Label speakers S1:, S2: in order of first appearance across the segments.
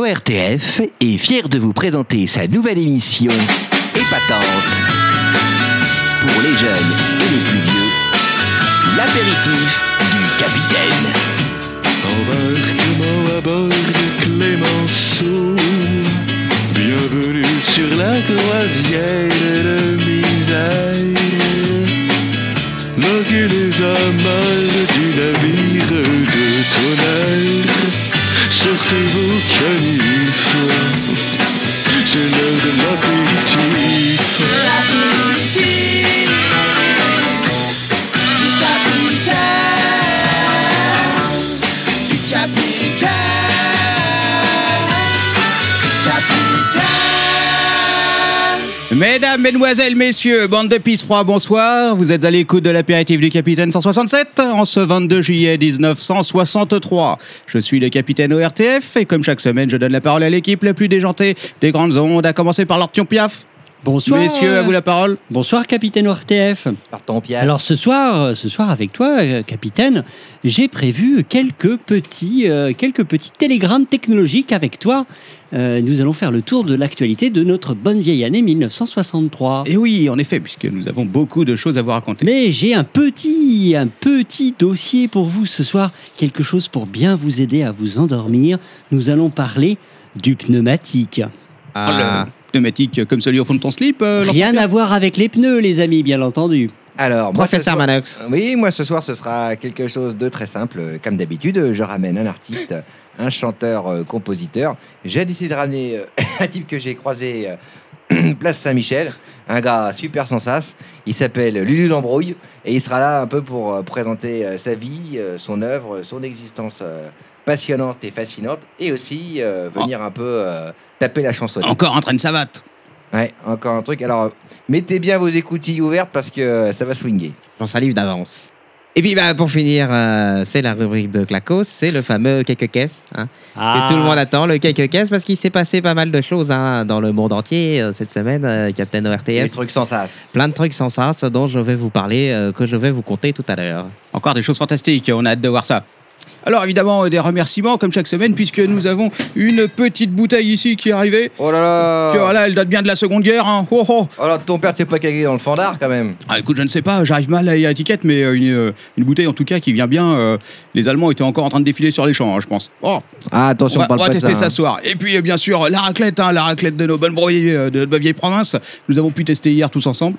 S1: L'ORTF est fier de vous présenter sa nouvelle émission épatante pour les jeunes et les plus vieux. L'apéritif du capitaine.
S2: Embarquement à bord de Clémenceau. Bienvenue sur la croisière de misère. Loguez les amarres du navire de tonnerre. Sortez vos canifs. C'est l'heure de l'apéritif.
S3: Mesdames, mesdemoiselles, messieurs, bande de pisse froid, bonsoir. Vous êtes à l'écoute de l'apéritif du capitaine 167 en ce 22 juillet 1963. Je suis le capitaine ORTF et comme chaque semaine, je donne la parole à l'équipe la plus déjantée des grandes ondes, à commencer par l'Ortion Piaf.
S4: Bonsoir.
S3: Messieurs, à vous la parole.
S4: Bonsoir, capitaine ORTF.
S1: Partons, Pierre.
S4: Alors ce soir, euh, ce soir avec toi, euh, capitaine, j'ai prévu quelques petits, euh, quelques petits télégrammes technologiques avec toi. Euh, nous allons faire le tour de l'actualité de notre bonne vieille année 1963.
S3: Et oui, en effet, puisque nous avons beaucoup de choses à vous raconter.
S4: Mais j'ai un petit, un petit dossier pour vous ce soir, quelque chose pour bien vous aider à vous endormir. Nous allons parler du pneumatique.
S3: Le pneumatique comme celui au fond de ton slip, euh, l'Ortion
S4: Ah. Rien
S3: Piaf.
S4: à voir avec les pneus, les amis, bien entendu.
S5: Alors, moi, ce
S6: Professeur
S5: soir-
S6: Manox.
S5: Oui, moi ce soir, ce sera quelque chose de très simple. Comme d'habitude, je ramène un artiste, un chanteur, euh, compositeur. J'ai décidé de ramener euh, un type que j'ai croisé euh, place Saint-Michel, un gars super sans sas. Il s'appelle Lulu Lambrouille et il sera là un peu pour euh, présenter euh, sa vie, euh, son œuvre, son existence euh, passionnante et fascinante et aussi euh, venir un peu euh, taper la chanson.
S3: Encore en train de savate.
S5: Ouais, encore un truc. Alors, mettez bien vos écoutilles ouvertes parce que euh, ça va swinguer.
S6: J'en salive d'avance. Et puis bah, pour finir, euh, c'est la rubrique de Claco, c'est le fameux quelques caisses. Hein,
S4: Ah.
S6: Que tout le monde attend, le quelques caisses, parce qu'il s'est passé pas mal de choses hein, dans le monde entier euh, cette semaine, euh, Captain
S5: Les
S6: ORTF.
S5: trucs sans sas.
S6: Plein de trucs sans sens dont je vais vous parler, euh, que je vais vous conter tout à l'heure.
S3: Encore des choses fantastiques, on a hâte de voir ça. Alors évidemment, euh, des remerciements comme chaque semaine, puisque nous avons une petite bouteille ici qui est arrivée.
S5: Oh là
S3: Que
S5: là
S3: voilà, elle date bien de la Seconde Guerre. Hein. Oh, oh.
S5: Oh là, ton père t'es pas cagé dans le fandard quand même
S3: Ah, écoute, je ne sais pas, j'arrive mal à l'étiquette, mais euh, une, euh, une bouteille en tout cas qui vient bien. euh, les Allemands étaient encore en train de défiler sur les champs, hein, je pense. Oh,
S5: Ah
S3: on
S5: attention,
S3: va, on va tester ça ce soir. Et puis euh, bien sûr, la raclette, hein, la raclette de nos bonnes broyées euh, de notre vieille province. Nous avons pu tester hier tous ensemble.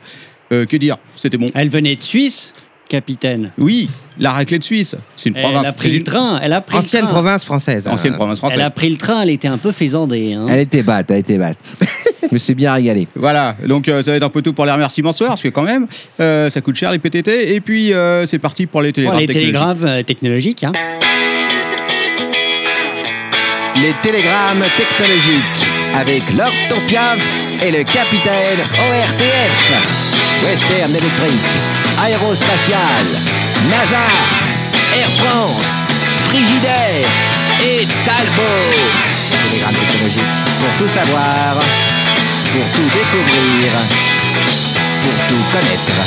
S3: Euh, que dire C'était bon.
S4: Elle venait de Suisse, capitaine.
S3: Oui, la raclette suisse. C'est une
S4: Elle
S3: province.
S4: a
S3: c'est
S4: pris le
S3: une
S4: train. Elle a pris
S6: Ancienne
S4: le train.
S6: province française. hein.
S3: Ancienne province française.
S4: Elle a pris le train. Elle était un peu faisandée. hein.
S5: Elle était batte, elle était batte. Je me suis bien régalé.
S3: Voilà, donc euh, ça va être un peu tout pour les remerciements ce soir, parce que quand même, euh, ça coûte cher les PTT. Et puis, euh, c'est parti pour les
S4: Bon,
S3: télégrammes.
S4: Oh, les
S3: technologiques.
S4: télégrammes euh, technologiques. hein.
S5: Les télégrammes technologiques avec l'Octon Piaf et le capitaine ORTF. Western électrique, aérospatial, NASA, Air France, Frigidaire et Talbot. Télégramme technologique pour tout savoir, pour tout découvrir, pour tout connaître.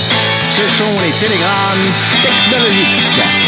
S5: Ce sont les télégrammes technologiques.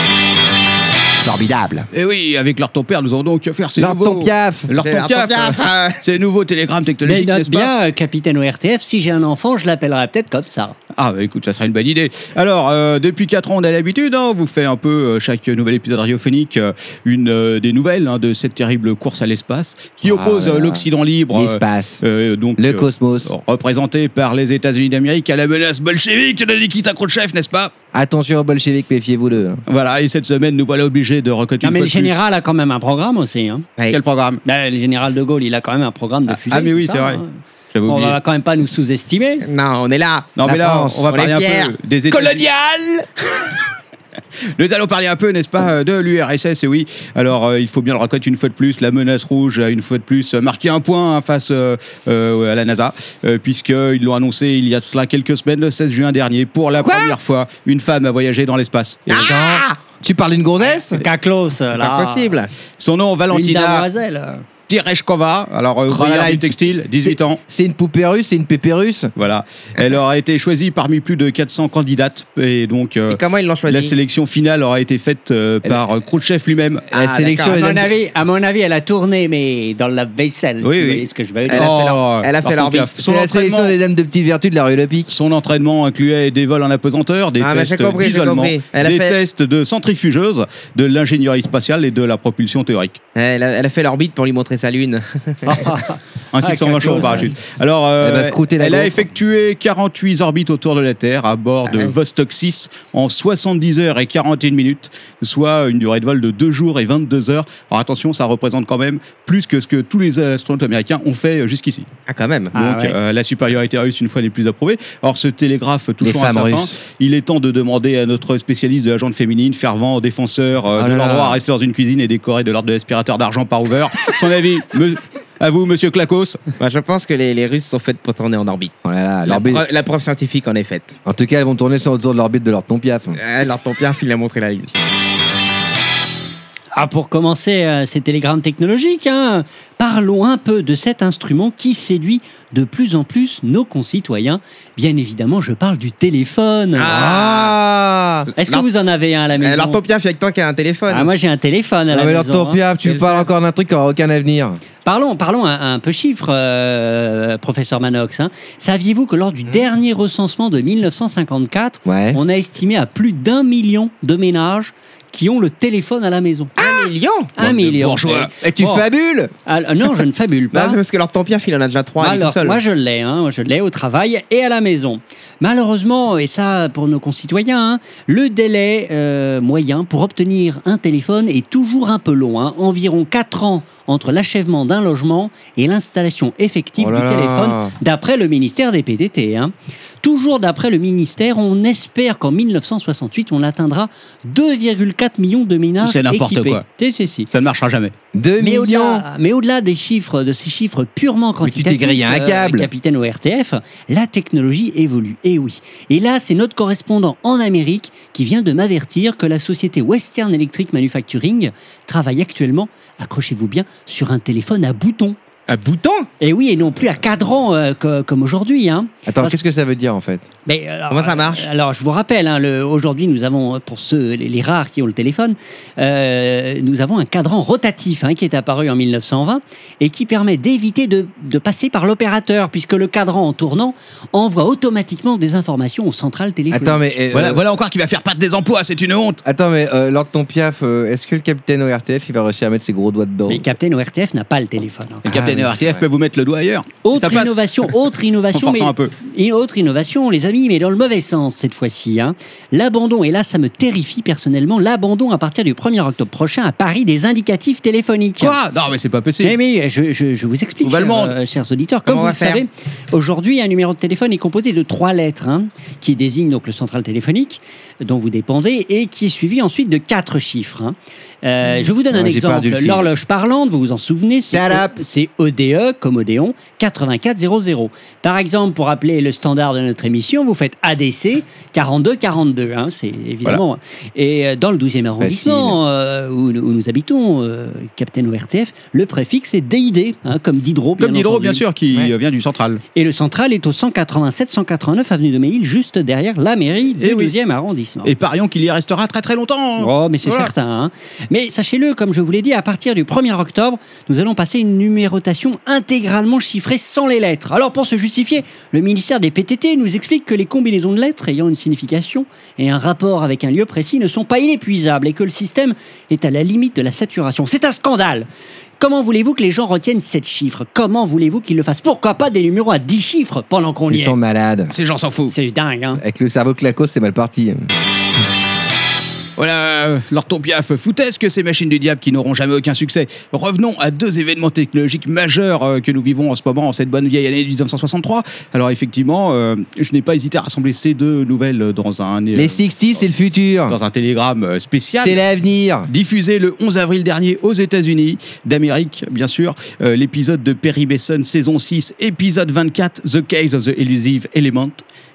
S5: Formidable.
S3: Et Eh oui, avec leur ton père, nous allons donc faire ces nouveaux.
S5: L'Octon Piaf.
S3: Leur
S6: C'est
S3: ton
S6: leur
S3: piaf,
S6: ton piaf,
S3: euh, Ces nouveaux télégrammes
S4: Mais
S3: technologiques,
S4: note
S3: n'est-ce pas
S4: bien, euh, capitaine ORTF, si j'ai un enfant, je l'appellerai peut-être comme ça.
S3: Ah, bah, écoute, ça serait une bonne idée. Alors, euh, depuis 4 ans, on a l'habitude, hein, on vous fait un peu, euh, chaque nouvel épisode radiophonique, euh, une euh, des nouvelles hein, de cette terrible course à l'espace qui
S5: Ah
S3: oppose
S5: là
S3: euh,
S5: là.
S3: l'Occident libre. euh,
S5: L'espace.
S3: euh, donc,
S5: Le
S3: euh,
S5: cosmos.
S3: représenté par les États-Unis d'Amérique à la menace bolchevique de Nikita Khrouchtchev, n'est-ce pas
S5: Attention aux bolcheviks, méfiez-vous d'eux. hein.
S3: Voilà, et cette semaine, nous voilà obligés de reconnaître
S4: Non,
S3: une
S4: mais
S3: fois
S4: le
S3: de
S4: général a quand même un programme aussi. hein.
S3: plus. Quel programme
S4: Là, le général de Gaulle, il a quand même un programme de
S3: Ah,
S4: fusée.
S3: ah, mais
S4: tout
S3: oui,
S4: ça,
S3: c'est vrai.
S4: hein.
S3: J'avais
S4: On
S3: oublié.
S4: va quand même pas nous sous-estimer.
S6: Non, on est là.
S3: Non,
S6: La
S3: mais là,
S6: France,
S3: on va
S6: est
S3: parler
S6: fiers.
S3: un peu des États-Unis. Nous allons parler un peu, n'est-ce pas, euh, de l'URSS, et oui. Alors, euh, il faut bien le reconnaître une fois de plus, la menace rouge a une fois de plus euh, marqué un point hein, face euh, euh, à la NASA, euh, puisqu'ils l'ont annoncé il y a de cela quelques semaines, le 16 juin dernier, pour la première fois, une femme a voyagé dans l'espace. Et
S6: Ah
S5: Tu parles d'une gonzesse
S4: Caclos,
S6: C'est pas possible.
S3: Son nom,
S4: Une
S3: Valentina
S4: damoiselle.
S3: Tereshkova. Alors, euh,
S5: Première
S3: Bralala
S5: du-
S3: et Textile, 18 ans.
S5: C'est une poupée russe, c'est une pépé russe.
S3: Voilà. Elle aura été choisie parmi plus de 400 candidates. Et donc, euh,
S6: Et comment ils l'ont choisi
S3: la sélection finale aura été faite euh,
S5: Elle-
S3: par euh, Khrouchtchev lui-même.
S6: La sélection,
S4: À
S6: elle,
S4: mon,
S6: a-
S4: avis, à mon avis, elle a tourné, mais dans la vaisselle.
S3: Oui,
S4: si
S3: oui.
S4: vous voyez ce que je veux dire.
S6: Elle a fait
S3: leur,
S6: elle a fait l'orbite.
S5: C'est
S3: Son
S5: la sélection
S3: entraînement,
S5: des dames de petite vertu de la rue Lepic.
S3: son entraînement incluait des vols en apesanteur, des
S6: Ah, mais j'ai
S3: tests
S6: compris, j'ai
S3: d'isolement,
S6: compris. Elle a
S3: des
S6: fait-
S3: tests de centrifugeuse, de l'ingénierie spatiale et de la propulsion théorique.
S6: elle a- elle a fait l'orbite pour lui montrer sa lune.
S3: Ainsi
S4: Ah,
S3: que 120 jours en
S4: quelque
S3: parachute. Alors, euh,
S5: Elle va scrouter la
S3: elle a
S5: gaufre.
S3: effectué 48 orbites autour de la Terre à bord de
S6: Ah ouais.
S3: Vostok 6 en 70 heures et 41 minutes, soit une durée de vol de 2 jours et 22 heures. Alors attention, ça représente quand même plus que ce que tous les astronautes américains ont fait euh, jusqu'ici.
S6: Ah, quand même.
S4: Ah,
S3: Donc
S4: ouais.
S3: euh, la supériorité russe, une fois n'est plus approuvée. Or, ce télégraphe
S5: Les
S3: touchant à
S5: femmes
S3: sa fin,
S5: russes.
S3: il est temps de demander à notre spécialiste de la jante féminine, fervent défenseur euh,
S5: Oh
S3: de
S5: là
S3: leur
S5: là.
S3: droit à rester dans une cuisine et décoré de l'ordre de l'aspirateur d'argent par Hoover, son avis me- à vous, monsieur Clacos.
S6: Moi, Bah, je pense que les, les Russes sont faits pour tourner en orbite.
S5: Oh là là,
S6: La,
S5: l'orbite-
S6: preu- la preuve scientifique en est faite.
S5: En tout cas, elles vont tourner sur- autour de l'orbite de leur ton piaf.
S6: Ah, leur ton Pierre, il a montré la lune.
S4: Ah, pour commencer euh, ces télégrammes technologiques, hein, parlons un peu de cet instrument qui séduit de plus en plus nos concitoyens. Bien évidemment, je parle du téléphone.
S6: Ah,
S4: Est-ce que
S6: Leur-
S4: vous en avez un à la
S6: euh,
S4: maison
S6: Leur ton Pierre, il y a que toi qui as un téléphone.
S4: ah, Moi, j'ai un téléphone à
S5: Non,
S4: la
S5: mais leur
S4: maison.
S5: ton
S4: hein.
S5: piaf,
S6: C'est
S5: tu
S6: le
S5: parles
S6: seul.
S5: encore d'un truc qui n'aura aucun avenir.
S4: Parlons, parlons un, un peu chiffres, euh, professeur Manox. hein. Saviez-vous que lors du dernier recensement de 1954,
S5: Ouais.
S4: on a estimé à plus d'un million de ménages qui ont le téléphone à la maison.
S6: Un million
S4: un million. Bourgeois.
S5: Et tu
S4: Bon.
S5: fabules
S4: non, je ne fabule
S6: Non,
S4: pas.
S6: c'est parce que leur ton Pierre, il en a déjà trois, il est
S4: Bah, Alors,
S6: tout seul.
S4: moi je l'ai, hein, moi, je l'ai au travail et à la maison. Malheureusement, et ça pour nos concitoyens, hein, le délai euh, moyen pour obtenir un téléphone est toujours un peu long, hein, environ 4 ans entre l'achèvement d'un logement et l'installation effective
S5: Oh là
S4: du
S5: là.
S4: téléphone d'après le ministère des PDT. hein. Toujours d'après le ministère, on espère qu'en 1968, on atteindra 2,4 millions de ménages
S3: C'est n'importe
S4: équipés.
S3: quoi.
S4: C'est- c'est- si.
S3: Ça ne marchera jamais.
S5: 2
S4: Mais
S5: millions
S4: au-delà, mais au-delà des chiffres, de ces chiffres purement
S5: Mais tu t'es
S4: quantitatifs, euh,
S5: grillé un câble.
S4: capitaine au RTF, la technologie évolue. Et oui. Et là, c'est notre correspondant en Amérique qui vient de m'avertir que la société Western Electric Manufacturing travaille actuellement, accrochez-vous bien, sur un téléphone à bouton.
S6: Un bouton
S4: Et oui, et non plus à cadran euh, co- comme aujourd'hui. Hein.
S5: Attends, qu'est-ce que ça veut dire en fait
S4: Mais alors,
S6: Ah, Comment ça marche
S4: euh, Alors, je vous rappelle, hein, le- aujourd'hui, nous avons, euh, pour ceux, les, les rares qui ont le téléphone, euh, nous avons un cadran rotatif hein, qui est apparu en 1920 et qui permet d'éviter de, de passer par l'opérateur, puisque le cadran, en tournant, envoie automatiquement des informations aux centrales téléphoniques.
S5: Attends, mais. euh,
S3: Voilà, voilà encore qui va faire perdre des emplois, c'est une honte.
S5: Attends, mais euh, Lord Ton Piaf, euh, est-ce que le capitaine au RTF, il va réussir à mettre ses gros doigts dedans
S4: Mais Captain ORTF n'a pas le téléphone. hein.
S3: Le capitaine
S5: oui,
S3: RTF
S5: ouais.
S3: peut vous mettre le doigt ailleurs,
S4: Autre
S3: passe.
S4: innovation, autre
S3: en
S4: innovation,
S3: forçant
S4: mais
S3: un peu.
S4: Et autre innovation, les amis, mais dans le mauvais sens cette fois-ci. hein. L'abandon, et là ça me terrifie personnellement, l'abandon à partir du 1er octobre prochain à Paris des indicatifs téléphoniques.
S3: Quoi Non, mais c'est pas
S4: mais,
S3: possible.
S4: mais je, je- je vous explique,
S3: Où va le
S4: chers,
S3: monde
S4: euh, chers auditeurs, comme
S6: Comment
S4: vous
S6: on
S4: le
S6: va faire
S4: savez, aujourd'hui un numéro de téléphone est composé de trois lettres, hein, qui désigne donc le central téléphonique dont vous dépendez et qui est suivi ensuite de quatre chiffres. hein. Euh,
S5: Mmh.
S4: Je vous donne un
S5: Ouais, j'ai
S4: exemple,
S5: perdu le fil.
S4: l'horloge parlante, vous vous en souvenez, c'est
S5: Shut up.
S4: c'est ODE comme Odéon 8400. Par exemple, pour appeler le standard de notre émission, vous faites ADC 4242. Hein, c'est évidemment. Et euh, dans le 12e arrondissement euh, où, nous- où nous habitons, euh, Capitaine ORTF, le préfixe est DID, hein, comme Diderot.
S3: Comme Diderot,
S4: entendu.
S3: bien sûr, qui
S5: Ouais.
S3: euh, vient du central.
S4: Et le central est au 187-189 avenue de Ménil, juste derrière la mairie du
S3: Eh oui.
S4: 12e arrondissement.
S3: Et parions qu'il y restera très très longtemps.
S4: Oh, mais c'est
S3: Voilà.
S4: certain. hein. Mais sachez-le, comme je vous l'ai dit, à partir du 1er octobre, nous allons passer une numérotation intégralement chiffrée sans les lettres. Alors, pour se justifier, le ministère des PTT nous explique que les combinaisons de lettres ayant une signification et un rapport avec un lieu précis ne sont pas inépuisables et que le système est à la limite de la saturation. C'est un scandale Comment voulez-vous que les gens retiennent sept chiffres Comment voulez-vous qu'ils le fassent Pourquoi pas des numéros à 10 chiffres pendant qu'on y
S5: Ils
S4: est
S5: sont malades.
S3: Ces gens s'en foutent.
S4: C'est dingue, hein
S5: Avec le cerveau claco, c'est mal parti.
S3: Voilà, euh, leur ton piaf foutesque, ces machines du diable qui n'auront jamais aucun succès. Revenons à deux événements technologiques majeurs euh, que nous vivons en ce moment, en cette bonne vieille année 1963. Alors effectivement, euh, je n'ai pas hésité à rassembler ces deux nouvelles euh, dans un, euh,
S5: Les 60 c'est le futur.
S3: dans un télégramme euh, spécial.
S5: C'est l'avenir.
S3: Diffusé le 11 avril dernier aux États-Unis d'Amérique, bien sûr, euh, l'épisode de Perry Mason saison 6, épisode 24, The Case of the Elusive Element,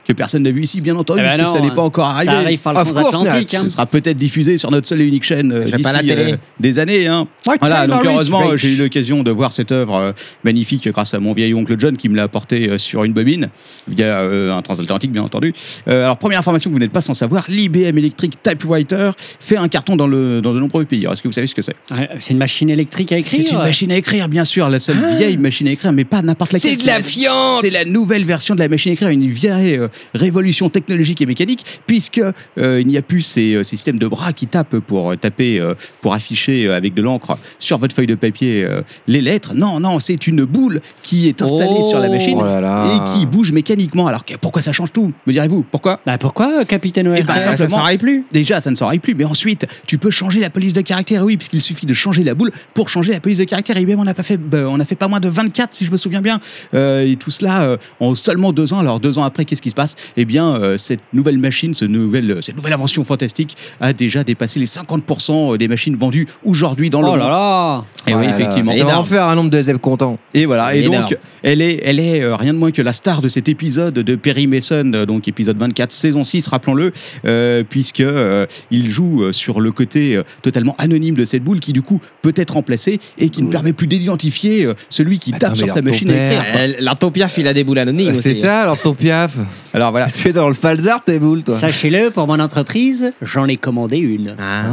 S3: que personne n'a vu ici, bien entendu,
S4: Eh ben
S3: parce que
S4: non,
S3: ça n'est
S4: hein.
S3: pas encore arrivé.
S4: Ça arrive par le
S5: Of course,
S4: transatlantique.
S5: Nat.
S4: hein.
S3: Ce sera peut-être diffusé sur notre seule et unique chaîne euh,
S6: Je fais
S3: d'ici
S6: pas la télé.
S3: euh, des années. hein. Voilà, donc heureusement, euh, j'ai eu l'occasion de voir cette œuvre euh, magnifique grâce à mon vieil oncle John qui me l'a apportée euh, sur une bobine, via euh, un transatlantique bien entendu. Euh, alors, première information que vous n'êtes pas sans savoir, l'IBM Electric Typewriter fait un carton dans, le, dans de nombreux pays. Alors, Est-ce que vous savez ce que c'est
S4: Ouais, C'est une machine électrique à écrire.
S3: C'est une
S4: ouais.
S3: machine à écrire, bien sûr, la seule
S5: Ah.
S3: vieille machine à écrire, mais pas n'importe laquelle.
S5: C'est de la fiente
S3: C'est la nouvelle version de la machine à écrire, une vieille euh, révolution technologique et mécanique, puisque euh, il n'y a plus ces, euh, ces systèmes de bras qui tapent pour euh, taper, euh, pour afficher euh, avec de l'encre sur votre feuille de papier euh, les lettres. Non, non, c'est une boule qui est installée
S4: Oh.
S3: sur la machine
S5: Oh là là.
S3: et qui bouge mécaniquement. Alors que- pourquoi ça change tout Me direz-vous Pourquoi
S4: Bah pourquoi, euh, capitaine
S3: Eh
S4: ORTF
S3: ben,
S6: Ah, ça ne
S3: simplement-
S6: s'arrête plus.
S3: Déjà, ça ne s'enraille plus, mais ensuite, tu peux changer la police de caractère, oui, puisqu'il suffit de changer la boule pour changer la police de caractère. IBM, on a, pas fait, bah, on a fait pas moins de 24, si je me souviens bien. Euh, et tout cela euh, en seulement deux ans. Alors, deux ans après, qu'est-ce qui se passe Eh bien, euh, cette nouvelle machine, ce nouvel, euh, cette nouvelle invention fantastique a déjà dépassé les 50% euh, des machines vendues aujourd'hui dans le
S4: Oh
S3: monde.
S4: là là
S3: Et oui,
S5: Ah là là.
S3: effectivement.
S5: Et d'en faire un nombre de zeb contents.
S3: Et voilà, et
S6: Énorme.
S3: donc elle est, elle est euh, rien de moins que la star de cet épisode de Perry Mason, euh, donc épisode 24, saison 6, rappelons-le, euh, puisque euh, il joue euh, sur le côté euh, totalement anonyme de cette boule qui du coup peut être remplacée et qui ne
S5: Cool.
S3: permet plus d'identifier euh, celui qui
S5: Attends,
S3: tape
S5: mais
S3: sur sa
S5: alors, ton
S3: machine à
S5: père,
S3: écrire. quoi.
S6: Euh, L'artopiaf, il a des boules anonymes
S5: Euh, C'est
S6: aussi.
S5: ça, alors ton piaf.
S3: Alors voilà,
S5: Ah, Tu es dans le falzar, tes boules, toi.
S4: Sachez-le, pour mon entreprise, j'en ai commandé une.
S6: Ah.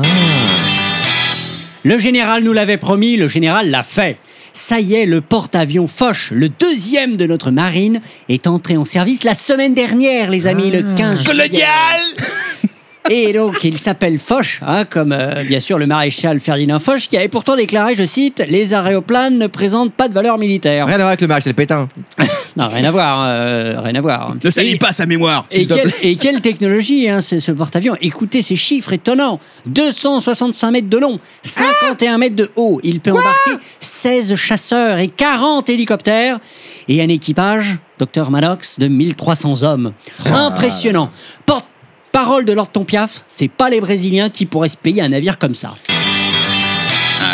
S4: Le général nous l'avait promis, le général l'a fait. Ça y est, le porte-avions Foch, le deuxième de notre marine, est entré en service la semaine dernière, les amis,
S5: Ah.
S4: le 15 juillet. Et donc, il s'appelle Foch, hein, comme euh, bien sûr le maréchal Ferdinand Foch, qui avait pourtant déclaré, je cite, Les aéroplanes ne présentent pas de valeur militaire.
S5: Rien à voir avec le match, c'est le pétain.
S4: Non, rien à voir, euh, rien à voir.
S3: ne salis
S4: Et-
S3: pas sa mémoire.
S4: et,
S3: s'il te
S4: quelle,
S3: plaît.
S4: et quelle technologie, hein, ce, ce porte-avions. Écoutez ces chiffres étonnants. 265 mètres de long, 51 mètres de haut. Il peut embarquer 16 chasseurs et 40 hélicoptères et un équipage, docteur Maddox, de 1300 hommes.
S3: Ah.
S4: Impressionnant. Porte Parole de Lord Tompiaf, c'est pas les Brésiliens qui pourraient se payer un navire comme ça.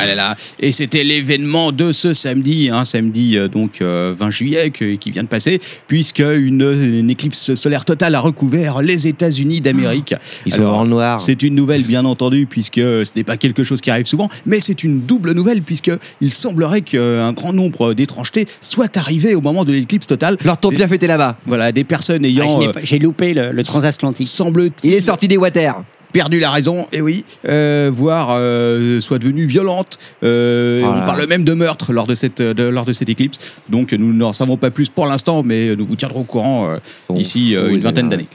S3: Ah là là. Et c'était l'événement de ce samedi, hein, samedi euh, donc euh, 20 juillet que- qui vient de passer, puisque une, une éclipse solaire totale a recouvert les États-Unis d'Amérique.
S4: Ah,
S5: Ils sont
S3: Alors,
S5: en noir.
S3: C'est une nouvelle, bien entendu, puisque ce n'est pas quelque chose qui arrive souvent, mais c'est une double nouvelle, puisque il semblerait qu'un grand nombre d'étrangetés soient arrivés au moment de l'éclipse totale.
S5: Leur ton piaf était là-bas.
S3: Voilà, des personnes
S4: Ah, je
S3: ayant,
S4: n'ai
S3: euh,
S4: pas- J'ai loupé le, le transatlantique.
S5: Il
S3: semble-t-il,
S5: est sorti des water.
S3: perdu la raison, et oui, euh, voire euh, soit devenues violentes. Euh,
S5: Oh là
S3: on
S5: là.
S3: parle même de meurtre lors de cette, euh, de- lors de cette éclipse. Donc nous n'en savons pas plus pour l'instant, mais nous vous tiendrons au courant euh, d'ici euh,
S5: fous,
S3: une
S5: Oh, les
S3: vingtaine
S5: gars.
S3: d'années.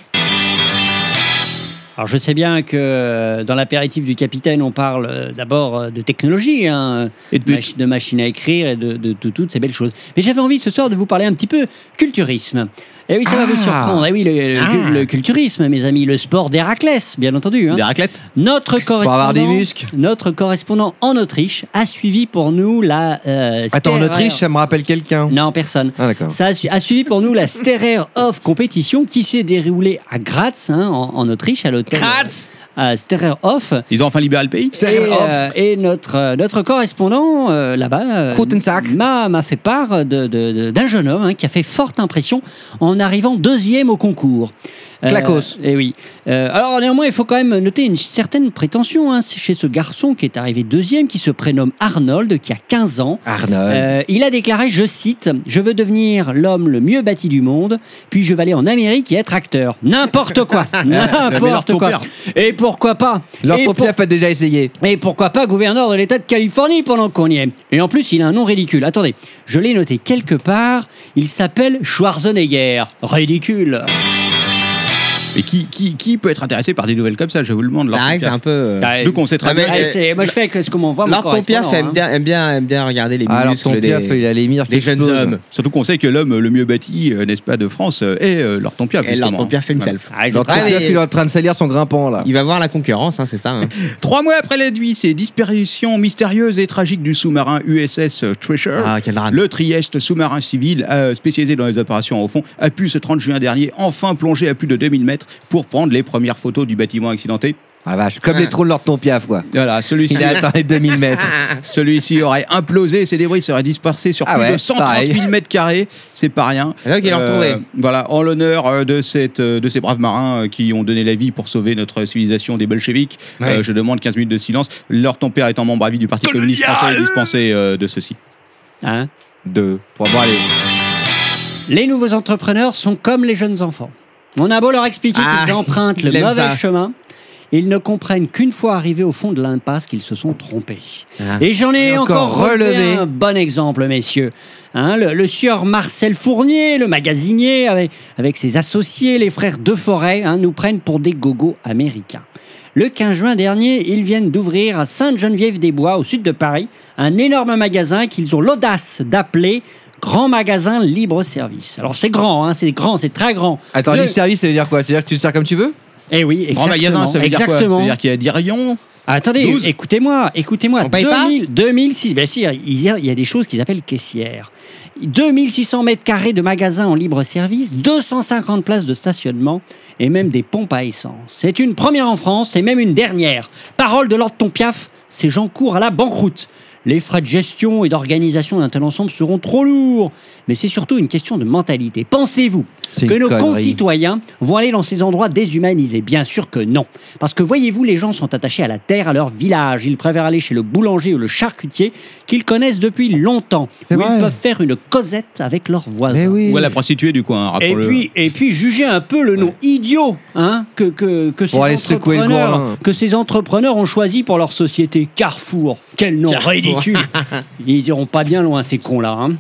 S4: Alors je sais bien que euh, dans l'apéritif du capitaine, on parle euh, d'abord euh, de technologie. hein,
S3: Et de-
S4: Machi- de machines à écrire et de, de- de toutes ces belles choses. Mais j'avais envie ce soir de vous parler un petit peu culturisme. Et oui, ça va vous
S5: Ah.
S4: surprendre. Et oui, le, le-
S6: Ah.
S4: le culturisme, mes amis, le sport d'Héraclès, bien entendu. hein.
S3: des raclettes
S4: Notre
S5: Pour avoir des
S4: correspondant,
S5: muscles.
S4: notre correspondant en Autriche a suivi pour nous la. euh,
S5: Attends, en
S4: Sterer-
S5: Autriche, ça me rappelle quelqu'un.
S4: Non, personne.
S5: Ah, d'accord.
S4: Ça a, su- a suivi pour nous la Sterer Off compétition qui s'est déroulée à Graz, hein, en, en Autriche, à l'hôtel.
S5: Graz
S4: à Sterer Off.
S3: Ils ont enfin libéré le pays
S4: Et,
S5: Serre off.
S4: euh, et notre, euh, notre correspondant euh, là-bas euh,
S5: Guten Tag.
S4: m'a m'a fait part d'un de, de- d'un jeune homme hein, qui a fait forte impression en arrivant deuxième au concours.
S5: Clacos.
S4: Et oui. Euh, alors néanmoins, il faut quand même noter une certaine prétention hein, chez ce garçon qui est arrivé deuxième, qui se prénomme Arnold, qui a 15 ans.
S5: Arnold.
S4: Euh, il a déclaré, je cite, Je veux devenir l'homme le mieux bâti du monde, puis je vais aller en Amérique et être acteur. N'importe quoi
S3: Mais alors,
S4: N'importe
S3: ton
S4: quoi
S3: père,
S4: Et pourquoi pas
S5: Leur
S4: et
S5: ton
S4: pour-
S5: piaf a déjà essayé.
S4: et pourquoi pas gouverneur de l'État de Californie pendant qu'on y est. Et en plus, il a un nom ridicule. Attendez, je l'ai noté quelque part. Il s'appelle Schwarzenegger. Ridicule.
S3: Mais qui, qui, qui peut être intéressé par des nouvelles comme ça Je vous le demande. leur
S6: La règle, c'est un peu. euh,
S4: Ah,
S3: Surtout qu'on sait très
S6: Ah,
S3: bien.
S6: mais-
S4: Ah, c'est- moi, je fais que ce qu'on m'envoie. mon
S6: Lord Tompiaf
S4: correspondant,
S6: aime
S4: hein.
S6: bien, aime bien, aime bien regarder les
S5: Ah, Alors
S6: muscles
S5: ton piaf,
S6: des,
S5: il a les mires.
S6: des
S5: qui
S6: jeunes
S5: explosent.
S6: hommes.
S3: Surtout qu'on sait que l'homme le mieux bâti, euh, n'est-ce pas, de France, euh, est euh, leur Tempia.
S6: Et Lord Tompiaf himself.
S4: Ah, je
S5: Leur ton
S4: crois-
S6: Ah, mais-
S5: piaf, il est en train de salir son grimpant, là.
S6: Il va voir la concurrence, hein, c'est ça. hein.
S3: Trois mois après la nuit, ces disparitions mystérieuses et tragiques du sous-marin USS Treasure.
S6: Ah, quel drame.
S3: Le Trieste sous-marin civil euh, spécialisé dans les opérations au fond a pu ce 30 juin dernier enfin plonger à plus de 2000 mètres 1960 pour prendre les premières photos du bâtiment accidenté.
S5: Ah la vache, comme les trous de leur ton piaf, quoi.
S3: Voilà, celui-ci
S5: Il a atteint les 2000 mètres.
S3: celui-ci aurait implosé, et ses débris seraient dispersés sur
S5: Ah
S3: plus de
S5: ouais,
S3: 130
S5: pareil.
S3: 000 mètres carrés, c'est pas rien.
S6: Donc il l'a retrouvé.
S3: Euh, voilà, en l'honneur euh, de, cette, euh, de ces braves marins euh, qui ont donné la vie pour sauver notre civilisation des bolcheviks,
S5: Ouais.
S3: euh, je demande 15 minutes de silence. Leur ton père étant membre à vie du Parti communiste français est dispensé euh, de ceci.
S4: Hein
S5: Deux, trois, bon, allez.
S4: Les nouveaux entrepreneurs sont comme les jeunes enfants. On a beau leur expliquer
S6: Ah,
S4: qu'ils empruntent le
S6: il aime
S4: mauvais
S6: ça.
S4: chemin, ils ne comprennent qu'une fois arrivés au fond de l'impasse qu'ils se sont trompés.
S6: Ah.
S4: Et j'en ai
S5: Et
S4: encore,
S5: encore
S4: relevé
S5: relevé.
S4: un bon exemple, messieurs. Hein, le, le sieur Marcel Fournier, le magasinier, avec, avec ses associés, les frères De Forêt, hein, nous prennent pour des gogos américains. Le 15 juin dernier, ils viennent d'ouvrir à Sainte-Geneviève-des-Bois, au sud de Paris, un énorme magasin qu'ils ont l'audace d'appeler Grand Magasin Libre Service. Alors c'est grand, hein, c'est grand, c'est très grand.
S5: Attends,
S4: Deux.
S5: libre service, ça veut dire quoi C'est-à-dire que tu te sers comme tu veux
S4: Eh oui, exactement.
S3: Grand magasin, ça veut dire quoi
S4: exactement.
S3: Ça veut dire qu'il y a 10 rayons
S4: Attendez,
S3: 12.
S4: écoutez-moi, écoutez-moi.
S6: On paye pas
S4: 2000, 2006, bien sûr, Ben, il y, a, il y a des choses qu'ils appellent caissières. 2600 mètres carrés de magasins en libre service, 250 places de stationnement et même des pompes à essence. C'est une première en France et même une dernière. Parole de l'ordre Tompiaf, ces gens courent à la banqueroute. Les frais de gestion et d'organisation d'un tel ensemble seront trop lourds. Mais c'est surtout une question de mentalité. Pensez-vous
S5: C'est
S4: que nos concitoyens vont aller dans ces endroits déshumanisés Bien sûr que non. Parce que voyez-vous, les gens sont attachés à la terre, à leur village. Ils préfèrent aller chez le boulanger ou le charcutier qu'ils connaissent depuis longtemps,
S5: C'est
S4: où
S5: vrai.
S4: ils peuvent faire une cosette avec leurs voisins.
S5: Mais oui.
S3: Ou à la prostituée du coin, hein,
S4: Et
S3: rappelons-le.
S4: puis, et puis juger un peu le nom idiot hein, que, que, que, ces
S5: Pour aller secouer le
S4: entrepreneurs,
S5: gourlin.
S4: que ces entrepreneurs ont choisi pour leur société. Carrefour, quel nom
S6: Carrefour.
S4: ridicule Ils iront pas bien loin ces cons-là. hein.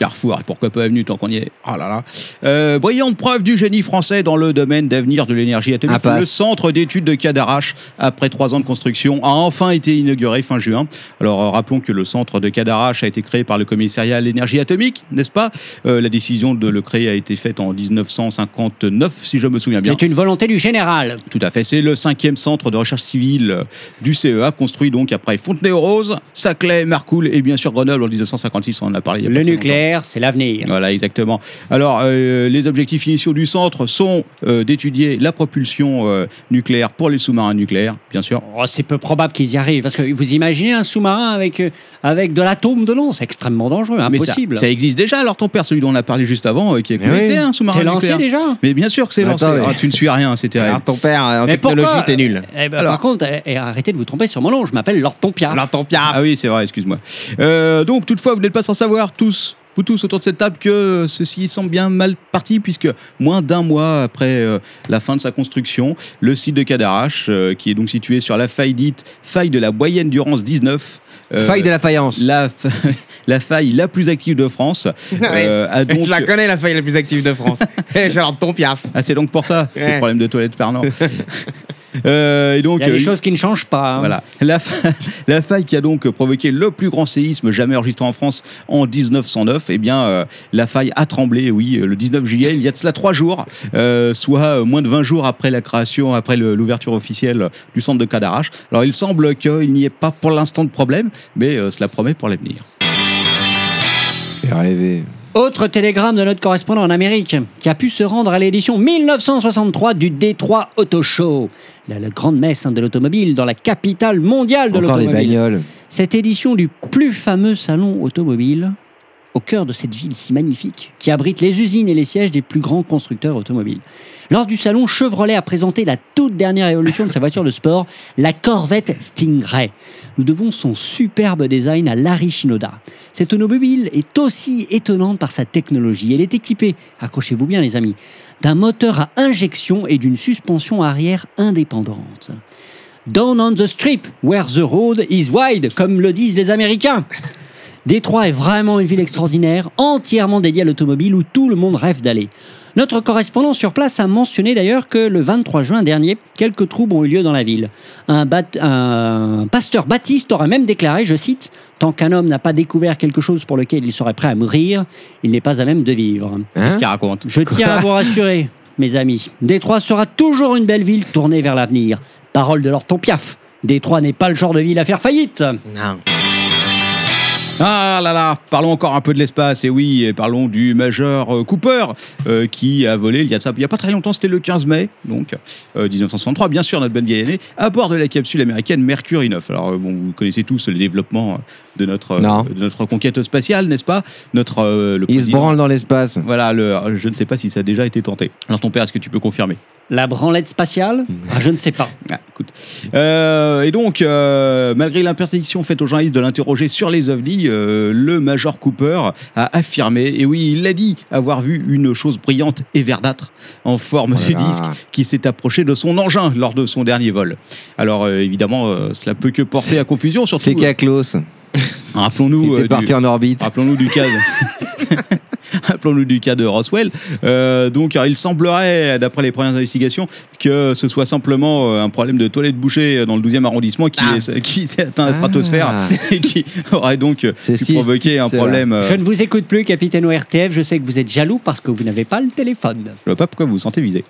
S3: Carrefour, et pourquoi pas Avenue tant qu'on y est. Ah là là. Euh, brillante preuve du génie français dans le domaine d'avenir de l'énergie atomique.
S5: Impasse.
S3: Le centre d'études de Cadarache, après trois ans de construction, a enfin été inauguré fin juin. Alors euh, rappelons que le centre de Cadarache a été créé par le commissariat à l'énergie atomique, n'est-ce pas Euh, La décision de le créer a été faite en 1959, si je me souviens bien.
S4: C'est une volonté du général.
S3: Tout à fait. C'est le cinquième centre de recherche civile euh, du CEA, construit donc après Fontenay-aux-Roses, Saclay, Marcoule et bien sûr Grenoble en 1956. On en a parlé il y a pas
S4: Le
S3: très longtemps.
S4: nucléaire, c'est l'avenir.
S3: Voilà, exactement. Alors, euh, les objectifs initiaux du centre sont euh, d'étudier la propulsion euh, nucléaire pour les sous-marins nucléaires, bien sûr.
S4: Oh, c'est peu probable qu'ils y arrivent, parce que vous imaginez un sous-marin avec, euh, avec de l'atome dedans, c'est extrêmement dangereux, impossible.
S3: Mais ça, ça existe déjà. Alors, ton père, celui dont on a parlé juste avant, euh, qui est
S5: Mais oui.
S3: connecté à un sous-marin
S4: c'est lancé
S3: nucléaire.
S4: déjà
S3: Mais bien sûr que c'est lancé.
S5: Attends, mais-
S3: Ah, tu ne suis rien, c'est terrible.
S6: Alors ton père, en
S4: Mais
S6: technologie,
S4: pourquoi
S6: t'es nul.
S4: Eh ben,
S3: Alors-
S4: Par contre, eh, eh, arrêtez de vous tromper sur mon nom, je m'appelle Lord Tompia.
S6: Alors ton père.
S3: Ah oui, c'est vrai, excuse-moi. Euh, donc, toutefois, vous n'êtes pas sans savoir, tous, vous tous autour de cette table, que ceci semble bien mal parti, puisque moins d'un mois après euh, la fin de sa construction, le site de Cadarache, euh, qui est donc situé sur la faille dite faille de la Boyenne d'Urance 19, euh,
S5: Faille de la faïence.
S3: la, fa- la faille la plus active de France, euh, a donc
S6: Je la connais, la faille la plus active de France. Eh, Je leur ton piaf.
S3: ah, c'est donc pour ça, c'est
S6: Ouais.
S3: le problème de toilette Fernand. Euh, et donc,
S4: Il y a des
S3: euh,
S4: choses qui ne changent pas. hein.
S3: Voilà. La, fa- la faille qui a donc provoqué le plus grand séisme jamais enregistré en France en 1909, eh bien, euh, la faille a tremblé, oui, euh, le 19 juillet, il y a de cela trois jours, euh, soit euh, moins de 20 jours après la création, après le- l'ouverture officielle du centre de Cadarache. Alors, il semble qu'il n'y ait pas pour l'instant de problème, mais euh, cela promet pour l'avenir.
S5: Faire rêver.
S4: Autre télégramme de notre correspondant en Amérique, qui a pu se rendre à l'édition 1963 du Détroit Auto Show, la, la grande messe hein, de l'automobile dans la capitale mondiale de
S5: Encore des
S4: l'automobile.
S5: bagnoles.
S4: Cette édition du plus fameux salon automobile, au cœur de cette ville si magnifique, qui abrite les usines et les sièges des plus grands constructeurs automobiles. Lors du salon, Chevrolet a présenté la toute dernière évolution de sa voiture de sport, la Corvette Stingray. Nous devons son superbe design à Larry Shinoda. Cette automobile est aussi étonnante par sa technologie. Elle est équipée, accrochez-vous bien les amis, d'un moteur à injection et d'une suspension arrière indépendante. Down on the strip, where the road is wide, comme le disent les Américains. Détroit est vraiment une ville extraordinaire, entièrement dédiée à l'automobile où tout le monde rêve d'aller. Notre correspondant sur place a mentionné d'ailleurs que le 23 juin dernier, quelques troubles ont eu lieu dans la ville. Un, bat- un pasteur baptiste aurait même déclaré, je cite, Tant qu'un homme n'a pas découvert quelque chose pour lequel il serait prêt à mourir, il n'est pas à même de vivre.
S3: Qu'est-ce
S5: Hein
S3: qu'il raconte
S4: Je tiens à vous rassurer, mes amis. Détroit sera toujours une belle ville tournée vers l'avenir.
S6: Ah,
S4: Parole de leur ton piaf. Détroit n'est pas le genre de ville à faire faillite.
S6: Non.
S3: Ah là là, parlons encore un peu de l'espace, et oui, et parlons du major euh, Cooper, euh, qui a volé il y a, de ça, il y a pas très longtemps, c'était le 15 mai, donc euh, 1963, bien sûr, notre bonne vieille année, à bord de la capsule américaine Mercury 9. Alors, euh, bon, vous connaissez tous le développement euh, de notre, euh,
S5: Non.
S3: de notre conquête spatiale, n'est-ce pas notre, euh, le
S5: Il se
S3: président-
S5: branle dans l'espace.
S3: Voilà, le, je ne sais pas si ça a déjà été tenté. Alors, ton père, est-ce que tu peux confirmer
S4: La branlette spatiale Ah, Je ne sais pas.
S3: Ah, écoute. Euh, et donc, euh, malgré l'interdiction faite aux journalistes de l'interroger sur les ovnis, euh, le Major Cooper a affirmé, et oui, il l'a dit, avoir vu une chose brillante et verdâtre en forme de
S5: Voilà.
S3: disque qui s'est approchée de son engin lors de son dernier vol. Alors, euh, évidemment, euh, cela peut que porter à confusion, surtout.
S5: C'est Kaklos.
S3: euh, Rappelons-nous
S5: Il
S3: euh,
S5: était
S3: du-
S5: parti en orbite.
S3: Rappelons-nous du cas. de- Rappelons-nous du cas de Roswell. Euh, donc, alors, il semblerait, d'après les premières investigations, que ce soit simplement euh, un problème de toilette bouchée euh, dans le 12e arrondissement qui,
S6: Ah.
S3: est- qui s'est atteint la stratosphère
S5: Ah,
S3: et qui aurait donc euh,
S5: C'est
S3: pu
S5: si-
S3: provoquer un
S5: c'est
S3: problème. euh,
S4: Je ne vous écoute plus, capitaine ORTF. Je sais que vous êtes jaloux parce que vous n'avez pas le téléphone.
S3: Je ne vois pas pourquoi vous vous sentez visé.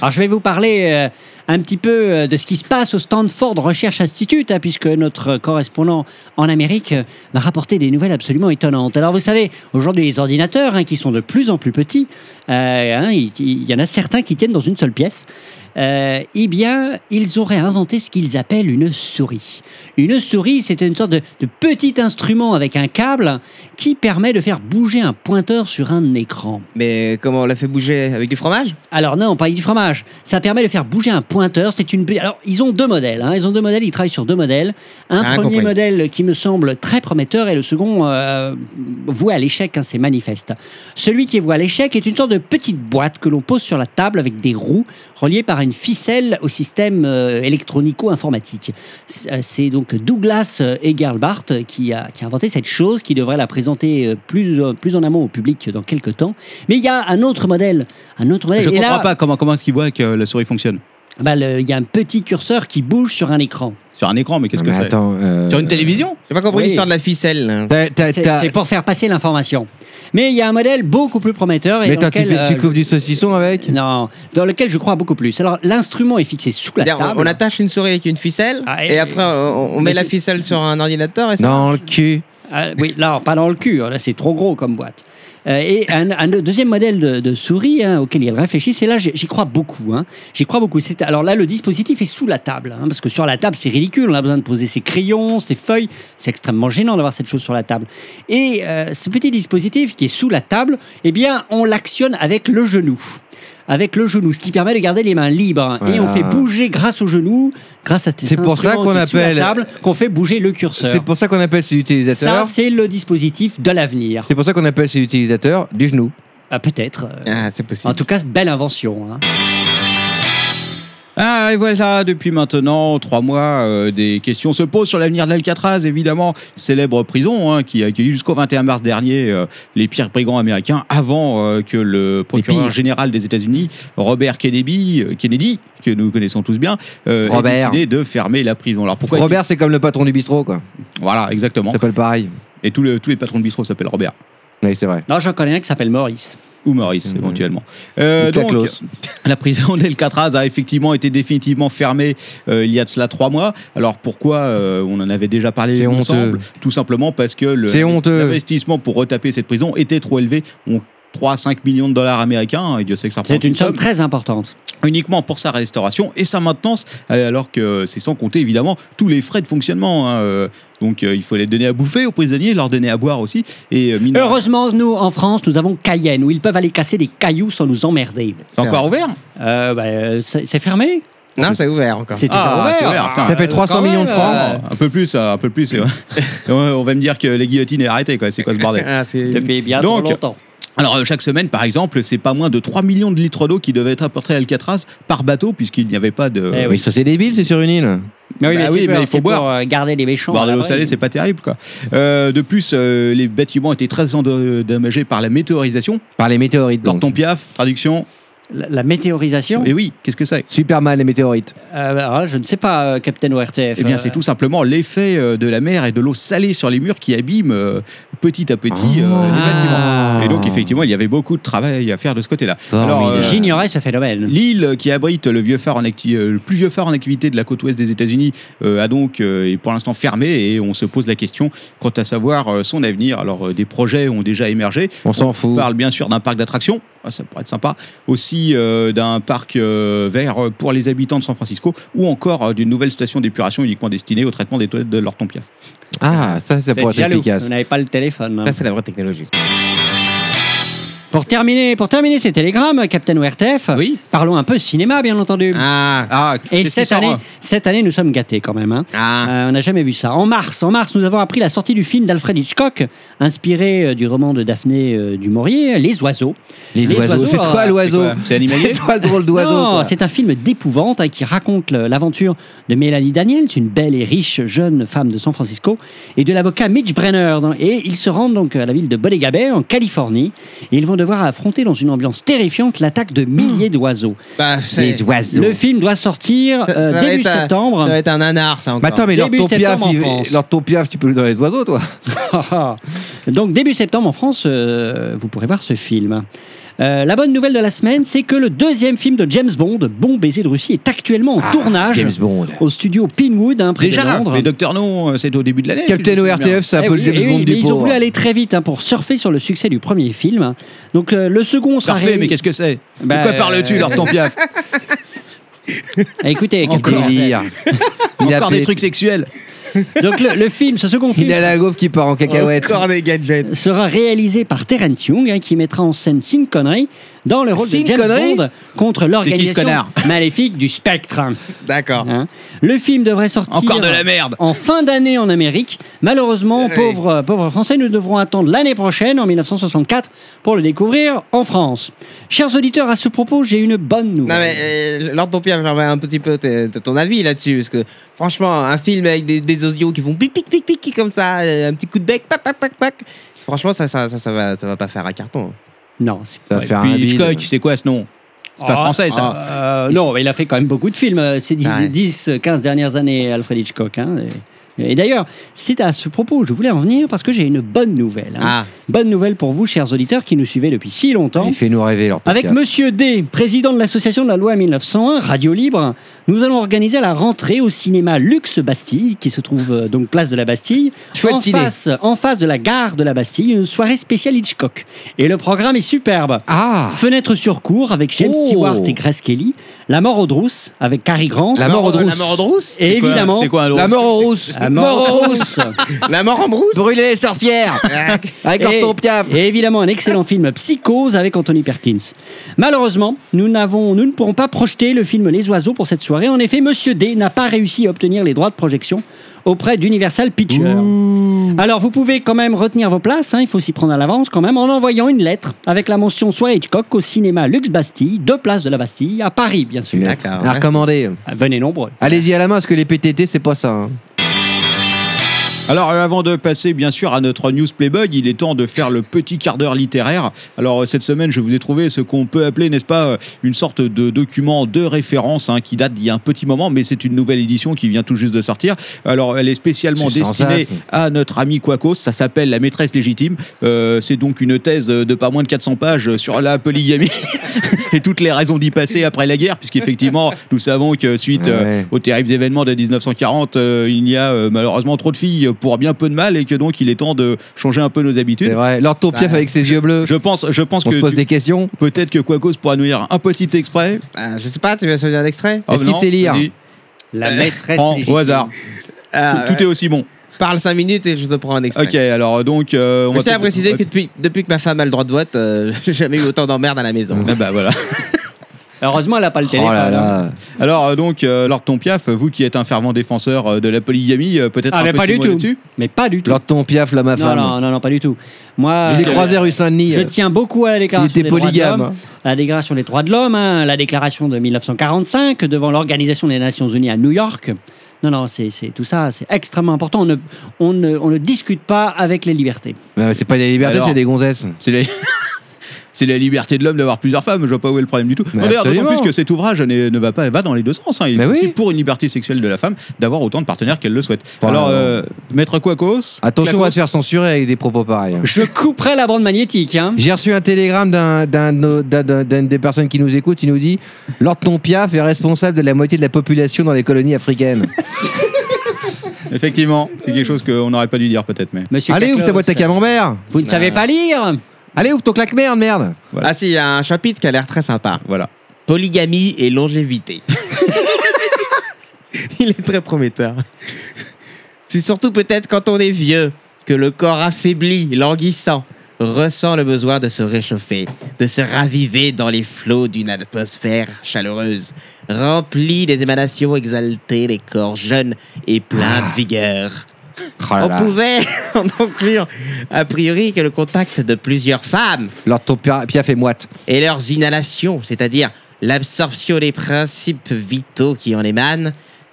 S4: Alors, je vais vous parler euh, un petit peu euh, de ce qui se passe au Stanford Research Institute, hein, puisque notre correspondant en Amérique euh, m'a rapporté des nouvelles absolument étonnantes. Alors, vous savez, aujourd'hui, les ordinateurs, hein, qui sont de plus en plus petits, euh, hein, il, il y en a certains qui tiennent dans une seule pièce. euh, eh bien, ils auraient inventé ce qu'ils appellent une souris. Une souris, c'était une sorte de, de petit instrument avec un câble qui permet de faire bouger un pointeur sur un écran.
S6: Mais comment on l'a fait bouger Avec du fromage
S4: Alors non, pas du fromage. Ça permet de faire bouger un pointeur. C'est une. bu- Alors ils ont deux modèles. hein. Ils ont deux modèles. Ils travaillent sur deux modèles. Un
S6: Ah,
S4: premier
S6: compris.
S4: modèle qui me semble très prometteur et le second euh, voué à l'échec. hein, c'est manifeste. Celui qui est voué à l'échec est une sorte de petite boîte que l'on pose sur la table avec des roues reliées par une ficelle au système euh, électronico-informatique. C'est euh, c'est donc Douglas Egerlbart qui a, qui a inventé cette chose, qui devrait la présenter euh, plus, euh, plus en amont au public dans quelques temps. Mais il y a un autre modèle. Un autre modèle.
S3: je ne
S4: Et
S3: comprends
S4: là-
S3: pas comment, comment est-ce qu'il voit que euh, la souris fonctionne.
S4: bah, le- il y a un petit curseur qui bouge sur un écran.
S3: Sur un écran, mais qu'est-ce
S5: Non,
S3: que
S5: mais
S3: c'est
S5: attends, euh,
S3: Sur une télévision
S6: J'ai pas compris
S4: Oui.
S6: l'histoire de la ficelle. là.
S5: t'as- t'as-
S4: C'est
S5: t'as-
S4: c'est pour faire passer l'information. Mais il y a un modèle beaucoup plus prometteur et
S5: Mais
S4: dans
S5: attends, tu,
S4: lequel,
S5: fais- tu
S4: euh,
S5: coupes du saucisson avec
S4: je- non, dans lequel je crois beaucoup plus. Alors l'instrument est fixé sous la
S6: C'est-à-dire, on-
S4: table.
S6: on attache une souris avec une ficelle
S4: Ah, et-
S6: et, après on, on
S4: Mais
S6: met la
S4: c'est-
S6: ficelle sur un ordinateur et ça.
S5: Dans le cul.
S4: Ah, oui, là, pas dans le cul, hein, là c'est trop gros comme boîte. Euh, et un, un deuxième modèle de, de souris hein, auquel il réfléchit, c'est là j'y j'y crois beaucoup. Hein. J'y crois beaucoup. C'est- Alors là, le dispositif est sous la table, hein, parce que sur la table c'est ridicule. On a besoin de poser ses crayons, ses feuilles. C'est extrêmement gênant d'avoir cette chose sur la table. Et euh, ce petit dispositif qui est sous la table, eh bien, on l'actionne avec le genou. Avec le genou, ce qui permet de garder les mains libres. Et on
S5: Voilà.
S4: fait bouger grâce au genou, grâce à tes
S5: C'est pour ça
S4: instruments
S5: qu'on
S4: qui est sous la
S5: appelle-
S4: table, qu'on fait bouger le curseur.
S5: C'est pour ça qu'on appelle ces
S4: Ça,
S5: utilisateurs.
S4: c'est le dispositif de l'avenir.
S5: C'est pour ça qu'on appelle ces utilisateurs du genou.
S4: Ah, Peut-être. euh,
S6: Ah, c'est possible.
S4: En tout cas, belle invention. hein.
S3: Ah, et voilà, depuis maintenant trois mois, euh, des questions se posent sur l'avenir d'Alcatraz, évidemment, célèbre prison hein, qui a accueilli jusqu'au 21 mars dernier euh, les pires brigands américains avant euh, que le procureur
S5: pires.
S3: général des États-Unis, Robert Kennedy, euh, Kennedy, que nous connaissons tous bien, euh,
S5: Robert.
S3: a décidé de fermer la prison. Alors pourquoi
S5: Robert, c'est comme le patron du bistrot, quoi.
S3: Voilà,
S4: Ah.
S3: exactement.
S5: T'appelles pareil.
S3: Et tous les- tous les patrons de bistrot s'appellent Robert
S5: Oui, c'est vrai.
S4: Non, j'en connais un qui s'appelle Maurice.
S3: ou Maurice
S5: Mhm.
S3: éventuellement. Euh,
S5: Ou
S3: donc,
S5: Kaklos.
S3: la prison d'Alcatraz a effectivement été définitivement fermée euh, il y a de cela trois mois. Alors pourquoi euh, On en avait déjà parlé
S5: C'est
S3: ensemble.
S5: honteux.
S3: Tout simplement parce que le-
S5: C'est honteux.
S3: l'investissement pour retaper cette prison était trop élevé. On 3 à 5 millions de dollars américains, hein, et Dieu sait que ça
S4: C'est
S3: représente
S4: une somme très importante.
S3: uniquement pour sa restauration et sa maintenance, euh, alors que c'est sans compter évidemment tous les frais de fonctionnement. hein, euh. Donc euh, il faut les donner à bouffer aux prisonniers, leur donner à boire aussi. Et euh, mine-
S4: Heureusement, nous, en France, nous avons Cayenne, où ils peuvent aller casser des cailloux sans nous emmerder.
S3: c'est encore ouvert
S4: Euh, bah, euh, c'est c'est fermé
S6: non, c'est ouvert encore.
S4: C'est
S3: Ah,
S4: toujours
S3: c'est
S4: ouvert.
S3: ouvert, putain.
S5: Ça fait
S4: euh,
S5: 300
S4: quand
S5: millions de
S4: même,
S5: francs.
S4: euh,
S3: Un peu plus, un peu plus. ouais. Et on on va me dire que les guillotines est arrêtée, quoi. C'est quoi ce bordel
S6: Ah, c'est-
S4: Depuis bien
S3: Donc,
S4: trop longtemps.
S3: Alors, euh, chaque semaine, par exemple, c'est pas moins de 3 millions de litres d'eau qui devaient être apportés à Alcatraz par bateau, puisqu'il n'y avait pas de.
S4: Eh
S5: Mais ça, c'est débile, c'est sur une île.
S4: Mais oui,
S3: bah
S4: mais,
S3: oui, mais
S4: c'est peur,
S3: il faut
S4: c'est
S3: boire.
S4: Pour euh, garder les méchants.
S3: Boire
S4: à
S3: de l'eau
S4: l'abri.
S3: salée, c'est pas terrible, quoi. Euh, de plus, euh, les bâtiments étaient très endommagés par la météorisation.
S5: Par les météorites. donc.
S3: Torton Piaf, traduction.
S4: La, la météorisation
S3: Et oui, qu'est-ce que c'est
S5: Super mal, les météorites.
S4: Euh, alors, Je ne sais pas, euh, capitaine ORTF.
S3: Eh bien, c'est
S4: euh,
S3: tout simplement l'effet euh, de la mer et de l'eau salée sur les murs qui abîme euh, petit à petit
S6: Ah.
S3: euh, les bâtiments.
S6: Ah.
S3: Et donc, effectivement, il y avait beaucoup de travail à faire de ce côté-là. Alors,
S6: Formidable.
S3: euh,
S4: J'ignorais ce phénomène.
S3: L'île euh, qui abrite le vieux phare en acti- euh, le plus vieux phare en activité de la côte ouest des États-Unis euh, a donc euh, est pour l'instant fermé et on se pose la question quant à savoir euh, son avenir. Alors euh, des projets ont déjà émergé.
S6: On s'en
S3: On
S6: fout.
S3: parle bien sûr d'un parc d'attractions, Ah, ça pourrait être sympa, aussi euh, d'un parc euh, vert pour les habitants de San Francisco ou encore euh, d'une nouvelle station d'épuration uniquement destinée au traitement des toilettes de l'Horton Piaf.
S6: Ah, ça, ça
S4: Vous
S6: pourrait
S4: êtes
S6: être
S4: jaloux,
S6: efficace.
S4: Vous n'avez pas le téléphone. hein.
S6: Là, c'est la vraie technologie.
S4: Pour terminer, pour terminer ces télégrammes, Captain ORTF,
S3: Oui.
S4: parlons un peu cinéma, bien entendu.
S6: Ah,
S3: Ah, qu'est-ce
S4: Et
S3: qui
S4: cette
S3: sort,
S4: année,
S3: euh
S4: cette année, nous sommes gâtés quand même. hein.
S6: ah,
S4: Euh, on n'a jamais vu ça. En mars, en mars, nous avons appris la sortie du film d'Alfred Hitchcock, inspiré euh, du roman de Daphné euh, du Maurier, Les Oiseaux.
S6: les,
S4: les
S6: oiseaux.
S4: oiseaux,
S6: C'est
S4: ah,
S6: toi l'oiseau.
S3: c'est quoi C'est animalier
S6: C'est toi le drôle d'oiseau.
S4: Non,
S6: quoi.
S4: c'est un film d'épouvante hein, qui raconte le- l'aventure de Mélanie Daniels, une belle et riche jeune femme de San Francisco, et de l'avocat Mitch Brenner. Dans- Et ils se rendent donc à la ville de Bodega Bay, en Californie, et ils vont devoir affronter dans une ambiance terrifiante l'attaque de milliers d'oiseaux.
S6: Bah, c'est-
S4: Les
S6: oiseaux.
S4: Le film doit sortir
S6: Ça-
S4: euh,
S6: ça va
S4: début
S6: être un-
S4: septembre.
S6: Ça va être un nanar, ça encore.
S5: Mais Bah, attends, mais
S4: Début
S5: leur ton piaf,
S4: septembre en
S5: il-
S4: France.
S5: leur ton piaf, tu peux le dans les oiseaux, toi
S4: Donc début septembre en France, euh, vous pourrez voir ce film. Euh, la bonne nouvelle de la semaine, c'est que le deuxième film de James Bond, Bon baiser de Russie, est actuellement
S6: Ah,
S4: en tournage
S5: James Bond.
S4: au studio Pinwood, hein, près de
S3: Déjà,
S4: Londres.
S3: les docteurs non, euh, c'est au début de l'année. si je
S5: Captain
S3: me souviens bien.
S5: ORTF, c'est un
S4: Eh
S5: peu
S4: oui,
S5: le James
S4: eh oui,
S5: Bond
S4: mais
S5: du
S4: ils ont
S5: pauvre.
S4: voulu aller très vite hein, pour surfer sur le succès du premier film. Donc euh, le second sera
S3: Parfait, mais
S4: réuni-
S3: qu'est-ce que c'est
S4: Bah,
S3: De quoi parles-tu,
S4: euh,
S3: l'Horton Piaf
S4: Écoutez, quel
S3: Encore.
S4: délire.
S5: Il a
S3: Encore des
S5: pété.
S3: trucs sexuels
S4: Donc le, le film, ce second film
S5: Il a la gaufre qui part en cacahuète.
S6: Encore des gadgets.
S4: sera réalisé par Terence Young, hein, qui mettra en scène Sin Connery dans le rôle
S5: Sean
S4: de James
S5: Connery
S4: Bond contre l'organisation
S3: connard
S4: maléfique du Spectre.
S6: D'accord.
S4: hein. Le film devrait sortir
S3: Encore de la merde
S4: en fin d'année en Amérique. Malheureusement,
S6: Eh Oui.
S4: pauvres pauvre Français, nous devrons attendre l'année prochaine, en 1964, pour le découvrir en France. Chers auditeurs, à ce propos, j'ai une bonne
S6: Non
S4: nouvelle.
S6: mais euh, Lord Tompierre, j'aimerais un petit peu t- t- ton avis là-dessus parce que franchement un film avec des, des audios qui font pic pic pic pic comme ça, euh, un petit coup de bec, pac pac pac pac. Franchement ça ça ça, ça va ça va pas faire un carton.
S4: Non, c'est
S5: Ça va
S3: Ouais,
S5: faire
S3: puis
S5: un bide.
S3: Hitchcock, c'est quoi ce nom C'est pas
S4: Ah,
S3: français, ça.
S4: ah, euh, non, mais il a fait quand même beaucoup de films euh, ces dix-
S6: Ouais.
S4: 10, 15 dernières années, Alfred Hitchcock. hein. Et, et d'ailleurs, c'est à ce propos, je voulais en venir parce que j'ai une bonne nouvelle. hein.
S6: Ah,
S4: Bonne nouvelle pour vous, chers auditeurs qui nous suivez depuis si longtemps.
S5: Il fait nous rêver, leur ton
S4: Avec
S5: piaf.
S4: Monsieur D, président de l'association de la loi 1901, Radio Libre, nous allons organiser la rentrée au cinéma Luxe Bastille, qui se trouve euh, donc place de la Bastille,
S6: Chouette
S4: en
S6: ciné.
S4: face, en face de la gare de la Bastille, une soirée spéciale Hitchcock. Et le programme est superbe.
S5: Ah
S4: Fenêtre sur cours avec James
S5: Oh.
S4: Stewart et Grace Kelly. La mort aux drousses avec Cary Grant.
S5: La
S3: Ah
S5: mort aux
S6: euh, la
S5: drousses.
S6: mort en brousse,
S4: et
S3: C'est quoi-
S4: évidemment,
S3: C'est quoi un nom
S5: La mort aux rousses
S4: la
S5: Mort aux
S4: mort aux
S5: rousses
S4: drousses.
S6: la mort en brousse.
S5: Brûler les sorcières
S6: Ah,
S5: Avec
S4: Et-
S5: leur ton piaf
S4: et évidemment, un excellent film Psychose avec Anthony Perkins. Malheureusement, nous, n'avons, nous ne pourrons pas projeter le film Les Oiseaux pour cette soirée. En effet, Monsieur D n'a pas réussi à obtenir les droits de projection auprès d'Universal Pictures. Alors, vous pouvez quand même retenir vos places, hein, il faut s'y prendre à l'avance quand même, en envoyant une lettre avec la mention Soirée Hitchcock au cinéma Luxe Bastille, deux places de la Bastille, à Paris, bien sûr.
S6: D'accord.
S5: À recommander.
S4: Ah, Venez nombreux.
S5: Allez-y à la main, parce que les PTT, c'est pas ça. hein.
S3: Alors, euh, avant de passer, bien sûr, à notre news playbug, il est temps de faire le petit quart d'heure littéraire. Alors, euh, cette semaine, je vous ai trouvé ce qu'on peut appeler, n'est-ce pas, euh, une sorte de document de référence hein, qui date d'il y a un petit moment, mais c'est une nouvelle édition qui vient tout juste de sortir. Alors, elle est spécialement
S5: C'est sans
S3: destinée
S5: sas.
S3: à notre ami Quacos. Ça s'appelle La maîtresse légitime. Euh, c'est donc une thèse de pas moins de 400 pages sur la polygamie et toutes les raisons d'y passer après la guerre, puisqu'effectivement, nous savons que suite euh,
S5: Ouais.
S3: aux terribles événements de 1940, euh, il y a euh, malheureusement trop de filles pour bien peu de mal et que donc il est temps de changer un peu nos
S5: C'est
S3: habitudes.
S5: vrai. Leur ton piaf
S6: Ouais.
S5: avec ses yeux bleus.
S3: Je pense, je pense
S5: On se
S3: que
S5: pose
S3: tu-
S5: des questions.
S3: peut-être que Quacos pourra nous lire un petit extrait.
S6: Ah, je sais pas, tu veux choisir un extrait
S5: Est-ce
S3: Oh,
S5: qu'il
S3: non,
S5: sait lire
S3: vas-y,
S4: La maîtresse.
S3: prends au hasard.
S6: Ah,
S3: tout, tout est aussi bon.
S6: Parle 5 minutes et je te prends un extrait.
S3: Ok, alors donc euh, on
S6: Je tiens à
S3: te-
S6: préciser que depuis, depuis que ma femme a le droit de vote, euh, j'ai jamais eu autant d'emmerdes à la maison.
S3: Ah bah, voilà.
S4: Heureusement, elle n'a pas le
S5: Oh
S4: téléphone.
S5: là
S4: hein.
S5: là.
S3: Alors euh, donc euh, Lord Tompiaf, vous qui êtes un fervent défenseur euh, de la polygamie, euh, peut-être
S4: Ah,
S3: un
S4: mais
S3: petit
S4: pas du
S3: mot
S4: tout.
S3: là-dessus.
S4: hein. Mais pas du tout.
S5: Leur ton piaf, là, ma
S4: Non,
S5: femme.
S4: non, non, non, pas du tout. Moi,
S5: Je l'ai
S4: euh,
S5: croisé rue Saint-Denis.
S4: Je tiens beaucoup à la
S5: Il
S4: déclaration
S5: était
S4: des droits de
S5: polygame.
S4: l'homme,
S5: hein.
S4: la déclaration des droits de l'homme, hein, la déclaration de 1945 devant l'Organisation des Nations Unies à New York. Non, non, c'est c'est- tout ça, c'est extrêmement important. On ne, on, ne, on ne discute pas avec les libertés.
S5: Mais C'est pas des libertés,
S3: Alors.
S5: c'est des gonzesses.
S3: C'est les- c'est la liberté de l'homme d'avoir plusieurs femmes. Je vois pas où est le problème du tout.
S5: Mais
S3: Non, D'ailleurs, d'autant
S5: absolument.
S3: plus que cet ouvrage n'est- ne va pas va dans les deux sens. hein. Il est
S5: Mais oui.
S3: aussi pour une liberté sexuelle de la femme d'avoir autant de partenaires qu'elle le souhaite.
S5: Enfin,
S3: Alors,
S5: euh,
S3: euh, maître Quacos,
S5: Attention, on va
S3: Quacos,
S5: se faire censurer avec des propos pareils. hein.
S4: Je couperai la bande magnétique. Hein.
S5: J'ai reçu un télégramme d'un- d'un de nos- d'un- d'un- d'une des personnes qui nous écoute. Il nous dit Lord Tompiaf est responsable de la moitié de la population dans les colonies africaines.
S3: effectivement, c'est quelque chose qu'on n'aurait pas dû dire peut-être, mais
S4: Monsieur
S5: Allez, ouvre ta
S4: Kaklos,
S5: boîte à camembert
S4: Vous ne savez pas lire
S5: Allez, ouvre ton claque-merde, merde
S6: Ah si, il y a un chapitre qui a l'air très sympa.
S3: voilà.
S6: Polygamie et longévité. il est très prometteur. C'est surtout peut-être quand on est vieux que le corps affaibli, languissant, ressent le besoin de se réchauffer, de se raviver dans les flots d'une atmosphère chaleureuse, remplie des émanations exaltées des corps jeunes et pleins de vigueur.
S5: Ah. Oh là
S6: On
S5: là.
S6: pouvait en conclure, a priori, que le contact de plusieurs femmes
S5: Lord Tompiaf est moite.
S6: et leurs inhalations, c'est-à-dire l'absorption des principes vitaux qui en émanent,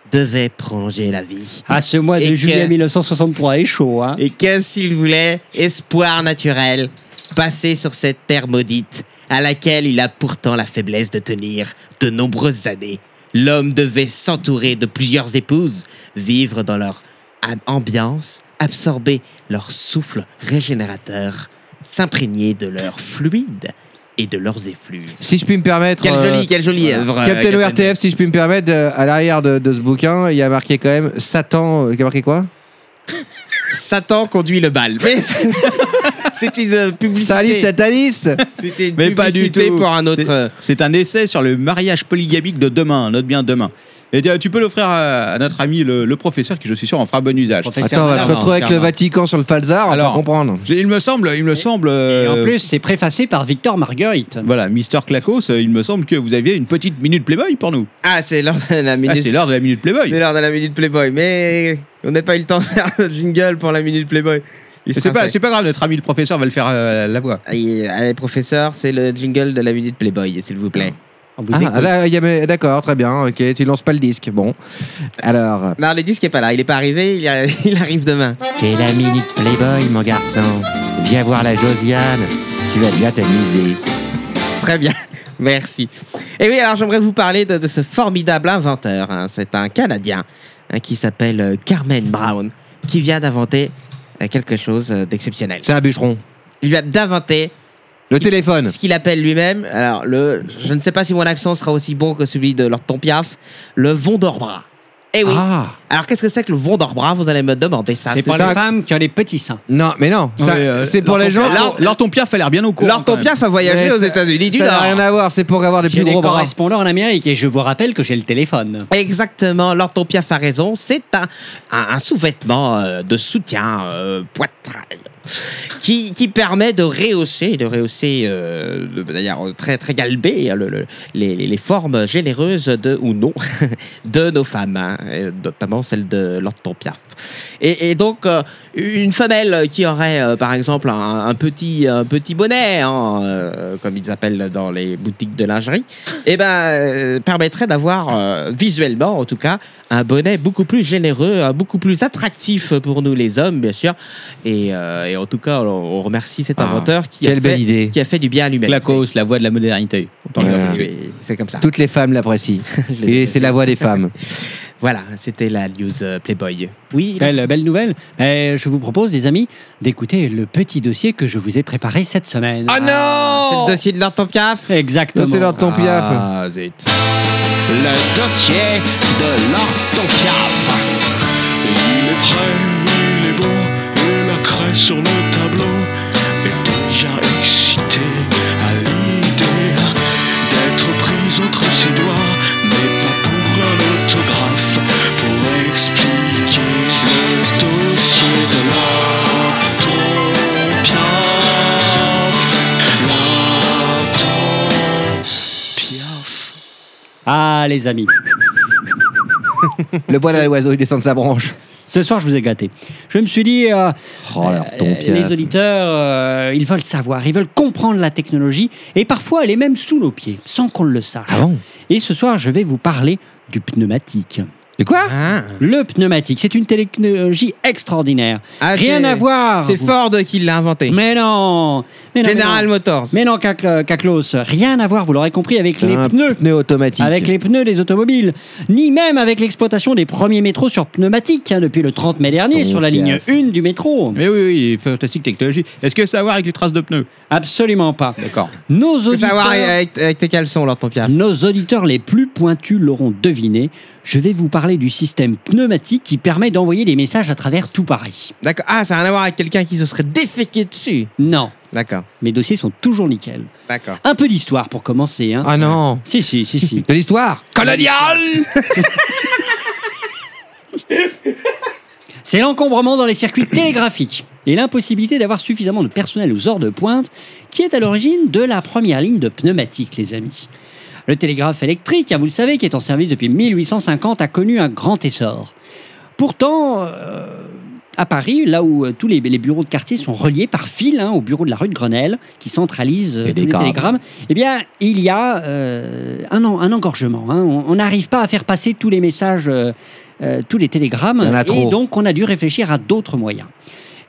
S6: devaient prolonger la vie.
S4: Ah, ce mois de
S6: Et
S4: juillet
S6: que-
S4: 1963 est chaud. Hein.
S6: Et qu'est-ce qu'il voulait Espoir naturel, passer sur cette terre maudite, à laquelle il a pourtant la faiblesse de tenir de nombreuses années. L'homme devait s'entourer de plusieurs épouses, vivre dans leur am- ambiance, absorber leur souffle régénérateur, s'imprégner de leur fluide et de leurs effluves.
S5: Si je puis me permettre.
S6: Quelle
S5: euh,
S6: jolie, quelle jolie
S5: voilà.
S6: œuvre. euh,
S5: Captain ORTF, si je puis me permettre, euh, à l'arrière de, de ce bouquin, il y a marqué quand même Satan. euh, Il y a marqué quoi
S6: Satan conduit le bal. Mais c'est une euh,
S5: Salut
S6: publicité.
S5: sataniste
S6: C'était une
S3: Mais pas du
S6: publicité
S3: tout.
S6: pour un autre.
S3: C'est-
S6: euh,
S3: C'est un essai sur le mariage polygamique de demain, note bien demain. Et euh, tu peux l'offrir à, à notre ami le, le professeur, qui je suis sûr en fera bon usage.
S5: Attends, on va se
S4: Malin.
S5: retrouver avec le Vatican sur le Falzar, on va
S3: Alors.
S5: comprendre.
S3: J'ai- Il me semble, il me semble.
S4: Et en
S3: euh,
S4: plus, c'est préfacé par Victor Marguerite.
S3: Voilà, Mister Clacos, euh, il me semble que vous aviez une petite minute Playboy pour nous.
S6: Ah, c'est l'heure de la
S3: Ah,
S6: minute.
S3: c'est l'heure de la minute
S6: c'est
S3: Playboy.
S6: l'heure de la minute Playboy. Mais on n'a pas eu le temps de faire notre jingle pour la minute Playboy. Il
S3: C'est
S6: sera
S3: pas,
S6: fait.
S3: c'est pas grave, notre ami le professeur va le faire euh, à la voix.
S6: Allez, allez, professeur, c'est le jingle de la minute Playboy, s'il vous plaît.
S4: On vous
S5: Ah,
S4: écoute.
S5: là, il y a- d'accord, très bien, ok, tu lances pas le disque. Bon. Alors.
S6: Non, le disque est pas là. Il est pas arrivé. Il, a- il arrive demain.
S5: T'es la minute Playboy, mon garçon. Viens voir la Josiane, tu vas bien t'amuser.
S6: Très bien, merci. Et oui, alors j'aimerais vous parler de, de ce formidable inventeur. hein. C'est un Canadien hein, qui s'appelle euh, Carmen Brown, qui vient d'inventer euh, quelque chose euh, d'exceptionnel.
S5: C'est un bûcheron.
S6: Il vient d'inventer
S5: Le téléphone.
S6: ce qu'il appelle lui-même, alors le, je ne sais pas si mon accent sera aussi bon que celui de Lord Tompiaf, le Vondorbras. Eh oui.
S5: Ah
S6: Alors qu'est-ce que c'est que le Vondorbras Vous allez me demander ça.
S4: C'est pour
S5: ça.
S4: les femmes qui ont les petits seins.
S5: Non, mais non, ça,
S3: Ouais, euh,
S5: c'est pour les gens.
S6: Lord-
S3: Alors, ton Pierre fait l'air bien au courant.
S6: Lord
S3: quand même.
S6: Tompiaf a voyagé
S5: Mais
S6: aux
S5: ça-
S6: États-Unis du
S5: Ça n'a
S6: Nord.
S5: rien à voir, c'est pour avoir des
S4: J'ai
S5: plus
S4: des
S5: gros bras.
S4: correspondants en Amérique et je vous rappelle que j'ai le téléphone.
S6: Exactement, Lord Tompiaf a raison, c'est un, un- un sous-vêtement euh, de soutien euh, poitrail qui, qui permet de rehausser, de rehausser euh, de- d'ailleurs très très galbé le- le- les, les- les formes généreuses de ou non de nos femmes, hein, et notamment celle de Lord Tompiaf. Et, et donc euh, une femelle qui aurait euh, par exemple un, un petit un petit bonnet, hein, euh, comme ils appellent dans les boutiques de lingerie eh ben, euh, permettrait d'avoir euh, visuellement, en tout cas, un bonnet beaucoup plus généreux, euh, beaucoup plus attractif pour nous les hommes, bien sûr. Et, euh, et en tout cas, on, on remercie cet
S5: Ah,
S6: inventeur qui, a
S5: Quelle belle
S6: fait,
S5: idée.
S6: qui a fait du bien à l'humanité.
S3: Clacos, la voix de la modernité. Autant le dire
S5: Voilà.
S3: tout de suite.
S6: Oui, C'est comme ça.
S5: Toutes les femmes l'apprécient.
S6: Je l'ai
S5: Et c'est la voix des femmes.
S6: Voilà, c'était la news euh, Playboy. Oui,
S4: Belle, belle nouvelle. Eh, je vous propose, les amis, d'écouter le petit dossier que je vous ai préparé cette semaine. Ah,
S5: Oh non
S6: c'est le dossier de Lord Tompiaf.
S4: Exactement.
S5: Non, c'est Lord Tompiaf.
S3: Ah, zut.
S2: Le dossier de Lord Piaf. Il est prêt, il est beau, et la craie sur le tableau est déjà excitée à l'idée d'être prise entre ses doigts, mais pas pour un autographe, pour expliquer le dossier de Lord Piaf. Lord Piaf.
S4: Ah, les amis.
S5: Le voilà l'oiseau, il descend de sa branche.
S4: Ce soir, je vous ai gâté. Je me suis dit, euh,
S5: Oh, leur
S4: euh,
S5: ton
S4: les
S5: Piaf.
S4: auditeurs, euh, ils veulent savoir, ils veulent comprendre la technologie, et parfois, elle est même sous nos pieds, sans qu'on le sache.
S5: Ah bon
S4: Et ce soir, je vais vous parler du pneumatique.
S6: De quoi
S5: Ah.
S4: Le pneumatique, c'est une technologie extraordinaire.
S6: Ah,
S4: Rien
S6: c'est-
S4: à voir.
S6: C'est
S3: Ah,
S6: Ford qui l'a inventé.
S4: Mais non. Mais non, mais
S6: General
S4: non.
S6: Motors.
S4: Mais non, Cac- Caclos, rien à voir, vous l'aurez compris, avec les
S5: Un
S4: pneus.
S5: Pneu automatique.
S4: Avec les pneus des automobiles, ni même avec l'exploitation des premiers métros sur pneumatique hein, depuis le 30 mai dernier
S5: Donc,
S4: sur la
S5: il y a-
S4: ligne 1 du métro.
S3: Mais oui, oui, fantastique technologie. Est-ce que ça a à voir avec les traces de pneus
S4: Absolument pas.
S3: D'accord.
S4: Nos
S6: Faut savoir
S4: auditeurs,
S6: avec, avec tes caleçons, alors, ton Pierre.
S4: nos auditeurs les plus pointus l'auront deviné. Je vais vous parler du système pneumatique qui permet d'envoyer des messages à travers tout Paris.
S6: D'accord. Ah, ça a rien à voir avec quelqu'un qui se serait déféqué dessus.
S4: Non,
S6: D'accord.
S4: mes dossiers sont toujours nickel.
S6: D'accord.
S4: Un peu d'histoire pour commencer. Hein.
S5: Ah non
S4: Si, si, si, si.
S5: De l'histoire Coloniale
S4: C'est l'encombrement dans les circuits télégraphiques et l'impossibilité d'avoir suffisamment de personnel aux heures de pointe qui est à l'origine de la première ligne de pneumatique, les amis. Le télégraphe électrique, hein, vous le savez, qui est en service depuis 1850, a connu un grand essor. Pourtant, euh, à Paris, là où euh, tous les, les bureaux de quartier sont reliés par fil hein, au bureau de la rue de Grenelle, qui centralise euh, tous les
S5: Télégramme.
S4: télégrammes, eh bien, il y a euh, un, en- un engorgement. hein. On on n'arrive pas à faire passer tous les messages, euh, euh, tous les télégrammes,
S5: Il y en a
S4: et
S5: trop.
S4: donc on a dû réfléchir à d'autres moyens.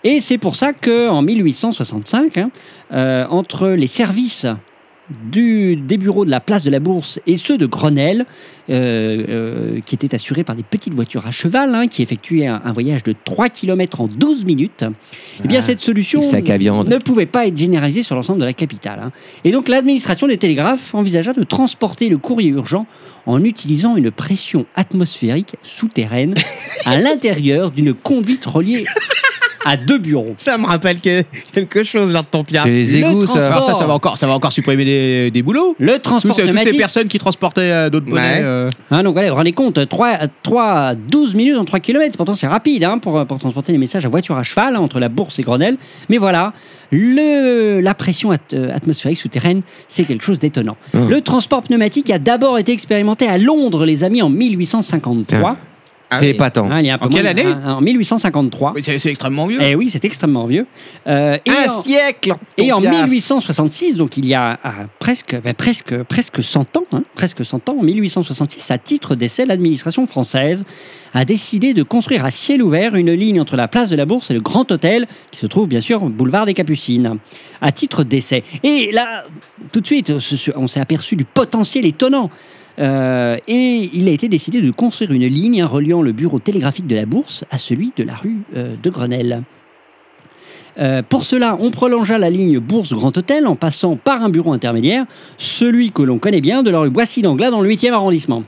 S4: Et c'est pour ça qu'en 1865, hein, euh, entre les services du, des bureaux de la place de la Bourse et ceux de Grenelle, euh, euh, qui étaient assurés par des petites voitures à cheval, hein, qui effectuaient un, un voyage de 3 km en 12 minutes, eh bien
S5: Ah,
S4: cette solution
S5: les sacs à viande.
S4: ne pouvait pas être généralisée sur l'ensemble de la capitale. hein. Et donc l'administration des télégraphes envisagea de transporter le courrier urgent en utilisant une pression atmosphérique souterraine à l'intérieur d'une conduite reliée à deux bureaux.
S6: Ça me rappelle que- quelque chose, alors, ton Pierre.
S5: C'est les
S4: Le
S5: égouts, ça.
S4: transport.
S3: Alors ça, ça va encore, ça va encore supprimer des, des boulots
S4: Le
S3: Tous
S4: transport
S3: ces- Toutes ces
S4: pneumatique-
S3: personnes qui transportaient euh, d'autres poneys.
S6: Ouais.
S3: euh,
S4: Hein, donc voilà, vous vous rendez compte, 3, 3, 12 minutes en 3 km, pourtant c'est rapide hein, pour, pour transporter les messages à voiture à cheval hein, entre la Bourse et Grenelle. Mais voilà, le, la pression at- euh, atmosphérique souterraine, c'est quelque chose d'étonnant.
S3: Ah.
S5: Hum.
S4: Le transport pneumatique a d'abord été expérimenté à Londres, les amis, en 1853.
S6: Ah
S5: C'est
S6: oui.
S5: épatant.
S4: Hein, il y a un peu
S3: En quelle
S4: moins de-
S3: année
S4: hein, En 1853.
S3: mais C'est c'est extrêmement vieux.
S4: Eh oui, c'est extrêmement vieux. Euh, et en-
S5: Un siècle
S4: et en
S5: Ton piaf.
S4: 1866, donc il y a ah, presque, bah, presque, presque 100 ans, hein, presque 100 ans, en 1866, à titre d'essai, l'administration française a décidé de construire à ciel ouvert une ligne entre la place de la Bourse et le Grand Hôtel, qui se trouve bien sûr au boulevard des Capucines, à titre d'essai. Et là, tout de suite, on se- on s'est aperçu du potentiel étonnant. Euh, et il a été décidé de construire une ligne hein, reliant le bureau télégraphique de la Bourse à celui de la rue euh, de Grenelle. Euh, pour cela, on prolongea la ligne Bourse-Grand Hôtel en passant par un bureau intermédiaire, celui que l'on connaît bien de la rue Boissy-d'Anglas dans le 8e arrondissement.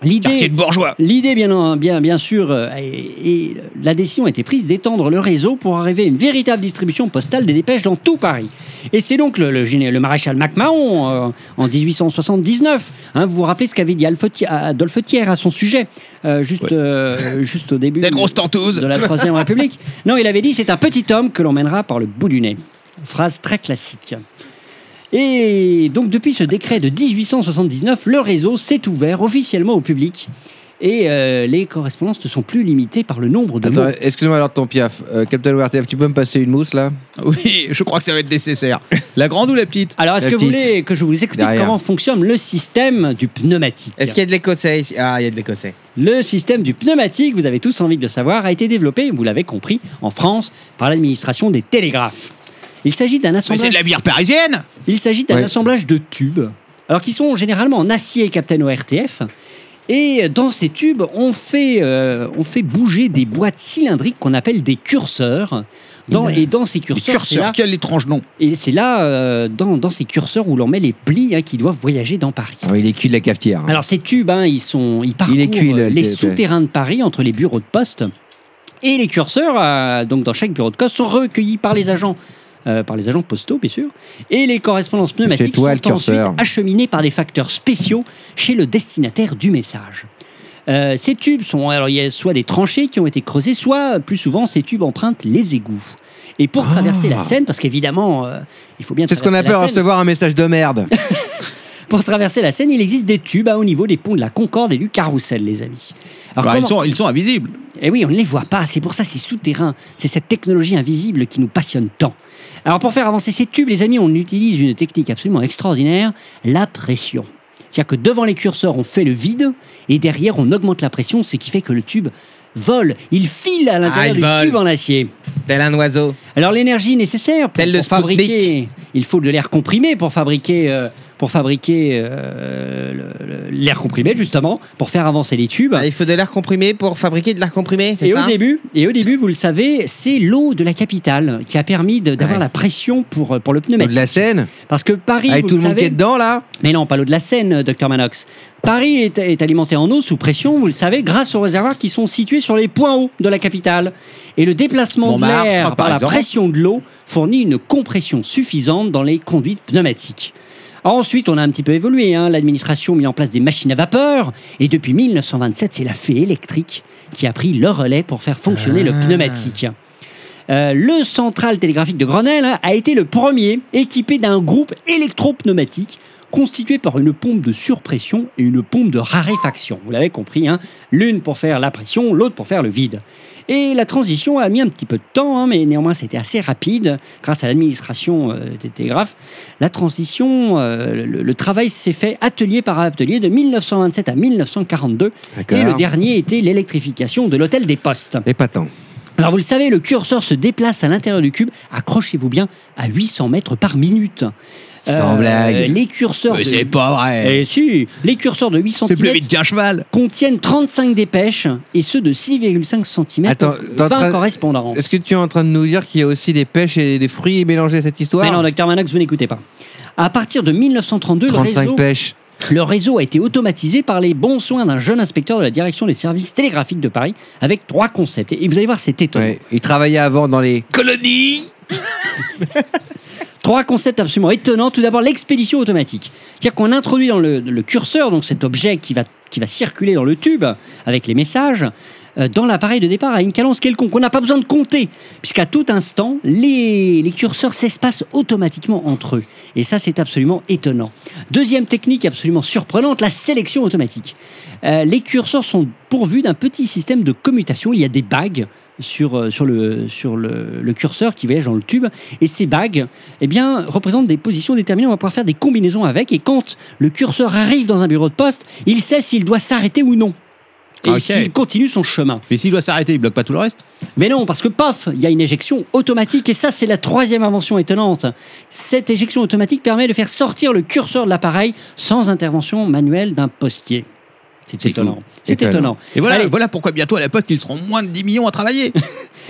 S3: Quartier
S4: L'idée,
S3: de bourgeois.
S4: l'idée bien, en- bien, bien sûr, euh, et, et la décision a été prise d'étendre le réseau pour arriver à une véritable distribution postale des dépêches dans tout Paris. Et c'est donc le, le, géné- le maréchal MacMahon, euh, en 1879, hein, vous vous rappelez ce qu'avait dit Alphe Thi- Adolphe Thiers à son sujet, euh, juste,
S3: Ouais.
S4: euh, juste au début
S3: Cette grosse tenteuse.
S4: de la Troisième République. Non, il avait dit c'est un petit homme que l'on mènera par le bout du nez. Phrase très classique. Et donc, depuis ce décret de 1879, le réseau s'est ouvert officiellement au public. Et euh, les correspondances ne sont plus limitées par le nombre de
S5: Attends,
S4: mots.
S5: excuse-moi alors ton piaf. Euh, Captain ORTF, tu peux me passer une mousse là
S3: Oui, je crois que ça va être nécessaire. La grande ou la petite
S4: Alors, est-ce
S5: la
S4: que vous
S5: petite.
S4: voulez que je vous explique
S5: Derrière.
S4: comment fonctionne le système du pneumatique
S6: Est-ce qu'il y a de l'écossais ici Ah, il y a de l'écossais.
S4: Le système du pneumatique, vous avez tous envie de le savoir, a été développé, vous l'avez compris, en France par l'administration des télégraphes. Il s'agit d'un
S3: Mais c'est
S4: assemblage
S3: de la bière parisienne
S4: Il s'agit d'un
S5: Ouais.
S4: assemblage de tubes, alors qui sont généralement en acier, Captain ORTF. Et dans ces tubes, on fait, euh, on fait bouger des boîtes cylindriques qu'on appelle des curseurs. Dans, et dans ces
S3: Les
S4: curseurs, c'est
S3: curseurs,
S4: là,
S3: quel étrange nom.
S4: et c'est là euh, dans, dans ces curseurs où l'on met les plis hein, qui doivent voyager dans Paris.
S5: Ah oui, Il est cuit de la cafetière. hein.
S4: Alors ces tubes, hein, ils sont, ils parcourent
S5: Il est cuit, le-
S4: les
S5: le-
S4: souterrains de Paris entre les bureaux de poste et les curseurs. euh, donc dans chaque bureau de poste sont recueillis par les agents, euh, par les agents postaux bien sûr, et les correspondances pneumatiques
S5: toi, le
S4: sont ensuite
S5: curseur.
S4: acheminées par des facteurs spéciaux chez le destinataire du message. Euh, ces tubes sont alors il y a soit des tranchées qui ont été creusées, soit plus souvent ces tubes empruntent les égouts. Et pour
S5: Ah.
S4: traverser la Seine, parce qu'évidemment euh, il faut bien
S5: C'est ce qu'on
S4: traverser la
S5: appelle
S4: Seine.
S5: recevoir un message de merde.
S4: Pour traverser la Seine, il existe des tubes à haut niveau des ponts de la Concorde et du Carrousel, les amis. Alors,
S3: Bah, ils,
S4: comment-
S3: sont, ils sont invisibles.
S4: Eh oui, on ne les voit pas, c'est pour ça c'est souterrain, c'est cette technologie invisible qui nous passionne tant. Alors pour faire avancer ces tubes, les amis, on utilise une technique absolument extraordinaire, la pression. C'est-à-dire que devant les curseurs, on fait le vide et derrière, on augmente la pression, ce qui fait que le tube vole. Il file à
S3: Ah,
S4: l'intérieur
S6: il
S4: du
S6: vole.
S4: tube en acier.
S6: Tel un oiseau.
S4: Alors l'énergie nécessaire pour,
S6: Tel le
S4: pour fabriquer, il faut de l'air comprimé pour fabriquer, euh, pour fabriquer euh, le- le- l'air comprimé justement pour faire avancer les tubes.
S6: Ah, Il faut de l'air comprimé pour fabriquer de l'air comprimé, c'est
S4: Et
S6: ça
S4: au, début, et au début, vous le savez, c'est l'eau de la capitale qui a permis de- d'avoir
S5: Ouais.
S4: la pression pour, euh, pour le
S5: Ou de
S4: pneumatique.
S5: la scène
S4: Parce que Paris,
S5: Avec
S4: vous
S5: tout le
S4: le
S5: monde qui
S4: savez,
S5: est dedans là
S4: mais non, pas l'eau de la Seine, docteur Manox. Paris est, est alimenté en eau sous pression, vous le savez, grâce aux réservoirs qui sont situés sur les points hauts de la capitale. Et le déplacement
S3: Montmartre,
S4: de l'air par,
S3: par
S4: la
S3: exemple.
S4: pression de l'eau fournit une compression suffisante dans les conduites pneumatiques. Ensuite, on a un petit peu évolué. hein. L'administration a mis en place des machines à vapeur. Et depuis 1927, c'est la fée électrique qui a pris le relais pour faire fonctionner le
S6: Ah.
S4: pneumatique. Euh, le central télégraphique de Grenelle hein, a été le premier équipé d'un groupe électropneumatique constitué par une pompe de surpression et une pompe de raréfaction. Vous l'avez compris, hein, l'une pour faire la pression, l'autre pour faire le vide. Et la transition a mis un petit peu de temps, hein, mais néanmoins c'était assez rapide grâce à l'administration euh, des télégraphes. La transition, euh, le, le travail s'est fait atelier par atelier de 1927 à 1942 et le dernier était l'électrification de l'hôtel des postes.
S5: Et pas tant.
S4: Alors vous le savez, le curseur se déplace à l'intérieur du cube, accrochez-vous bien, à 800 mètres par minute.
S5: Sans
S4: Euh,
S5: blague.
S4: Les curseurs,
S3: Mais c'est
S4: de...
S3: pas vrai.
S4: Eh si, les curseurs de 8
S3: C'est plus
S4: cm
S3: vite qu'un cheval.
S4: contiennent 35 dépêches et ceux de 6,5 cm,
S5: Attends, t'es en
S4: 20
S5: train-
S4: correspondants.
S5: Est-ce que tu es en train de nous dire qu'il y a aussi des pêches et des fruits mélangés à cette histoire
S4: Mais non, docteur Manox, vous n'écoutez pas. À partir de 1932, le
S5: 35
S4: réseau,
S5: pêches.
S4: le réseau a été automatisé par les bons soins d'un jeune inspecteur de la direction des services télégraphiques de Paris avec trois concepts. Et vous allez voir, c'est étonnant.
S5: Ouais. Il travaillait avant dans les.
S2: Colonie
S4: Trois concepts absolument étonnants. Tout d'abord, l'expédition automatique. C'est-à-dire qu'on introduit dans le, le curseur, donc cet objet qui va, qui va circuler dans le tube avec les messages, euh, dans l'appareil de départ à une cadence quelconque. On n'a pas besoin de compter, puisqu'à tout instant, les, les curseurs s'espacent automatiquement entre eux. Et ça, c'est absolument étonnant. Deuxième technique absolument surprenante, la sélection automatique. Euh, les curseurs sont pourvus d'un petit système de commutation. Il y a des bagues sur, euh, sur, le, sur le, le curseur qui voyage dans le tube. Et ces bagues eh bien, représentent des positions déterminées. On va pouvoir faire des combinaisons avec. Et quand le curseur arrive dans un bureau de poste, il sait s'il doit s'arrêter ou non. Et
S3: Ok.
S4: s'il continue son chemin.
S3: Mais s'il doit s'arrêter, il bloque pas tout le reste.
S4: Mais non, parce que paf, il y a une éjection automatique. Et ça, c'est la troisième invention étonnante. Cette éjection automatique permet de faire sortir le curseur de l'appareil sans intervention manuelle d'un postier. C'est
S3: C'est
S4: étonnant. C'est
S5: Étonnant.
S4: étonnant.
S3: Et voilà,
S4: Allez.
S3: voilà pourquoi bientôt à la poste, ils seront moins de 10 millions à travailler.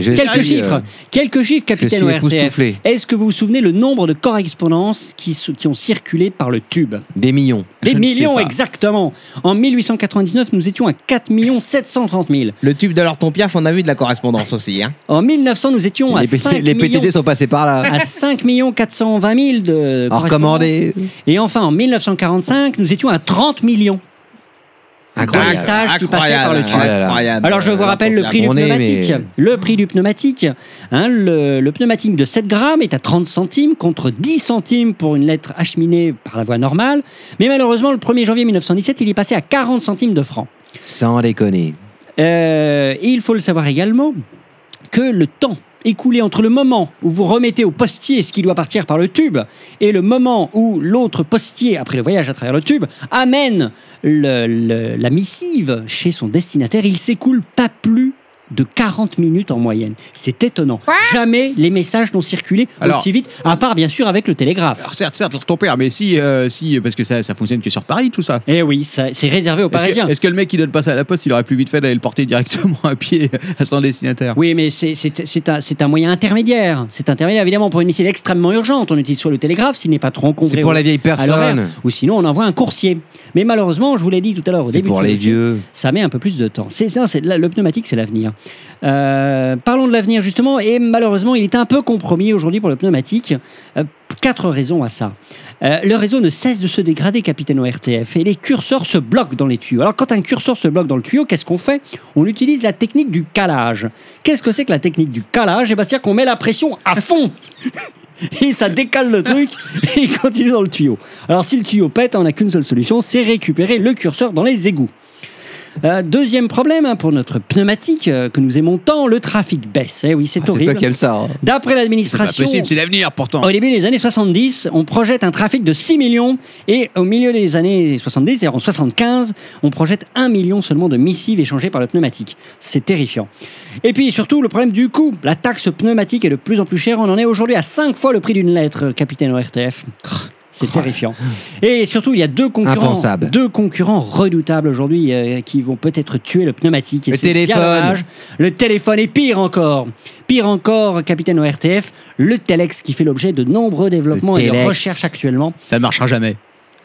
S5: Je
S4: Quelques
S5: suis,
S4: chiffres.
S5: euh,
S4: Quelques chiffres,
S5: Je suis
S4: capitaine ORTF.
S5: époustouflé.
S4: Est-ce que vous vous souvenez le nombre de correspondances qui, se- qui ont circulé par le tube
S5: Des millions.
S4: Des
S3: Je ne sais
S4: millions
S3: pas.
S4: exactement. En 1899, nous étions à 4 730 000.
S6: Le tube de leur ton piaf, on a vu de la correspondance aussi. Hein.
S4: En 1900, nous étions à Ah,
S5: les,
S4: 5
S5: PTT les PTT sont passés par là.
S4: à 5 420 000 de
S5: En recommandé.
S4: Et enfin, en 1945, nous étions à 30 millions.
S5: Incroyable.
S6: Ah,
S4: message qui passait par le tube.
S6: incroyable.
S4: Alors, je vous
S6: Euh,
S4: rappelle le
S6: leur
S4: prix du
S5: on est,
S4: pneumatique. Le prix du pneumatique. hein, le, le pneumatique de 7 grammes est à 30 centimes contre 10 centimes pour une lettre acheminée par la voie normale. Mais malheureusement, le 1er janvier 1917, il est passé à 40 centimes de francs.
S5: Sans déconner.
S4: Euh, et il faut le savoir également que le temps écoulé entre le moment où vous remettez au postier ce qui doit partir par le tube et le moment où l'autre postier, après le voyage à travers le tube, amène le- le- la missive chez son destinataire, il s'écoule pas plus de 40 minutes en moyenne. C'est étonnant. Jamais les messages n'ont circulé
S3: Alors-
S4: aussi vite, à part bien sûr avec le télégraphe.
S3: Alors certes, certes, ton père, mais si, euh, si, parce que ça, ça fonctionne que sur Paris, tout ça.
S4: Eh oui, ça- c'est réservé aux
S3: Est-ce
S4: Parisiens.
S3: que, est-ce que le mec qui donne pas ça à la poste, il aurait plus vite fait d'aller le porter directement à pied à son
S5: Ah.
S3: destinataire
S4: Oui, mais c'est- c'est c'est un, c'est un moyen intermédiaire. C'est intermédiaire, évidemment, pour une mission extrêmement urgente. On utilise soit le télégraphe, s'il n'est pas trop encombré,
S5: C'est pour
S4: ou,
S5: la vieille personne.
S4: l'horaire. ou sinon on envoie un coursier. Mais malheureusement, je vous l'ai dit tout à l'heure au
S5: C'est
S4: début,
S5: pour
S4: du
S5: les
S4: dossier,
S5: vieux.
S4: ça met un peu plus de temps. C'est ça, c'est- là, le pneumatique, c'est l'avenir. Euh, parlons de l'avenir, justement, et malheureusement, il est un peu compromis aujourd'hui pour le pneumatique. Euh, quatre raisons à ça. Euh, le réseau ne cesse de se dégrader, capitaine ORTF, et les curseurs se bloquent dans les tuyaux. Alors, quand un curseur se bloque dans le tuyau, qu'est-ce qu'on fait On utilise la technique du calage. Qu'est-ce que c'est que la technique du calage Eh bien, c'est-à-dire qu'on met la pression à fond et ça décale le truc et il continue dans le tuyau. Alors, si le tuyau pète, on n'a qu'une seule solution, c'est récupérer le curseur dans les égouts. Euh, deuxième problème hein, pour notre pneumatique euh, que nous aimons tant, le trafic baisse. Eh oui, c'est
S5: Ah, c'est
S4: horrible.
S5: toi qui aimes ça. hein.
S4: D'après
S3: C'est pas
S4: l'administration,
S3: possible, c'est l'avenir pourtant.
S4: au début des années 70, on projette un trafic de 6 millions et au milieu des années 70, c'est-à-dire en 75, on projette 1 million seulement de missives échangées par le pneumatique. C'est terrifiant. Et puis surtout, le problème du coût. La taxe pneumatique est de plus en plus chère. On en est aujourd'hui à 5 fois le prix d'une lettre, euh, capitaine ORTF.
S5: Oh.
S4: C'est terrifiant. Et surtout, il y a deux concurrents,
S5: Impensable.
S4: deux concurrents redoutables aujourd'hui euh, qui vont peut-être tuer le pneumatique. Et
S5: Le
S4: c'est bien
S5: téléphone.
S4: dommage. Le téléphone et pire encore. Pire encore, capitaine ORTF, le Telex qui fait l'objet de nombreux développements et de
S5: Telex.
S4: recherches actuellement.
S3: Ça ne marchera jamais.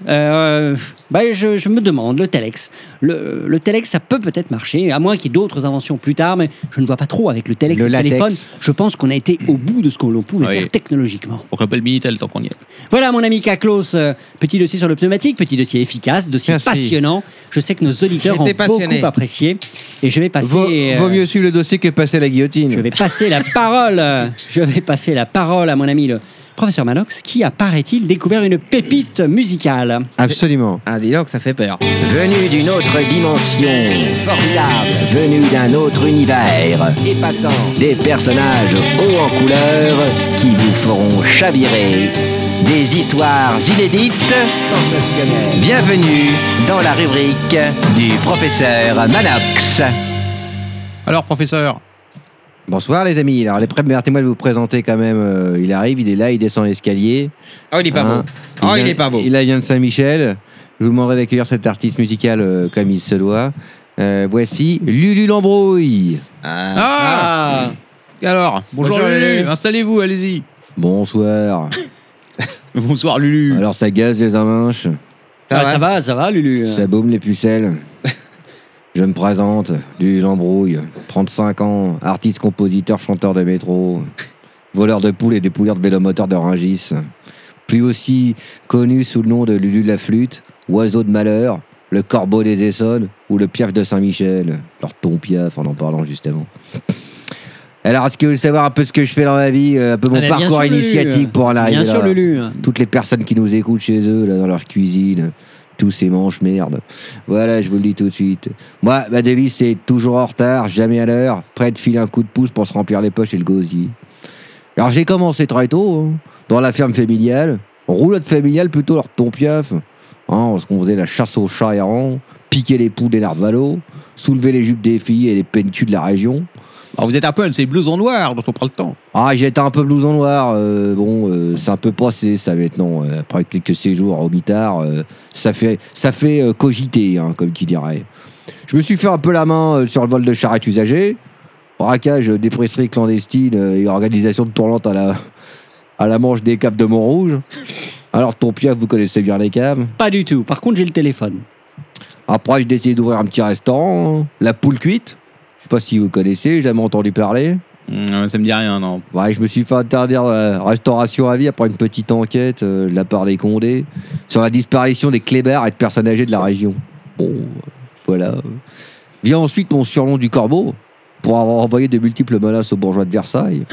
S4: Euh, bah, je, je me demande, le Telex. Le, le Telex, ça peut peut-être marcher, à moins qu'il y ait d'autres inventions plus tard, mais je ne vois pas trop avec le Telex
S5: Le
S4: et le
S5: latex.
S4: téléphone. Je pense qu'on a été au bout de ce que l'on pouvait
S3: Oui.
S4: faire technologiquement.
S3: Pourquoi pas le Minitel tant qu'on y est
S4: Voilà, mon ami Kaklos, euh, petit dossier sur le pneumatique, petit dossier efficace, dossier
S5: Merci.
S4: passionnant. Je sais que nos auditeurs ont
S6: J'étais passionné.
S4: beaucoup apprécié. Et je vais passer.
S5: Vaut, vaut
S4: euh,
S5: mieux suivre le dossier que passer la guillotine.
S4: je vais passer la parole. euh, Je vais passer la parole à mon ami le professeur Manox, qui a, paraît-il, découvert une pépite musicale.
S5: Absolument.
S6: Ah, dis donc, ça fait peur.
S1: Venu d'une autre dimension, formidable, venu d'un autre univers, épatant, des personnages hauts en couleur qui vous feront chavirer, des histoires inédites, sensationnelles. Bienvenue dans la rubrique du professeur Manox.
S3: Alors, professeur,
S5: Bonsoir les amis. Alors les permettez-moi de vous présenter quand même. euh, il arrive, il est là, il descend l'escalier.
S6: Oh, il
S1: Ah.
S6: est pas
S5: Hein.
S6: beau. Oh, il
S5: vient-
S6: est pas beau.
S5: Il là, vient de Saint-Michel. Je vous demanderai d'accueillir cet artiste musical euh, comme il se doit. Euh, voici Lulu l'embrouille.
S6: Ah.
S3: Ah,
S4: Ah,
S3: Alors, bonjour,
S6: Bonjour,
S3: Lulu,
S6: Lulu.
S3: installez-vous, allez-y.
S5: Bonsoir.
S3: Bonsoir Lulu.
S5: Alors ça gaze les amanches,
S6: Ça
S4: ah,
S6: va,
S4: ça va, ça va, Lulu.
S5: ça baume les pucelles. Je me présente, Lulu l'embrouille, 35 ans, artiste, compositeur, chanteur de métro, voleur de poules et dépouilleur de vélomoteur de Rungis. Plus aussi connu sous le nom de Lulu la flûte, oiseau de malheur, le corbeau des Essonnes ou le piaf de Saint-Michel. Alors ton piaf en en parlant justement. Alors est-ce que vous voulez savoir un peu ce que je fais dans ma vie, euh, un peu mon
S4: Ah, mais bien
S5: parcours
S4: sûr, Lulu.
S5: initiatique pour en arriver
S4: Bien
S5: là
S4: sûr, Lulu.
S5: toutes les personnes qui nous écoutent chez eux, là, dans leur cuisine, tous ces manches merde. Voilà, je vous le dis tout de suite. Moi, ma devise, c'est toujours en retard, jamais à l'heure, prêt de filer un coup de pouce pour se remplir les poches et le gosier. Alors, j'ai commencé très tôt, hein, dans la ferme familiale, roulotte familiale plutôt, alors ton piaf. Hein, parce qu'on faisait la chasse aux chats errants, piquer les poules des narvalos, soulever les jupes des filles et les pentus de la région.
S3: Alors, vous êtes un peu un de ces blousons noirs dont on parle tant.
S5: Ah, j'étais un peu blouson noir. euh, bon, euh, c'est un peu passé ça maintenant. euh, après quelques séjours au mitard, euh, ça fait, ça fait euh, cogiter, hein, comme qui dirait. Je me suis fait un peu la main euh, sur le vol de charrettes usagées, braquage, euh, dépresserie clandestine euh, et organisation de tournante à la, à la manche des caves de Montrouge. Alors, ton piaf, vous connaissez bien les caves.
S4: Pas du tout. Par contre, j'ai le téléphone.
S5: Après, j'ai décidé d'ouvrir un petit restaurant, hein, la poule cuite. Je sais pas si vous connaissez, jamais entendu parler.
S3: Mmh, ça me dit rien, non.
S5: Ouais, je me suis fait interdire la restauration à vie après une petite enquête euh, de la part des Condés sur la disparition des clébards et de personnes âgées de la région. Bon, euh, voilà. Vient ensuite mon surnom du corbeau pour avoir envoyé de multiples menaces aux bourgeois de Versailles.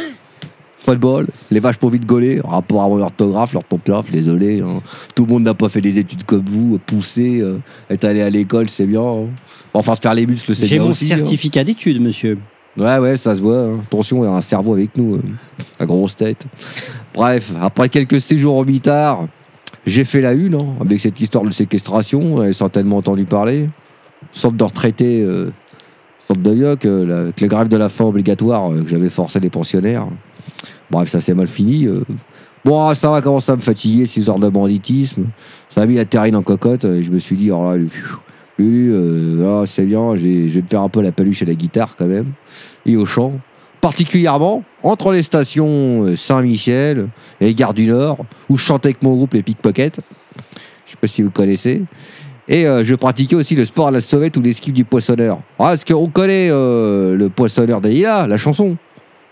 S5: Pas de bol, les vaches pour vite gauler, rapport à mon orthographe, leur ton plaf, désolé. hein. Tout le monde n'a pas fait des études comme vous, poussé, euh, être allé à l'école, c'est bien. hein. Enfin, se faire les muscles, c'est
S4: J'ai
S5: bien
S4: mon
S5: aussi. hein.
S4: certificat d'études, monsieur.
S5: Ouais, ouais, ça se voit. hein. Attention, il y a un cerveau avec nous. hein. La grosse tête. Bref, après quelques séjours au mitard, j'ai fait la une hein, avec cette histoire de séquestration. Vous avez certainement entendu parler. Sorte de retraité, euh, sorte de yoc, euh, la- avec les grèves de la faim obligatoire euh, que j'avais forcé les pensionnaires. Bref, ça s'est mal fini. euh. Bon, ah, ça va commencer à me fatiguer, ces heures de banditisme. Ça a mis la terrine en cocotte. euh, et je me suis dit, oh là, Lulu, Lulu, euh, ah, c'est bien, je vais, je vais me faire un peu la paluche et la guitare quand même et au champ, particulièrement entre les stations euh, Saint-Michel et Gare du Nord, où je chantais avec mon groupe les Pickpockets. Je sais pas si vous connaissez. Et euh, je pratiquais aussi le sport à la sauvette ou l'esquive du poissonneur. Ah, est-ce qu'on connaît euh, le poissonneur d'Aïla, la chanson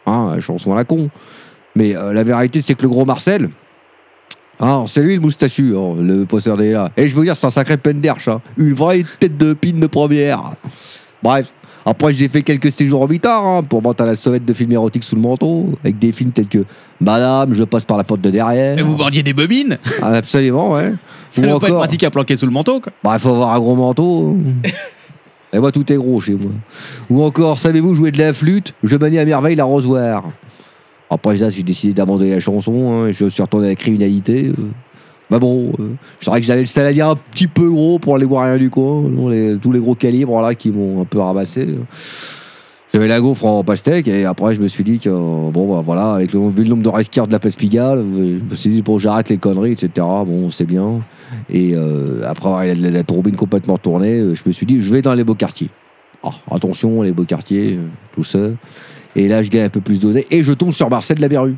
S5: Hein, La chanson à la con. Mais euh, la vérité, c'est que le gros Marcel, ah, c'est lui le moustachu, hein, le poissonneur d'Aïla. Et je veux dire, c'est un sacré penderche. Hein. Une vraie tête de pine de première. Bref. Après, j'ai fait quelques séjours en guitare hein, pour vendre à la sauvette de films érotiques sous le manteau, avec des films tels que Madame, je passe par la porte de derrière.
S3: Et vous vendiez des bobines
S5: Ah, Absolument, ouais.
S3: Ça
S5: Ou
S3: doit pas être
S5: encore-
S3: pratique à planquer sous le manteau, quoi.
S5: bah, il faut avoir un gros manteau. Et moi, tout est gros chez moi. Ou encore, savez-vous jouer de la flûte Je manie à merveille l'arrosoir. Après ça, j'ai décidé d'abandonner la chanson hein, et je suis retourné à la criminalité. euh. Bah bon, euh, je dirais que j'avais le saladier un petit peu gros pour les rien du coin. hein, non, les- tous les gros calibres là qui m'ont un peu ramassé. hein. J'avais la gaufre en pastèque et après je me suis dit que euh, bon bah voilà avec le, vu le nombre de resquires de la place Pigalle, euh, je me suis dit bon j'arrête les conneries etc. Bon c'est bien et euh, après avoir la, la- la turbine complètement tournée, euh, je me suis dit je vais dans les beaux quartiers. Ah, attention les beaux quartiers, euh, tout ça. Et là je gagne un peu plus d'osé et je tombe sur Marcel de la Berrue.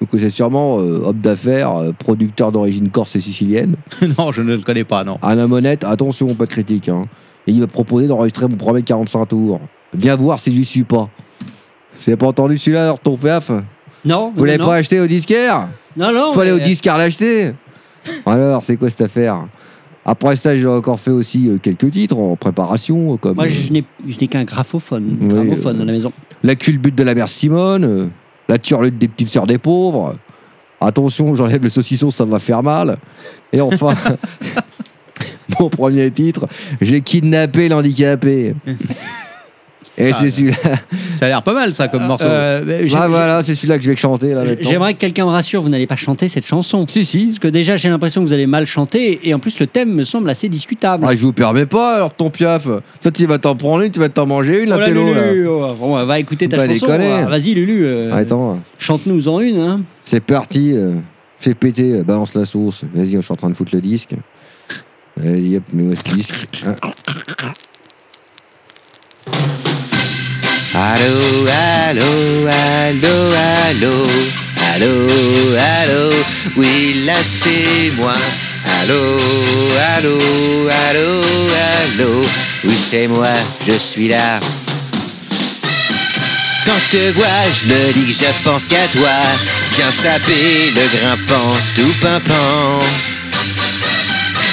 S5: Donc c'est sûrement euh, homme d'affaires, euh, producteur d'origine corse et sicilienne.
S3: non, je ne le connais pas, non.
S5: À la Monette, attention, pas de critique. hein. Et il m'a proposé d'enregistrer mon premier 45 tours. Viens voir si j'y suis pas. Vous avez pas entendu celui-là, alors, ton PAF
S4: Non,
S5: Vous
S4: non,
S5: l'avez
S4: Euh, non.
S5: pas acheté au disquaire
S4: Non, non.
S5: Faut aller au
S4: mais- euh,
S5: disquaire l'acheter Alors, c'est quoi cette affaire Après ça, j'ai encore fait aussi euh, quelques titres en préparation, euh, comme
S4: Moi,
S5: euh,
S4: je n'ai je n'ai qu'un graphophone,
S5: Oui,
S4: gramophone
S5: euh,
S4: à la maison.
S5: La culbute de la mère Simone, euh, la turlute des petites sœurs des pauvres. Attention, j'enlève le saucisson, ça va faire mal. Et enfin, mon premier titre, j'ai kidnappé l'handicapé. Et
S3: Ça,
S5: c'est celui-là.
S3: Ça a l'air pas mal, ça, comme morceau.
S4: Euh, bah, j'ai-
S5: Ah, voilà, c'est celui-là que je vais chanter là
S4: j'ai-
S5: maintenant.
S4: J'aimerais que quelqu'un me rassure, vous n'allez pas chanter cette chanson.
S5: Si si.
S4: Parce que déjà, j'ai l'impression que vous allez mal chanter, et en plus, le thème me semble assez discutable.
S5: Ah, je vous permets pas, alors ton piaf. Toi, tu vas t'en prendre une, tu vas t'en manger une,
S4: Oh
S5: la
S4: là,
S5: télo, là.
S4: Lulu, oh, bon, va écouter ta
S5: Bah,
S4: chanson.
S5: déconner.
S4: ah, Vas-y, Lulu, euh,
S5: Attends,
S4: chante-nous-en une. hein.
S5: c'est parti. euh, Fais péter, euh, balance la source. Vas-y, je suis en train de foutre le disque. Vas-y, hop, mets-moi ce disque. Ah,
S1: Allô, allô, allô, allô, allô, allô, oui, là c'est moi. Allô, allô, allô, allô, oui, c'est moi, je suis là. Quand je te vois, je me dis que je pense qu'à toi, bien sapé, le grimpant, tout pimpant.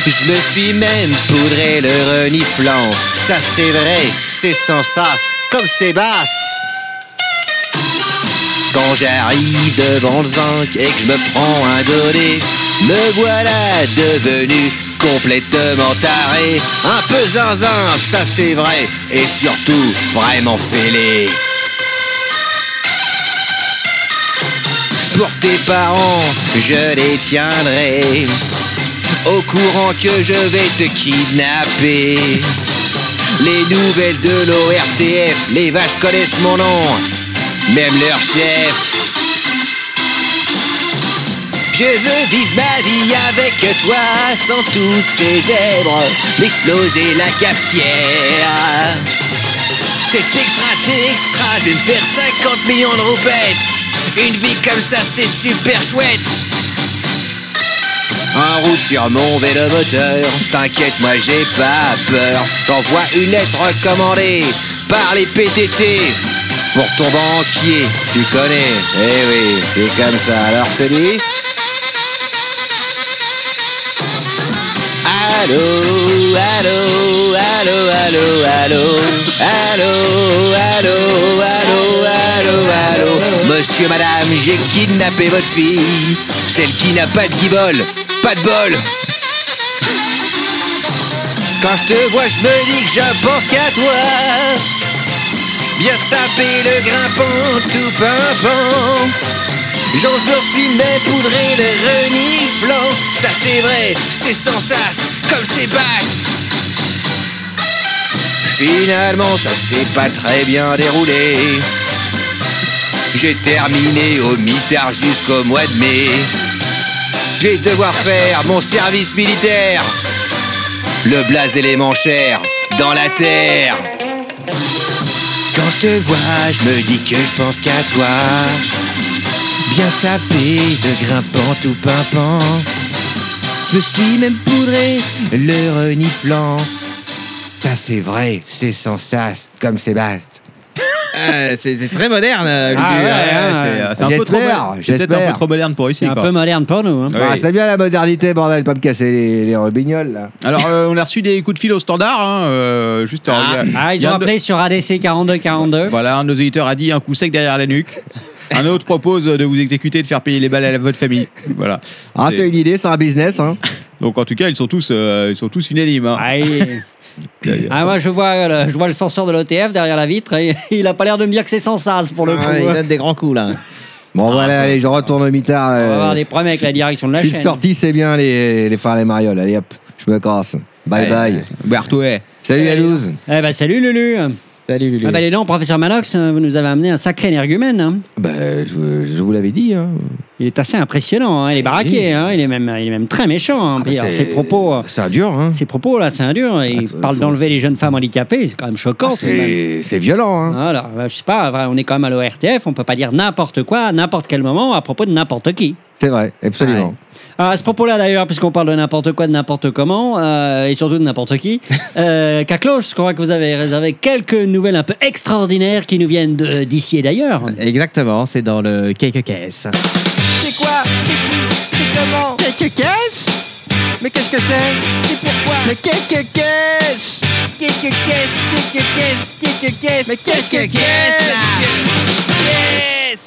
S1: Je me suis même poudré le reniflant. Ça c'est vrai, c'est sans sas, comme c'est basse. Quand j'arrive devant le zinc et que je me prends un godet, me voilà devenu complètement taré. Un peu zinzin, ça c'est vrai, et surtout vraiment fêlé. Pour tes parents, je les tiendrai au courant que je vais te kidnapper. Les nouvelles de l'ORTF, les vaches connaissent mon nom, même leur chef. Je veux vivre ma vie avec toi, sans tous ces zèbres, m'exploser la cafetière. C'est extra, t'es extra, je vais me faire 50 millions de roupettes. Une vie comme ça, c'est super chouette. Un roule sur mon vélo moteur, t'inquiète, moi j'ai pas peur. J'envoie une lettre commandée par les PTT pour ton banquier, tu connais. Eh oui, c'est comme ça. Alors je te dis. Allô, allô, allô, allô, allô, allô, allô, allô, allô, allô. Monsieur, madame, j'ai kidnappé votre fille, celle qui n'a pas de guibole, pas de bol. Quand je te vois, je me dis que je pense qu'à toi. Bien sapé le grimpant, tout pimpant. J'en me suis même poudré le reniflant. Ça c'est vrai, c'est sans sas, comme c'est battes. Finalement, ça s'est pas très bien déroulé. J'ai terminé au mitard jusqu'au mois de mai. Je vais devoir faire mon service militaire. Le blaze et les manchères dans la terre. Quand je te vois, je me dis que je pense qu'à toi bien sapé, le grimpant tout pimpant. Je me suis même poudré, le reniflant. Ça c'est vrai, c'est sans sas, comme Sébastien.
S6: Euh, c'est c'est très moderne. euh,
S4: Ah
S6: Lucie,
S4: ouais,
S6: hein.
S4: hein.
S3: c'est euh, c'est un peu trop
S5: J'espère,
S3: moderne. C'est peut-être un
S5: j'espère.
S3: peu trop moderne pour ici.
S4: C'est un
S3: quoi.
S4: peu moderne pour nous. hein.
S3: Ah oui.
S5: Ah, c'est bien la modernité, bordel, pas me casser les, les robignoles là.
S3: Alors, euh, on a reçu des coups de fil au standard. hein, euh, juste, alors, il y a-
S4: Ah,
S3: il
S4: ils
S3: y a
S4: ont
S3: un de-
S4: appelé sur ADC 4242.
S3: Voilà, un de nos éditeurs a dit un coup sec derrière la nuque. Un autre propose de vous exécuter et de faire payer les balles à la- votre famille. Voilà.
S5: Ah,
S3: C'est-
S5: c'est une idée, c'est un business. Hein.
S3: Donc en tout cas, ils sont tous, euh, ils sont tous unanimes. hein.
S4: Aïe. Ah, moi, je vois, le, je vois le censeur de l'OTF derrière la vitre et il a pas l'air de me dire que c'est sans sas pour le coup. hein.
S6: Ah, il donne des grands coups là.
S5: Bon, voilà, allez, je retourne au mitard.
S4: Ah, On va
S5: euh,
S4: avoir des problèmes avec la direction de
S5: je
S4: la
S5: suis
S4: chaîne.
S5: sorti, c'est bien, les, les frères les marioles. Allez, hop, je me casse. Bye
S3: Ouais.
S5: bye.
S3: Bertouet.
S5: Salut à Louz.
S4: Eh ben, salut Lulu.
S6: Salut Lulu.
S4: Ah ben, dis donc, professeur Manox, euh, vous nous avez amené un sacré énergumène. hein.
S5: Ben, je, je vous l'avais dit. Hein.
S4: Il est assez impressionnant, hein. il est baraqué,
S5: oui.
S4: hein. il, est même, il est même très méchant. hein.
S5: Ah,
S4: Puis,
S5: c'est-
S4: alors, ses propos, euh,
S5: C'est un dur, hein.
S4: ses propos là, c'est un dur. Il
S5: Attends,
S4: parle
S5: Bah, faut-
S4: d'enlever les jeunes femmes handicapées, c'est quand même
S5: Ah,
S4: choquant. tout de même.
S5: C'est c'est violent, hein.
S4: Voilà, ben, je sais pas, ben, on est quand même à l'ORTF, on peut pas dire n'importe quoi à n'importe quel moment à propos de n'importe qui.
S5: C'est vrai, absolument.
S4: Ah, à ce propos-là d'ailleurs, puisqu'on parle de n'importe quoi, de n'importe comment, euh, et surtout de n'importe qui, euh, Cacloche, je crois que vous avez réservé quelques nouvelles un peu extraordinaires qui nous viennent de- d'ici et d'ailleurs.
S5: Ah,
S6: Exactement, c'est dans le cake case.
S1: C'est quoi C'est qui C'est comment Quelque caisse Mais qu'est-ce que c'est C'est pourquoi Mais quelque caisse Quelque caisse, quelque caisse, quelque caisse Mais quelque caisse Yes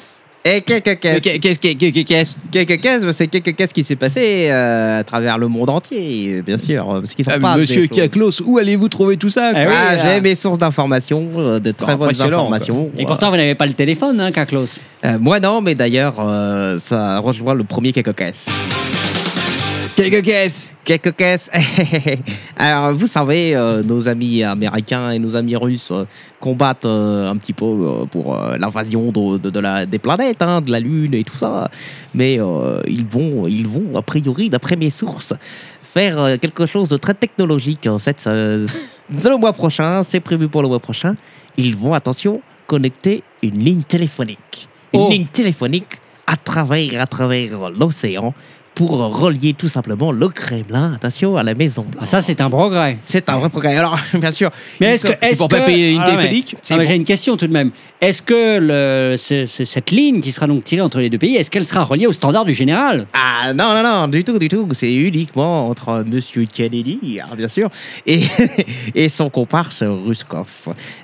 S6: Et cake
S3: Mais
S6: case.
S3: qu'est- Qu'est-ce qu'est- qu'est- qu'est-ce
S6: Cake case, bah, c'est cake case qui s'est passé euh, à travers le monde entier, bien sûr, parce qu'ils sont
S3: Ah,
S6: pas.
S3: Monsieur Caclos, où allez-vous trouver tout ça quoi
S4: Eh oui,
S6: Ah,
S4: euh,
S6: j'ai mes sources d'informations, euh, de très
S3: Bon,
S6: bonnes
S3: impressionnant,
S6: informations.
S4: Et pourtant, vous n'avez pas le téléphone, hein, Caclos
S6: Euh, moi non, mais d'ailleurs, euh, ça rejoint le premier cake case.
S1: Quelque caisse
S6: Quelques caisses. Alors, vous savez, euh, nos amis américains et nos amis russes euh, combattent euh, un petit peu euh, pour euh, l'invasion de, de- de la, des planètes, hein, de la Lune et tout ça. Mais euh, ils, vont, ils vont, a priori, d'après mes sources, faire euh, quelque chose de très technologique en cette, euh, le mois prochain. C'est prévu pour le mois prochain. Ils vont, attention, connecter une ligne téléphonique. Une
S4: Oh.
S6: ligne téléphonique à travers, à travers l'océan pour relier tout simplement le Kremlin, attention, à la Maison
S4: Ah,
S6: Blanche.
S4: Ça, c'est un progrès.
S6: c'est un vrai progrès. Alors, bien sûr,
S4: Mais est-ce que.
S3: C'est
S4: est-ce
S3: pour pas
S4: que-
S3: payer une
S4: Ah, mais-
S3: téléphonique
S4: Ah, mais J'ai une question tout de même. Est-ce que le, ce- ce- cette ligne qui sera donc tirée entre les deux pays, est-ce qu'elle sera reliée au standard du général
S6: ah non, non, non, du tout, du tout. C'est uniquement entre Monsieur Kennedy, ah, bien sûr, et, et son comparse Ruskov.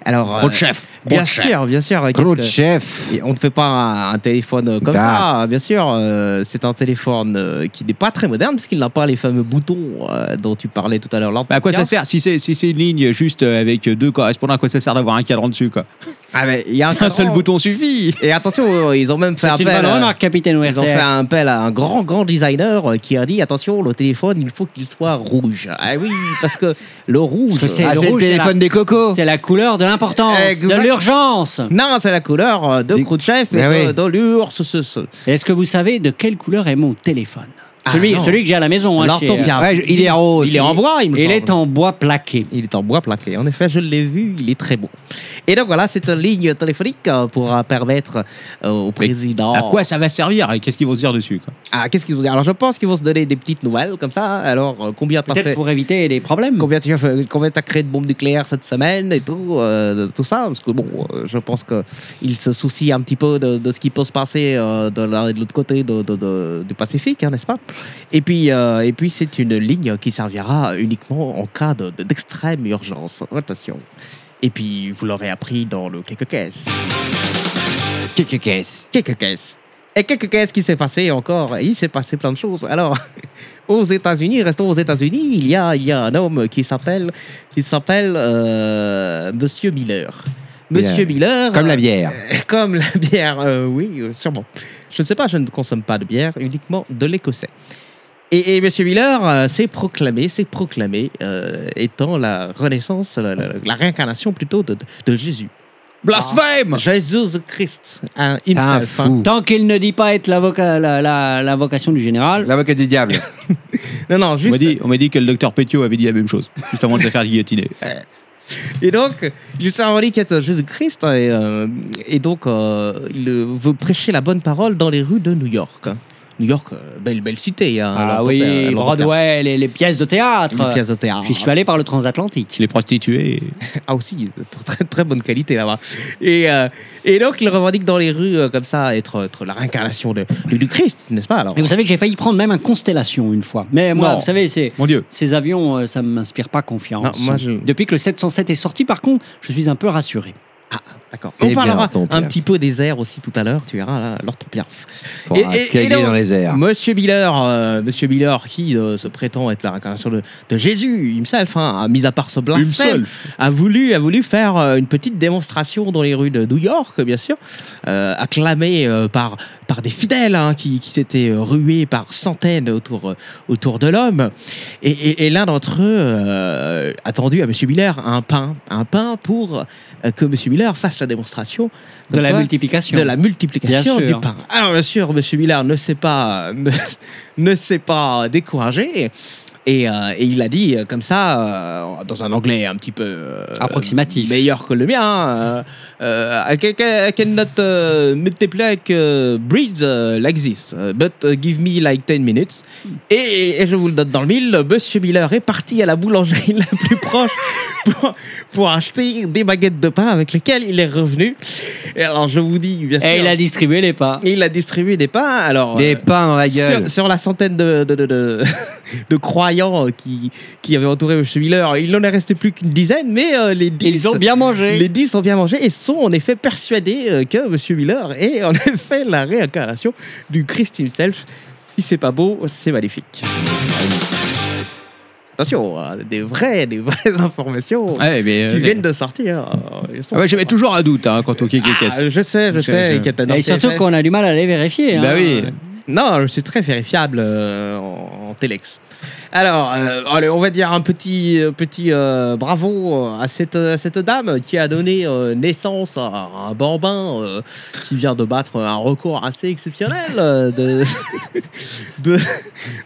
S6: Alors, euh,
S3: chef.
S6: bien sûr, bien sûr. qu'est-ce
S5: Gros
S6: que-
S5: chef.
S6: Et on ne fait pas un, un téléphone comme
S5: Bah.
S6: ça, bien sûr. euh, c'est un téléphone euh, qui n'est pas très moderne parce qu'il n'a pas les fameux boutons euh, dont tu parlais tout à l'heure.
S3: Bah, à quoi ça sert Si c'est si c'est une ligne juste euh, avec deux correspondants, à quoi ça sert d'avoir un cadran dessus quoi
S6: Ah, mais il y a
S3: Un seul
S6: cadran.
S3: bouton suffit.
S6: Et attention, euh, ils ont même fait
S4: C'est une
S6: appel.
S4: bonne
S6: euh,
S4: remarque, capitaine
S6: Ils ont fait
S4: ORTF.
S6: un appel à un grand, grand designer euh, qui a dit attention, le téléphone, il faut qu'il soit rouge. Ah oui, parce que le rouge.
S4: Parce que
S5: Ah,
S4: le
S5: c'est le
S4: rouge, c'est
S5: téléphone des cocos.
S4: C'est la couleur de l'importance,
S6: Exact.
S4: de l'urgence.
S6: Non, c'est la couleur euh, de
S5: Du-
S6: Khrouchtchev et
S5: Mais
S6: de,
S5: oui.
S6: de l'URSS. ce- ce.
S4: Est-ce que vous savez de quelle couleur est mon téléphone
S6: Ah,
S4: celui,
S6: non.
S4: celui que j'ai à la maison. hein,
S6: Alors,
S4: chez-
S6: ton
S4: euh,
S6: bien.
S5: Ouais, je- il est rose.
S6: Il est en bois, il me
S4: il
S6: semble.
S4: est en bois plaqué.
S6: Il est en bois plaqué. En effet, je l'ai vu, il est très beau. Et donc voilà, c'est une ligne téléphonique euh, pour euh, permettre euh, au président.
S3: À quoi ça va servir et Qu'est-ce qu'ils vont se dire dessus quoi
S6: Ah, qu'est-ce qu'ils vont dire Alors, je pense qu'ils vont se donner des petites nouvelles comme ça. Alors, euh, combien t'as
S4: Peut-être
S6: fait
S4: pour éviter les problèmes.
S6: Combien tu as, fait- combien t'as créé de bombes nucléaires cette semaine et tout, euh, tout ça Parce que bon, euh, je pense qu'ils se soucient un petit peu de, de ce qui peut se passer euh, de l'un et de l'autre côté de- de- de- du Pacifique, hein, n'est-ce pas Et puis, euh, et puis c'est une ligne qui servira uniquement en cas de- de- d'extrême urgence. Attention. Et puis, vous l'aurez appris dans le quelques caisses.
S1: Quelque caisse
S6: Quelques caisses. Et quelques caisses qui s'est passé encore. Et il s'est passé plein de choses. Alors, aux États-Unis, restons aux États-Unis, il y a, il y a un homme qui s'appelle qui s'appelle euh, Monsieur Miller. Monsieur
S5: Bien.
S6: Miller.
S5: Comme la bière.
S6: bière. Comme la bière, euh, oui, euh, sûrement. Je ne sais pas, je ne consomme pas de bière, uniquement de l'écossais. Et, et Monsieur Miller euh, s'est proclamé, s'est proclamé euh, étant la renaissance, la, la- la réincarnation plutôt de, de- de Jésus. Ah,
S3: Blasphème
S6: Jésus-Christ, hein,
S5: Un
S6: himself. hein.
S5: fou.
S4: Tant qu'il ne dit pas être la, voca- la- la- la vocation du général,
S5: L'avocat du diable.
S6: Non, non,
S3: On
S6: juste.
S3: m'a dit, on m'a dit que le docteur Pétio avait dit la même chose, juste avant de se faire guillotiner.
S6: Et donc, Lucien Relique est Jésus-Christ et, euh, et donc euh, il euh, veut prêcher la bonne parole dans les rues de New York. New York, euh, belle, belle cité. hein,
S4: ah
S6: l'Angleterre-
S4: oui,
S6: l'Angleterre.
S4: Broadway, les, les pièces de théâtre.
S6: Une pièce de théâtre.
S4: J'y suis allé par le transatlantique.
S3: Les prostituées.
S6: Ah aussi, de très, très bonne qualité là-bas. Et, euh, et donc, il revendique dans les rues euh, comme ça, être, être la réincarnation de, du, du Christ, n'est-ce pas alors
S4: Et vous savez que j'ai failli prendre même un Constellation une fois. Mais moi,
S3: Non.
S4: vous savez, c'est-
S3: Mon Dieu.
S4: Ces avions, euh, ça ne m'inspire pas confiance.
S6: Non, moi, je-
S4: Depuis que le 707 est sorti, par contre, je suis un peu rassuré.
S6: Ah, d'accord.
S5: C'est
S6: On
S5: bien,
S6: parlera
S5: ton
S6: un
S5: Pierre.
S6: petit peu des airs aussi tout à l'heure, tu verras, là, lors ton Pierre.
S5: Pour
S6: Et- et- et
S5: accueillir
S6: donc-
S5: dans les
S4: Ah.
S5: airs.
S6: Monsieur Miller, euh, Monsieur Miller, qui euh, se prétend être la réincarnation de, de Jésus himself, hein, à- mis à part ce blasphème, a voulu, a voulu faire euh, une petite démonstration dans les rues de New York, bien sûr, euh, acclamée euh, par, par des fidèles hein, qui, qui s'étaient euh, rués par centaines autour, euh, autour de l'homme. Et, et- et l'un d'entre eux euh, a tendu à Monsieur Miller un pain, un pain pour euh, que Monsieur Miller fasse la démonstration
S4: de la
S6: Quoi
S4: multiplication.
S6: de la multiplication
S4: Bien
S6: du
S4: sûr.
S6: pain. Alors bien sûr, M. Millard ne s'est pas, ne, ne s'est pas découragé. Et, euh, et il a dit euh, comme ça, euh, dans un anglais un petit peu euh,
S4: Approximatif.
S6: meilleur que le mien, hein, euh, euh, I, can, I cannot euh, multiply euh, breeds euh, like this, euh, but euh, give me like 10 minutes. Et, et je vous le donne dans le mille, Monsieur Miller est parti à la boulangerie la plus proche pour, pour acheter des baguettes de pain avec lesquelles il est revenu. Et alors je vous dis, bien sûr,
S4: Et il a distribué les pas.
S6: il a distribué des pains. Alors,
S5: Des
S6: euh,
S5: pains dans la gueule.
S6: sur, sur la centaine de, de, de, de- de croyants euh, qui, qui avaient entouré M. Miller, il n'en est resté plus qu'une dizaine, mais euh, les dix
S4: Ils ont bien mangé.
S6: les dix ont bien mangé et sont en effet persuadés euh, que M. Miller est en effet la réincarnation du Christ himself. Si c'est pas beau, c'est magnifique. Attention, hein, des vraies, des vraies informations
S3: Ouais, mais, euh,
S6: qui viennent de sortir. euh,
S3: Ah ouais, j'avais toujours un doute hein, quant au Kékékès.
S6: Ah, je sais, je
S3: Je-
S6: sais,
S3: je-
S6: Captain
S4: Et
S6: Ortega.
S4: surtout qu'on a du mal à les vérifier.
S3: Bah
S4: hein.
S3: oui.
S6: Non, je suis très vérifiable euh, en, en Telex. Alors, euh, allez, on va dire un petit, euh, petit euh, bravo à cette, à cette dame qui a donné euh, naissance à un bambin euh, qui vient de battre un record assez exceptionnel euh, de, de,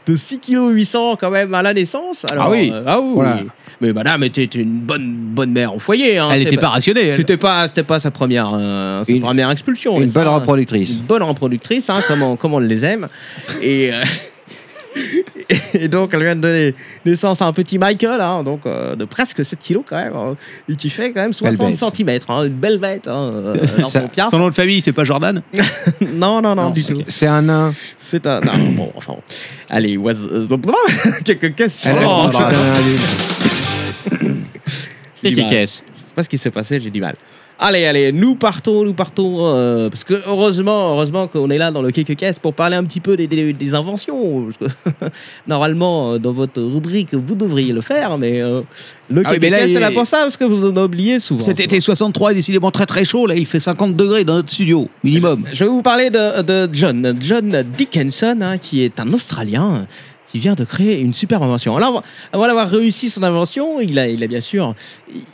S6: de 6 kg 800 quand même à la naissance. Alors,
S3: Ah oui.
S6: euh, ah oui.
S3: Voilà.
S6: Mais madame était une bonne, bonne mère au foyer. hein.
S3: Elle
S6: C'était
S3: n'était pas rationnée. elle.
S6: C'était pas, c'était pas sa première, euh, sa
S5: Une-
S6: première expulsion.
S5: Une
S6: n'est-ce
S5: bonne
S6: pas
S5: reproductrice.
S6: une bonne reproductrice, hein, comme, on, comme on les aime. Et, euh, et donc, elle vient de donner naissance à un petit Michael, hein, donc euh, de presque 7 kilos quand même, hein, et qui fait quand même
S5: Belle
S6: 60
S5: bête.
S6: cm. une belle bête. hein, euh, dans
S5: Ça-
S6: son pied.
S3: Son nom de famille, c'est pas Jordan
S6: non, non, non, du tout.
S5: ok. C'est un nain.
S6: C'est un. Non, non, bon, enfin. bon. Allez, was- euh, quelques questions.
S5: Elle est
S6: Oh,
S5: un
S6: je-
S5: nain adulte.
S6: J'ai du mal.
S3: Kékékès.
S6: Je sais pas ce qui s'est passé, j'ai du mal. Allez, allez, nous partons, nous partons, euh, parce que heureusement, heureusement qu'on est là dans le caisse pour parler un petit peu des, des- des inventions. parce que normalement, euh, dans votre rubrique, vous devriez le faire, mais euh, le
S3: Ah oui, mais là,
S6: KKKS est là
S3: il-
S6: pour ça, parce que vous en oubliez souvent.
S3: Cet été 63 est décidément très très chaud. Là, il fait 50 degrés dans notre studio, minimum.
S6: Je vais vous parler de, de John, John Dickinson, hein, qui est un Australien qui vient de créer une super invention. Alors, avant d'avoir réussi son invention, il a, il a bien sûr,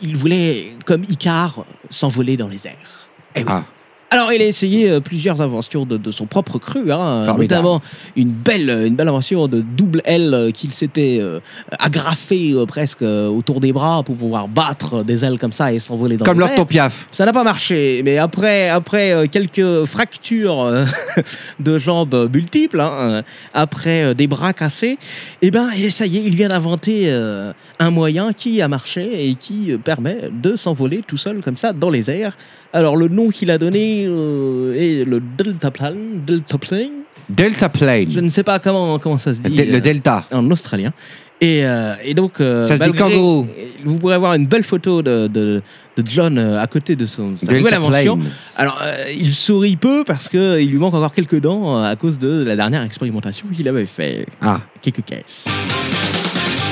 S6: il voulait, comme Icare, s'envoler dans les airs.
S5: Ah,
S6: Alors, il a essayé euh, plusieurs inventions de, de son propre cru, hein,
S5: Formidable.
S6: notamment une belle, une belle invention de double L euh, qu'il s'était euh, agrafé euh, presque euh, autour des bras pour pouvoir battre des ailes comme ça et s'envoler dans
S5: comme
S6: les
S5: leur
S6: airs.
S5: ton piaf.
S6: Ça n'a pas marché, mais après, après euh, quelques fractures euh, de jambes multiples, hein, euh, après euh, des bras cassés, eh ben, et ça y est, il vient d'inventer euh, un moyen qui a marché et qui euh, permet de s'envoler tout seul comme ça dans les airs. Alors le nom qu'il a donné euh, est le deltaplane, deltaplane.
S5: Delta
S6: Je
S5: Plane.
S6: ne sais pas comment comment ça se
S5: Le
S6: dit.
S5: de-
S6: euh,
S5: le Delta.
S6: en australien. Et, euh, et donc, euh,
S5: Ça se dit
S6: malgré-
S5: kangourou.
S6: vous pourrez avoir une belle photo de, de, de John euh, à côté de son, sa nouvelle
S5: Delta
S6: invention.
S5: Plane.
S6: Alors, euh, il sourit peu parce que il lui manque encore quelques dents euh, à cause de la dernière expérimentation qu'il avait fait.
S5: Ah.
S6: Quelques caisses.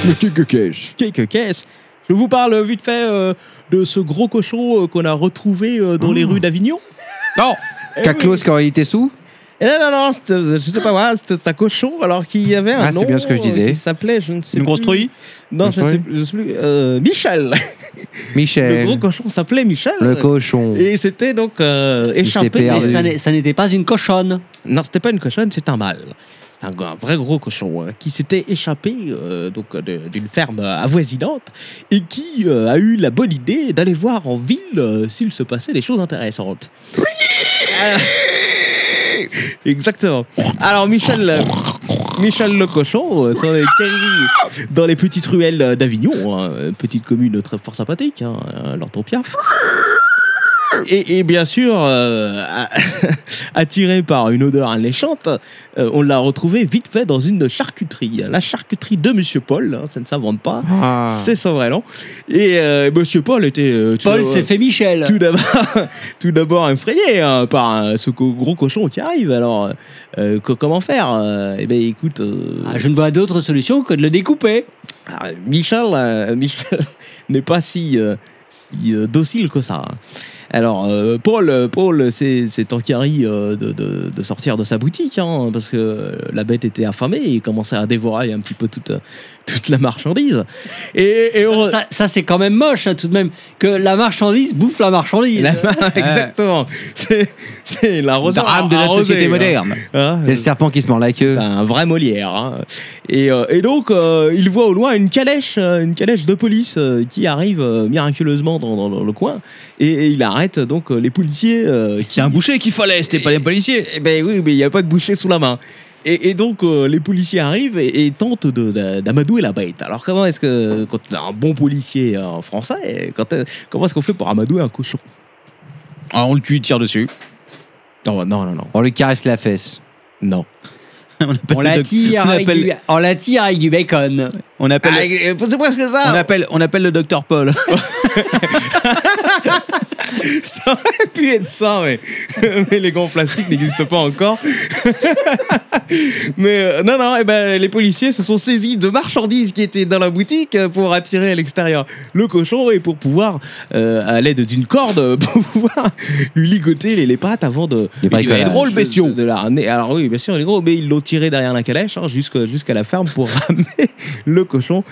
S5: Le Kekekech.
S6: Quelques caisses. Je vous parle vite fait euh, de ce gros cochon euh, qu'on a retrouvé euh, dans les rues d'Avignon.
S5: Mmh. Non
S6: Eh oui.
S5: Kaklos quand il était sous
S6: Eh non, non, non, c'était- je sais pas moi, c'était un cochon alors qu'il y avait un
S5: Ah, c'est
S6: nom.
S5: bien ce que je disais.
S6: Il s'appelait, je ne sais
S3: Une grosse
S6: plus.
S3: truie
S6: Non, je ne
S5: Une
S6: sais plus. je sais plus, euh, Michel Le
S5: Michel.
S6: gros cochon s'appelait Michel.
S5: Le cochon.
S6: Et c'était donc euh,
S5: Si
S6: échappé.
S5: c'est
S6: des-
S4: Mais
S5: perdu.
S4: ça n'est- ça n'était pas une cochonne.
S6: Non, c'était pas une cochonne, c'était un mâle. C'était un, un vrai gros cochon hein, qui s'était échappé euh, donc de- d'une ferme euh, avoisinante et qui euh, a eu la bonne idée d'aller voir en ville euh, s'il se passait des choses intéressantes. Alors- Exactement. Alors Michel, euh, Michel le cochon euh, s'en est querri dans les petites ruelles euh, d'Avignon, hein, petite commune très fort sympathique, hein, euh, Lanton Piaf. hein, Et, et bien sûr, euh, attiré par une odeur alléchante, euh, on l'a retrouvé vite fait dans une charcuterie. La charcuterie de Monsieur Paul, hein, ça ne s'invente pas,
S5: Ah.
S6: c'est son vrai nom. Et euh, Monsieur Paul était euh, tout
S4: Paul
S6: d'abord-
S4: s'est fait Michel.
S6: tout d'abord, tout d'abord effrayé hein, par euh, ce co- gros cochon qui arrive. Alors, euh, co- comment faire Euh, Eh bien, écoute, euh,
S4: Ah, je ne vois d'autre solution que de le découper.
S6: ah, Michel, euh, Michel n'est pas si, euh, si, euh, docile que ça. hein. Alors, euh, Paul, euh, Paul s'est s'est enquéri euh, de, de- de sortir de sa boutique, hein, parce que la bête était affamée et commençait à dévorer un petit peu toute, euh, toute la marchandise. Et, et heureux-
S4: Ça, ça, c'est quand même moche, hein, tout de même, que la marchandise bouffe la marchandise.
S6: la- Exactement. C'est- C'est la rose Hein,
S3: Drame Hein de notre société moderne.
S5: C'est le serpent qui se mord la queue.
S6: C'est un vrai Molière. hein. Et, euh, et donc, euh, il voit au loin une calèche, euh, une calèche de police euh, qui arrive euh, miraculeusement dans, dans- dans le coin. Et, et il arrête euh, donc euh, les policiers. euh, qui-
S3: C'est un boucher qu'il fallait, c'était pas les policiers.
S6: Eh ben oui, mais il n'y a pas de boucher sous la main. Et, et donc, euh, les policiers arrivent et, et tentent de- de- d'amadouer la bête. Alors, comment est-ce que, quand on a un bon policier euh, français, quand, est- comment est-ce qu'on fait pour amadouer un cochon
S3: Ah, on le tue, il tire dessus.
S6: Non, non, non, non.
S5: On lui caresse la fesse.
S6: non.
S4: on l'attire
S3: on
S4: avec,
S3: appelle-
S4: du- on l'attire avec du bacon.
S3: On appelle,
S6: C'est presque ça
S3: on appelle, on appelle le docteur Paul.
S6: Ça aurait pu être ça, mais, mais les gants plastiques n'existent pas encore. mais euh, non, non, eh ben, les policiers se sont saisis de marchandises qui étaient dans la boutique euh, pour attirer à l'extérieur le cochon et pour pouvoir, euh, à l'aide d'une corde, euh, pour pouvoir lui ligoter les, les pattes avant de,
S5: Les bricolages.
S6: de- de- de la ramener. Alors oui, bien sûr, les gros, mais ils l'ont tiré derrière la calèche hein, jusqu'à jusqu'à la ferme pour ramener le cochon.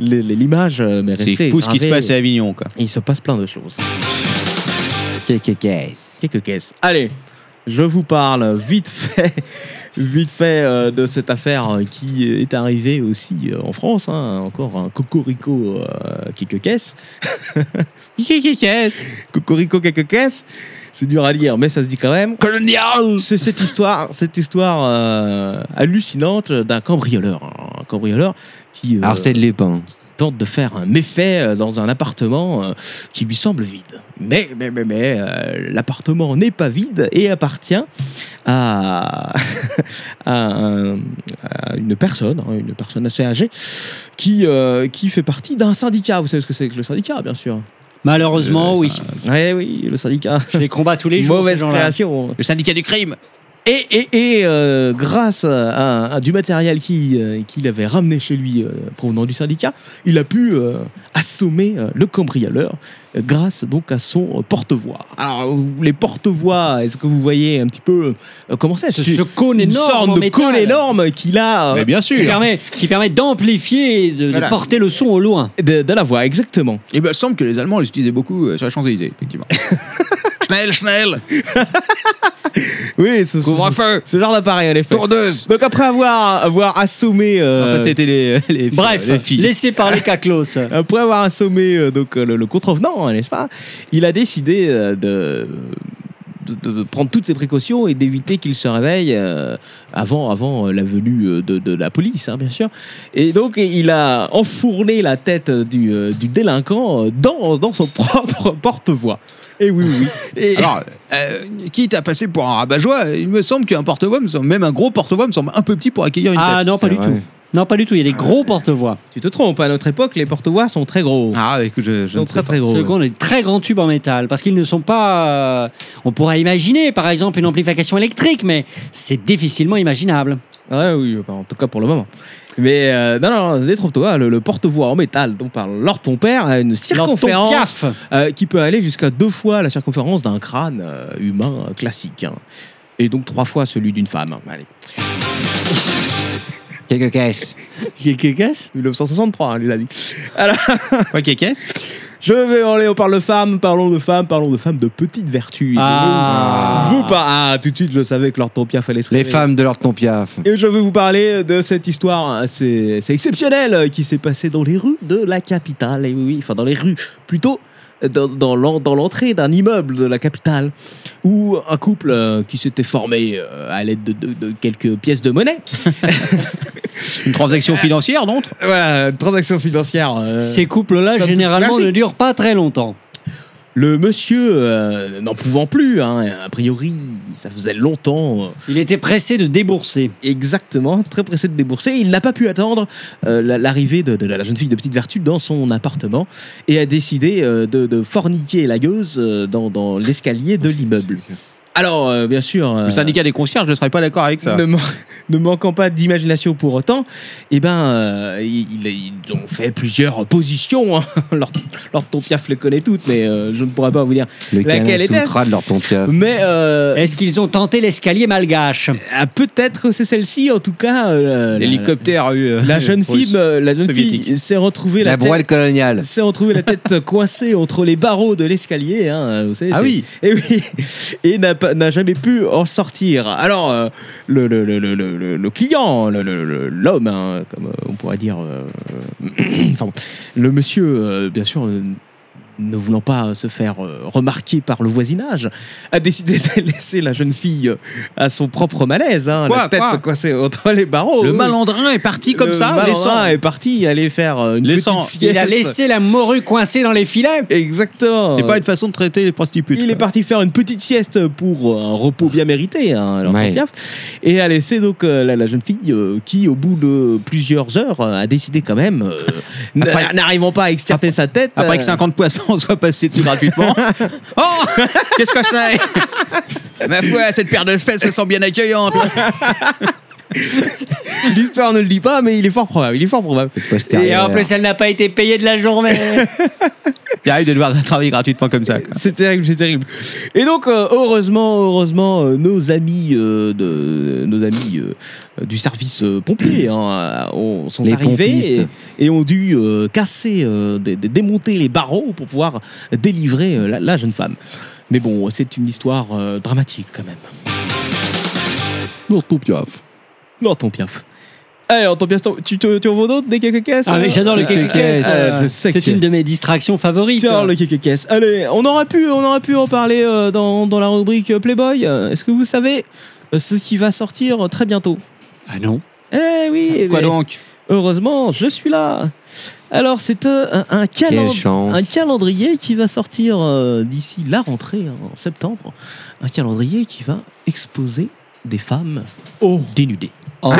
S6: Les- les- L'image, euh, mais
S3: C'est fou ce qui se passe à Avignon, quoi.
S6: Il se passe plein de choses.
S5: Que- que- qu'est-ce
S6: Quelques caisses. Allez, je vous parle vite fait, vite fait euh, de cette affaire euh, qui est arrivée aussi euh, en France. hein. encore un cocorico euh, quelques caisses. Cocorico quelques caisses. C'est dur à lire, mais ça se dit quand même.
S2: Colonial
S6: C'est cette histoire, cette histoire euh, hallucinante d'un cambrioleur, un cambrioleur qui euh,
S5: Arsène Lupin.
S6: tente de faire un méfait euh, dans un appartement euh, qui lui semble vide. Mais, mais, mais, mais, euh, l'appartement n'est pas vide et appartient à, à un- à une personne, hein, une personne assez âgée, qui, euh, qui fait partie d'un syndicat. Vous savez ce que c'est que le syndicat, bien sûr.
S4: Malheureusement, oui.
S6: Oui, oui, le syndicat.
S4: Je les combats tous les jours.
S6: Mauvaise
S4: ces gens-là.
S6: création.
S3: Le syndicat du crime.
S6: Et, et, et, euh, grâce à, à du matériel qui, euh, qu'il avait ramené chez lui euh, provenant du syndicat, il a pu euh, assommer euh, le cambrioleur euh, grâce donc à son euh, porte-voix. Alors vous- les porte-voix, est-ce que vous voyez un petit peu euh, comment c'est
S4: Ce,
S6: c'est
S4: ce cône
S6: une
S4: énorme. en
S6: sorte de
S4: métal
S6: cône énorme qu'il a euh,
S3: Mais bien
S4: Qui
S3: sûr.
S4: permet, qui permet d'amplifier et de, de
S3: Voilà.
S4: porter le son au loin.
S6: de, de la voix exactement.
S3: Et ben, il semble que les Allemands l'utilisaient beaucoup euh, sur la Champs-Élysées, effectivement. Schnell, Schnell,
S6: Oui, ce, ce-
S3: couvre-feu,
S6: ce genre d'appareil en effet.
S3: tourneuse.
S6: Donc après avoir avoir assommé euh,
S3: Non, ça, c'était les, les filles,
S4: Bref,
S3: les filles.
S4: laissez parler Kaklos. Ah,
S6: Après avoir assommé euh, donc, euh, le, le contrevenant, hein, n'est-ce pas Il a décidé euh, de, de, de prendre toutes ses précautions et d'éviter qu'il se réveille euh, avant, avant euh, la venue euh, de, de la police, hein, bien sûr. Et donc, il a enfourné la tête du, euh, du délinquant euh, dans, dans son propre porte-voix. Et oui, oui, oui. Et-
S3: Alors, euh, quitte à passer pour un rabat-joie, il me semble qu'un porte-voix, me semble- même un gros porte-voix, me semble un peu petit pour accueillir une
S4: Ah
S3: tête.
S4: non, pas
S5: c'est
S4: du
S5: vrai.
S4: tout. Non, pas du tout. Il y a des gros porte-voix.
S6: tu te trompes, à notre époque, les porte-voix sont très gros.
S3: Ah, écoute, je,
S6: Ils
S3: je
S6: sont
S3: ne
S6: très,
S3: sais pas.
S6: très gros.
S4: Ce qu'on est très grand tube en métal, parce qu'ils ne sont pas. euh, on pourrait imaginer, par exemple, une amplification électrique, mais c'est difficilement imaginable.
S6: Ouais, oui, enfin, en tout cas pour le moment. Mais euh, non, non, non, détrompe-toi, le, le porte-voix en métal dont parle Lord ton père a une
S4: Lors de ton
S6: circonférence
S4: piaf,
S6: euh, qui peut aller jusqu'à deux fois la circonférence d'un crâne euh, humain euh, classique. hein. Et donc trois fois celui d'une femme. hein. Allez.
S5: Quelques caisses.
S4: Quelques caisses
S6: 1963, hein, les amis.
S3: Quoi qu'il y ait caisse.
S6: Je vais aller, on parle de femmes, parlons de femmes, parlons de femmes de petite vertu.
S4: Ah.
S6: Je veux pas. Ah, tout de suite, je savais que Lord ton père fallait se
S5: Les
S6: réveiller.
S5: femmes de Lord Tompiaf.
S6: Et je vais vous parler de cette histoire assez, assez exceptionnelle euh, qui s'est passée dans les rues de la capitale. Et oui, oui, enfin dans les rues, plutôt euh, dans, dans l'en- dans l'entrée d'un immeuble de la capitale, où un couple euh, qui s'était formé euh, à l'aide de, de- de quelques pièces de monnaie,
S3: Une transaction financière, non
S6: voilà, transaction financière. euh,
S4: Ces couples-là,
S6: somme toute
S4: généralement,
S6: classique.
S4: ne durent pas très longtemps.
S6: Le monsieur, euh, n'en pouvant plus, hein, a priori, ça faisait longtemps. euh,
S4: Il était pressé de débourser.
S6: Exactement, très pressé de débourser. Il n'a pas pu attendre euh, la- l'arrivée de, de la jeune fille de Petite Vertu dans son appartement et a décidé euh, de, de forniquer la gueuse euh, dans, dans l'escalier de l'immeuble. Alors, euh, bien sûr, euh,
S3: Le syndicat des concierges ne serait pas d'accord avec ça.
S6: ne, man- ne manquant pas d'imagination pour autant, eh ben, euh, ils, ils- ils ont fait plusieurs positions. Hein. Leur, leur ton piaf les connaît toutes, mais euh, je ne pourrais pas vous dire.
S5: Le
S6: Laquelle
S5: Kama
S6: était-ce
S5: Sutra de leur pompier.
S6: Mais euh,
S4: Est-ce qu'ils ont tenté l'escalier malgache
S6: ah, peut-être c'est celle-ci, en tout cas. euh, la-
S3: L'hélicoptère a eu. euh,
S6: La jeune
S3: pour le-
S6: fille, euh, la jeune
S3: soviétique.
S6: fille s'est retrouvée la,
S5: La
S6: tête,
S5: broelle coloniale.
S6: s'est retrouvée la tête coincée entre les barreaux de l'escalier. hein, vous savez,
S3: Ah
S6: c'est-
S3: oui,
S6: Et oui, et n'a pas- n'a jamais pu en sortir. Alors euh, le, le, le, le, le- le- le client, le- le- le- l'homme, hein, comme euh, on pourrait dire, euh, enfin bon, le monsieur, euh, bien sûr. euh, ne voulant pas se faire euh, remarquer par le voisinage, a décidé de laisser la jeune fille euh, à son propre malaise, hein,
S3: Quoi,
S6: la tête
S3: quoi
S6: coincée entre les barreaux.
S3: le
S6: oui.
S3: malandrin est parti comme
S6: Le
S3: ça,
S6: malin
S3: laissant.
S6: est parti aller faire euh, une
S3: Laissant.
S6: petite sieste.
S4: Il a laissé la morue coincée dans les filets
S6: Exactement.
S3: C'est pas une façon de traiter les prostituées.
S6: Il est
S3: quoi.
S6: parti faire une petite sieste pour euh, un repos bien mérité, hein, alors
S5: Ouais.
S6: tant pis. et a laissé donc euh, la, la jeune fille euh, qui, au bout de plusieurs heures, euh, a décidé quand même, euh, n'a-
S3: Après-
S6: n'arrivant pas à extirper sa tête,
S3: Après que
S6: euh,
S3: 50 poissons soient passés dessus gratuitement. oh Qu'est-ce que c'est Ma foi, cette paire de fesses me semble bien accueillante.
S6: l'histoire ne le dit pas, mais il est fort probable, il est fort probable.
S4: Et en plus, elle n'a pas été payée de la journée.
S3: J'arrive de devoir travailler gratuitement comme ça. quoi.
S6: C'est terrible, c'est terrible. Et donc, euh, heureusement, heureusement, euh, nos amis, euh, de, nos amis euh, du service euh, pompier hein, euh, ont- sont
S5: Les
S6: arrivés
S5: pompistes.
S6: et, et ont dû euh, casser, euh, dé- dé- démonter les barreaux pour pouvoir délivrer euh, la, la jeune femme. Mais bon, c'est une histoire euh, dramatique quand même. Norton Piaf. Norton Piaf. Allez, Norton Piaf, tu, te- tu en vaux d'autres des quelques caisses
S4: Ah, mais
S6: hein
S4: j'adore le
S6: Ah,
S4: kékékès.
S6: ah, je sais
S4: euh, C'est
S6: que-
S4: une de mes distractions favorites.
S6: Tiens, le kékékès. Allez, on aurait pu, on aurait pu en parler euh, dans, dans la rubrique euh, Playboy. Euh, Est-ce que vous savez euh, ce qui va sortir euh, très bientôt
S4: Ah non.
S6: Eh oui.
S4: Ah,
S3: Quoi
S6: mais
S3: donc
S6: Heureusement, je suis là. Alors, c'est euh, un, un
S5: Quelle
S6: calendrier
S5: chance.
S6: un calendrier qui va sortir euh, d'ici la rentrée hein, en septembre. Un calendrier qui va exposer des femmes dénudées.
S4: Oh.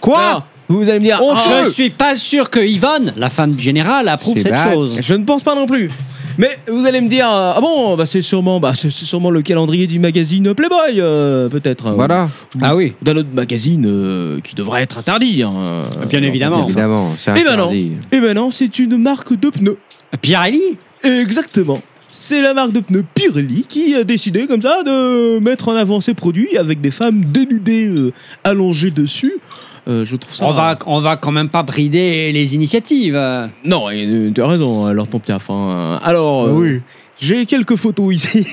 S6: Quoi Vous allez me dire
S4: Oh,
S6: ah,
S4: je suis pas sûr que Yvonne, la femme du général, approuve
S5: C'est
S4: cette
S5: bad.
S4: chose.
S6: Je ne pense pas non plus. Mais vous allez me dire, euh, ah bon, bah c'est sûrement, bah c'est c'est sûrement le calendrier du magazine Playboy, euh, peut-être.
S5: Voilà,
S4: Ah oui.
S6: D'un autre magazine euh, qui devrait être interdit. hein.
S4: Bien évidemment.
S6: Enfin.
S5: évidemment. c'est
S6: Eh ben non.
S5: interdit.
S6: Eh ben non, c'est une marque de pneus.
S4: Pirelli
S6: Exactement. C'est la marque de pneus Pirelli qui a décidé comme ça de mettre en avant ses produits avec des femmes dénudées euh, allongées dessus. Euh, je trouve ça.
S4: on va, on va quand même pas brider les initiatives. euh.
S6: Non, et, euh, tu as raison, alors ton piaf. hein. Alors, oui. j'ai quelques photos ici.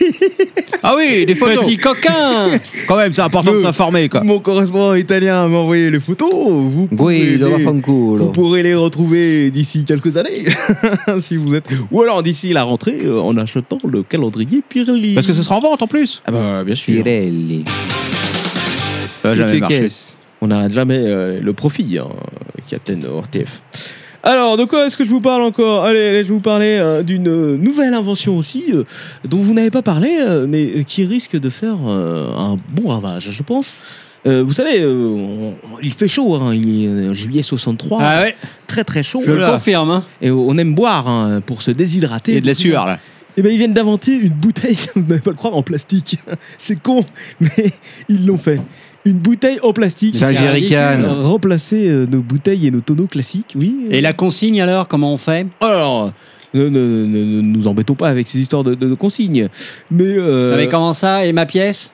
S3: Ah oui, des photos.
S4: Petit coquin
S3: Quand même, c'est important de
S6: Le-
S3: s'informer. quoi.
S6: Mon correspondant italien m'a envoyé les photos. Vous pouvez,
S5: Oui,
S6: les, vous
S5: Fanculo.
S6: pourrez les retrouver d'ici quelques années, si vous êtes. Ou alors d'ici la rentrée, euh, en achetant le calendrier Pirelli.
S3: Parce que ce sera en vente en plus.
S6: Ah bah, bien sûr.
S5: Pirelli.
S6: Ça va jamais marcher.
S5: Qu'est-ce
S6: On n'arrête jamais euh, le profit, hein, Captain RTF. Alors, de quoi est-ce que je vous parle encore allez, allez, je vais vous parler euh, d'une euh, nouvelle invention aussi, euh, dont vous n'avez pas parlé, euh, mais euh, qui risque de faire euh, un bon ravage, je pense. Euh, vous savez, euh, on- on- il fait chaud, hein, il est euh, juillet 63,
S4: Ah ouais,
S6: très très chaud,
S4: je le
S6: Voilà.
S4: confirme. hein.
S6: et on aime boire hein, pour se déshydrater.
S3: Il y a de la sueur là.
S6: Eh ben, ils viennent d'inventer une bouteille, vous n'allez pas le croire, en plastique. C'est con, mais ils l'ont fait. Une bouteille en plastique.
S5: C'est un jerrycan.
S6: Remplacer euh, nos bouteilles et nos tonneaux classiques, oui.
S4: Et la consigne alors, comment on fait
S6: Alors, ne, ne- ne- ne nous embêtons pas avec ces histoires de, de- de consignes. Mais. euh,
S4: Non, mais comment ça Et ma pièce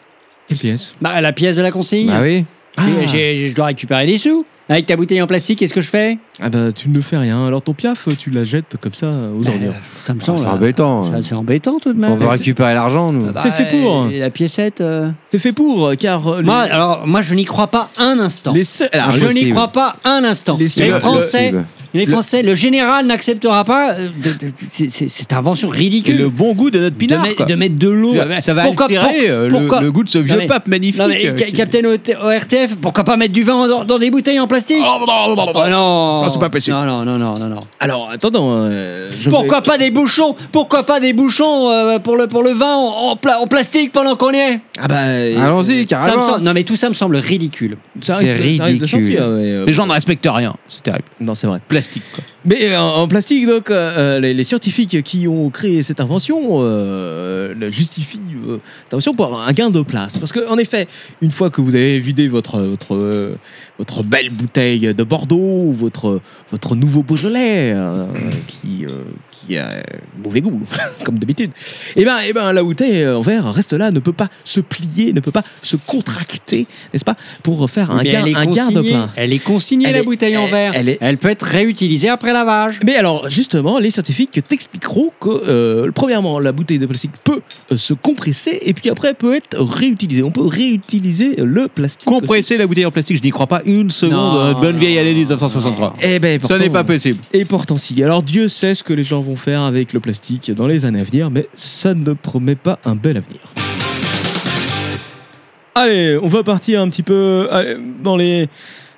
S6: Quelle pièce
S4: Bah, la pièce de la consigne
S5: Bah oui.
S6: ah,
S4: J'ai- j'ai- Je dois récupérer les sous. Avec ta bouteille en plastique, qu'est-ce que je fais
S6: ah bah, tu ne fais rien. Alors, ton piaf, tu la jettes comme ça aux ordures.
S4: Euh, Ça me
S5: C'est
S4: semble. euh,
S5: embêtant. hein.
S4: ça- C'est embêtant tout de même.
S5: On veut récupérer l'argent, nous.
S4: Bah,
S6: C'est fait pour.
S4: et La piécette. euh,
S6: C'est fait pour, car. euh,
S4: Moi,
S6: les-
S4: alors, moi, je n'y crois pas un instant.
S6: les seuls- alors,
S4: je n'y
S5: impossible.
S4: crois pas un instant.
S6: Les
S4: Les,
S6: seuls-
S4: Français
S5: Impossible.
S4: Les Français, le, général n'acceptera pas. euh, de- de- c'est- C'est c'est une invention ridicule.
S3: le bon goût de notre
S4: de,
S3: pinard,
S4: mettre-
S3: quoi.
S4: de mettre de l'eau.
S3: Ça va
S4: Pourquoi-
S3: altérer euh, le-
S4: pourquoi-
S3: le, goût de ce vieux
S4: mais-
S3: pape magnifique.
S4: Non mais
S3: euh,
S4: Ca-
S3: qui-
S4: Captain O- ORTF, pourquoi pas mettre du vin dans, dans des bouteilles en plastique
S6: bah,
S4: Oh non,
S3: Non, c'est pas possible.
S4: Non, non, non, non, non, non.
S6: Alors, attendons. euh, je
S4: Pourquoi pas des bouchons Pourquoi pas des bouchons euh, pour, le, pour le vin en, en pla- en plastique pendant qu'on y est
S6: Ah bah. euh,
S5: Allons-y,
S4: Ça me
S5: carrément.
S4: semble- Non mais tout ça me semble ridicule.
S6: ça risque
S5: C'est
S6: de- ça risque de
S5: ridicule.
S6: sortir, mais, euh,
S3: Les gens ne respectent rien. C'est terrible.
S6: Non, c'est vrai.
S3: Plastique, quoi.
S6: Mais euh, en, en plastique, donc, euh, euh, les, les scientifiques qui ont créé cette invention euh, la justifient euh, cette invention pour un gain de place. Parce que, en effet, une fois que vous avez vidé votre, votre, euh, votre belle bouteille de Bordeaux, ou votre, votre nouveau Beaujolais, euh, qui, euh, qui a mauvais goût, comme d'habitude, et ben, et ben, la bouteille en verre reste là, ne peut pas se plier, ne peut pas se contracter, n'est-ce pas, pour faire un,
S4: Mais
S6: gain,
S4: elle est
S6: un gain de
S4: consignée.
S6: place.
S4: Elle est consignée
S6: Elle
S4: la
S6: est-
S4: bouteille en
S6: elle-
S4: verre.
S6: elle est-
S4: peut être réutilisée après lavage.
S6: Mais alors, justement, les scientifiques t'expliqueront que, euh, premièrement, la bouteille de plastique peut euh, se compresser et puis après peut être réutilisée. On peut réutiliser le plastique.
S3: Compresser la bouteille en plastique, je n'y crois pas une seconde.
S4: Non.
S3: euh, bonne vieille année 1963.
S6: aussi. Eh ben,
S3: Ça
S6: pourtant-
S3: n'est pas possible.
S6: Et pourtant, si. Alors, Dieu sait ce que les gens vont faire avec le plastique dans les années à venir, mais ça ne promet pas un bel avenir. Allez, on va partir un petit peu allez, dans les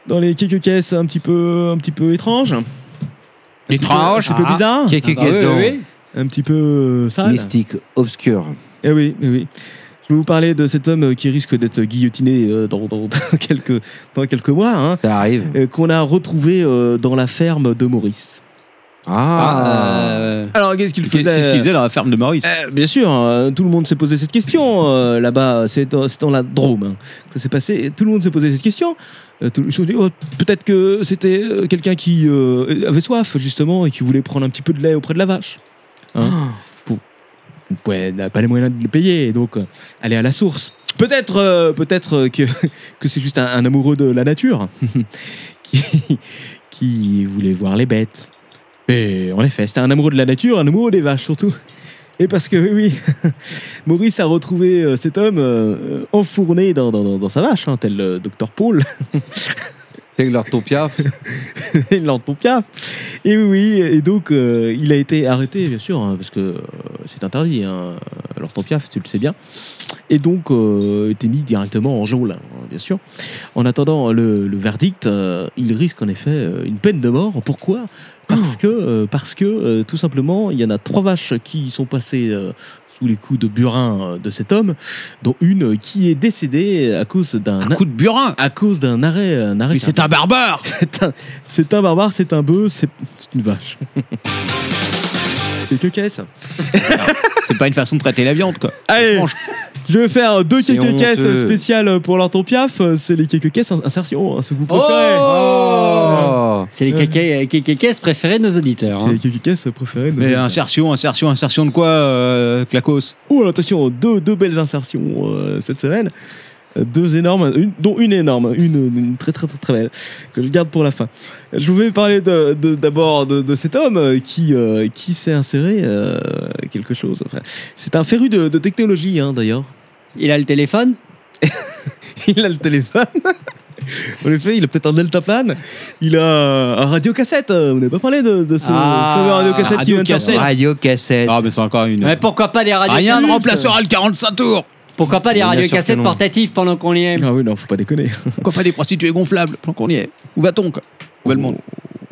S6: dans les quelques caisses un petit peu un petit peu étranges, un
S3: Étrange.
S6: petit peu
S4: Ah.
S6: bizarres,
S5: Quelques
S4: Ah bah oui,
S5: questions
S4: oui, oui.
S6: un petit peu euh, sales.
S5: mystiques, obscures.
S6: Eh oui, eh oui. Je vais vous parler de cet homme qui risque d'être guillotiné euh, dans, dans- dans quelques, dans quelques mois, hein,
S5: Ça arrive.
S6: euh, qu'on a retrouvé euh, dans la ferme de Maurice.
S5: Ah.
S4: Euh,
S6: Alors, qu'est-ce qu'il
S3: Qu'est-
S6: faisait
S3: Qu'est-ce qu'il faisait dans la ferme de Maurice
S6: Euh, Bien sûr, euh, tout le monde s'est posé cette question euh, là-bas, c'est dans, c'est dans la Drôme hein, que ça s'est passé, et tout le monde s'est posé cette question. Euh, tout- ils se sont dit, oh, peut-être que c'était euh, quelqu'un qui euh, avait soif, justement, et qui voulait prendre un petit peu de lait auprès de la vache. Hein ouais, n'a pas les moyens de le payer, donc euh, aller à la source. Peut-être euh, peut-être euh, que, que c'est juste un, un amoureux de la nature qui, qui voulait voir les bêtes. Et en effet, c'était un amoureux de la nature, un amoureux des vaches surtout. Et parce que, oui, oui, Maurice a retrouvé euh, cet homme euh, enfourné dans, dans- dans- dans sa vache, hein, tel le docteur Paul.
S5: C'est que leur ton piaf.
S6: Et l'entend Piaf. Et oui, oui, et donc euh, il a été arrêté, bien sûr, hein, parce que euh, c'est interdit, hein, l'entend Piaf, tu le sais bien. Et donc euh, était mis directement en geôle, hein, bien sûr. En attendant le, le verdict, euh, il risque en effet euh, une peine de mort. Pourquoi
S3: Oh.
S6: parce que, euh, parce que euh, tout simplement, il y en a trois vaches qui sont passées euh, sous les coups de burin euh, de cet homme, dont une euh, qui est décédée à cause d'un
S3: Un coup de burin.
S6: à cause d'un arrêt, un arrêt
S3: Mais c'est
S6: cardiaque.
S3: un barbare.
S6: C'est un, c'est un barbare, c'est un bœuf, c'est c'est une vache. C'est que caisse.
S3: C'est pas une façon de traiter la viande, quoi.
S6: Allez,
S3: Franche.
S6: je vais faire deux
S5: C'est
S6: quelques caisses
S5: honteux.
S6: spéciales pour l'Arton Piaf. C'est les quelques caisses in- insertion, hein, ce que vous préférez.
S5: Oh.
S4: C'est les caca- caca- caisses préférées de nos auditeurs.
S6: Euh. C'est
S4: hein.
S6: les quelques caisses préférées. de nos
S3: Mais
S6: auditeurs.
S3: insertion, insertion, insertion de quoi, euh, Clacos
S6: Oh, attention, deux, deux belles insertions euh, cette semaine. Euh, Deux énormes, une- dont une énorme, une, une très très très très belle, que je garde pour la fin. Je vais parler de- de- d'abord de, de, cet homme euh, qui, euh, qui s'est inséré euh, quelque chose. Enfin, c'est un féru de, de technologie, hein, d'ailleurs.
S4: Il a le téléphone
S6: Il a le téléphone. En effet, il a peut-être un deltaplane. Il a un radiocassette. euh, Vous n'avez pas parlé de, de ce
S4: Ah,
S6: fameux radiocassette qui vient de
S3: radiocassette.
S6: sortir.
S5: Radio cassette.
S3: Ah, mais c'est encore une.
S4: Mais pourquoi pas des radios
S3: Rien ne
S4: Philips
S3: remplacera le 45 tours.
S4: Pourquoi pas des
S5: Bien sûr que
S4: radiocassettes
S5: non.
S4: portatives pendant qu'on y est
S6: Ah oui, non, faut pas déconner.
S3: Pourquoi pas des prostituées gonflables Tant qu'on y est. Où va-t-on, quoi Où va le monde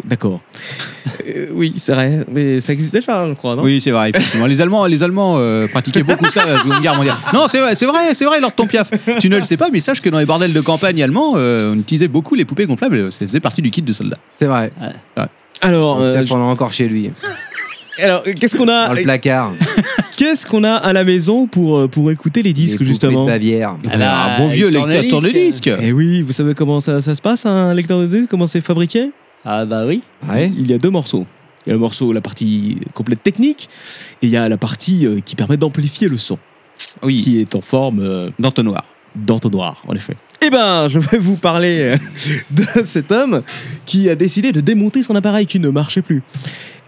S6: D'accord. Euh, oui, c'est vrai. Mais ça existe déjà, hein, je crois, non
S3: Oui, c'est vrai. effectivement. Les Allemands, les Allemands euh, pratiquaient beaucoup ça à la Seconde Guerre mondiale. Non, c'est vrai, c'est vrai, c'est vrai, Lord Ton Piaf. Tu ne le sais pas, mais sache que dans les bordels de campagne allemands, euh, on utilisait beaucoup les poupées gonflables. Ça faisait partie du kit de soldats.
S5: C'est vrai.
S6: Alors, euh,
S5: Peut-être qu'on l'a encore chez lui.
S6: je- alors euh, qu'est-ce qu'on
S5: Dans
S6: a
S5: le placard.
S6: Qu'est-ce qu'on a à la maison pour euh, pour écouter les
S5: Les
S6: disques
S5: poupées
S6: justement
S5: de Bavière.
S4: Ah bah,
S3: un bon vieux
S4: le
S3: lecteur
S4: tourne-disque.
S3: tourne-disque.
S6: Eh oui, vous savez comment ça, ça se passe un lecteur de disques Comment c'est fabriqué
S4: Ah bah oui.
S5: Ouais.
S6: Il y a deux morceaux. Il y a le morceau, la partie complète technique, et il y a la partie euh, qui permet d'amplifier le son,
S3: Oui,
S6: qui est en forme euh,
S3: d'entonnoir.
S6: d'entonnoir, en effet. Eh ben, je vais vous parler euh, de cet homme qui a décidé de démonter son appareil qui ne marchait plus.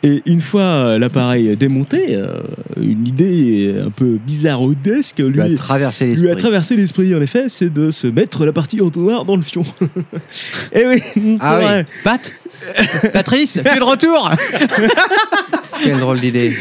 S6: Et une fois euh, l'appareil démonté, euh, une idée euh, un peu bizarrodesque
S5: Lui a
S6: lui,
S5: traversé
S6: lui a
S5: l'esprit.
S6: traversé l'esprit, en effet, c'est de se mettre la partie entonnoir dans le fion. eh oui, c'est
S5: Ah oui.
S6: vrai.
S3: Pat Patrice, tu es de retour
S7: Quelle drôle d'idée.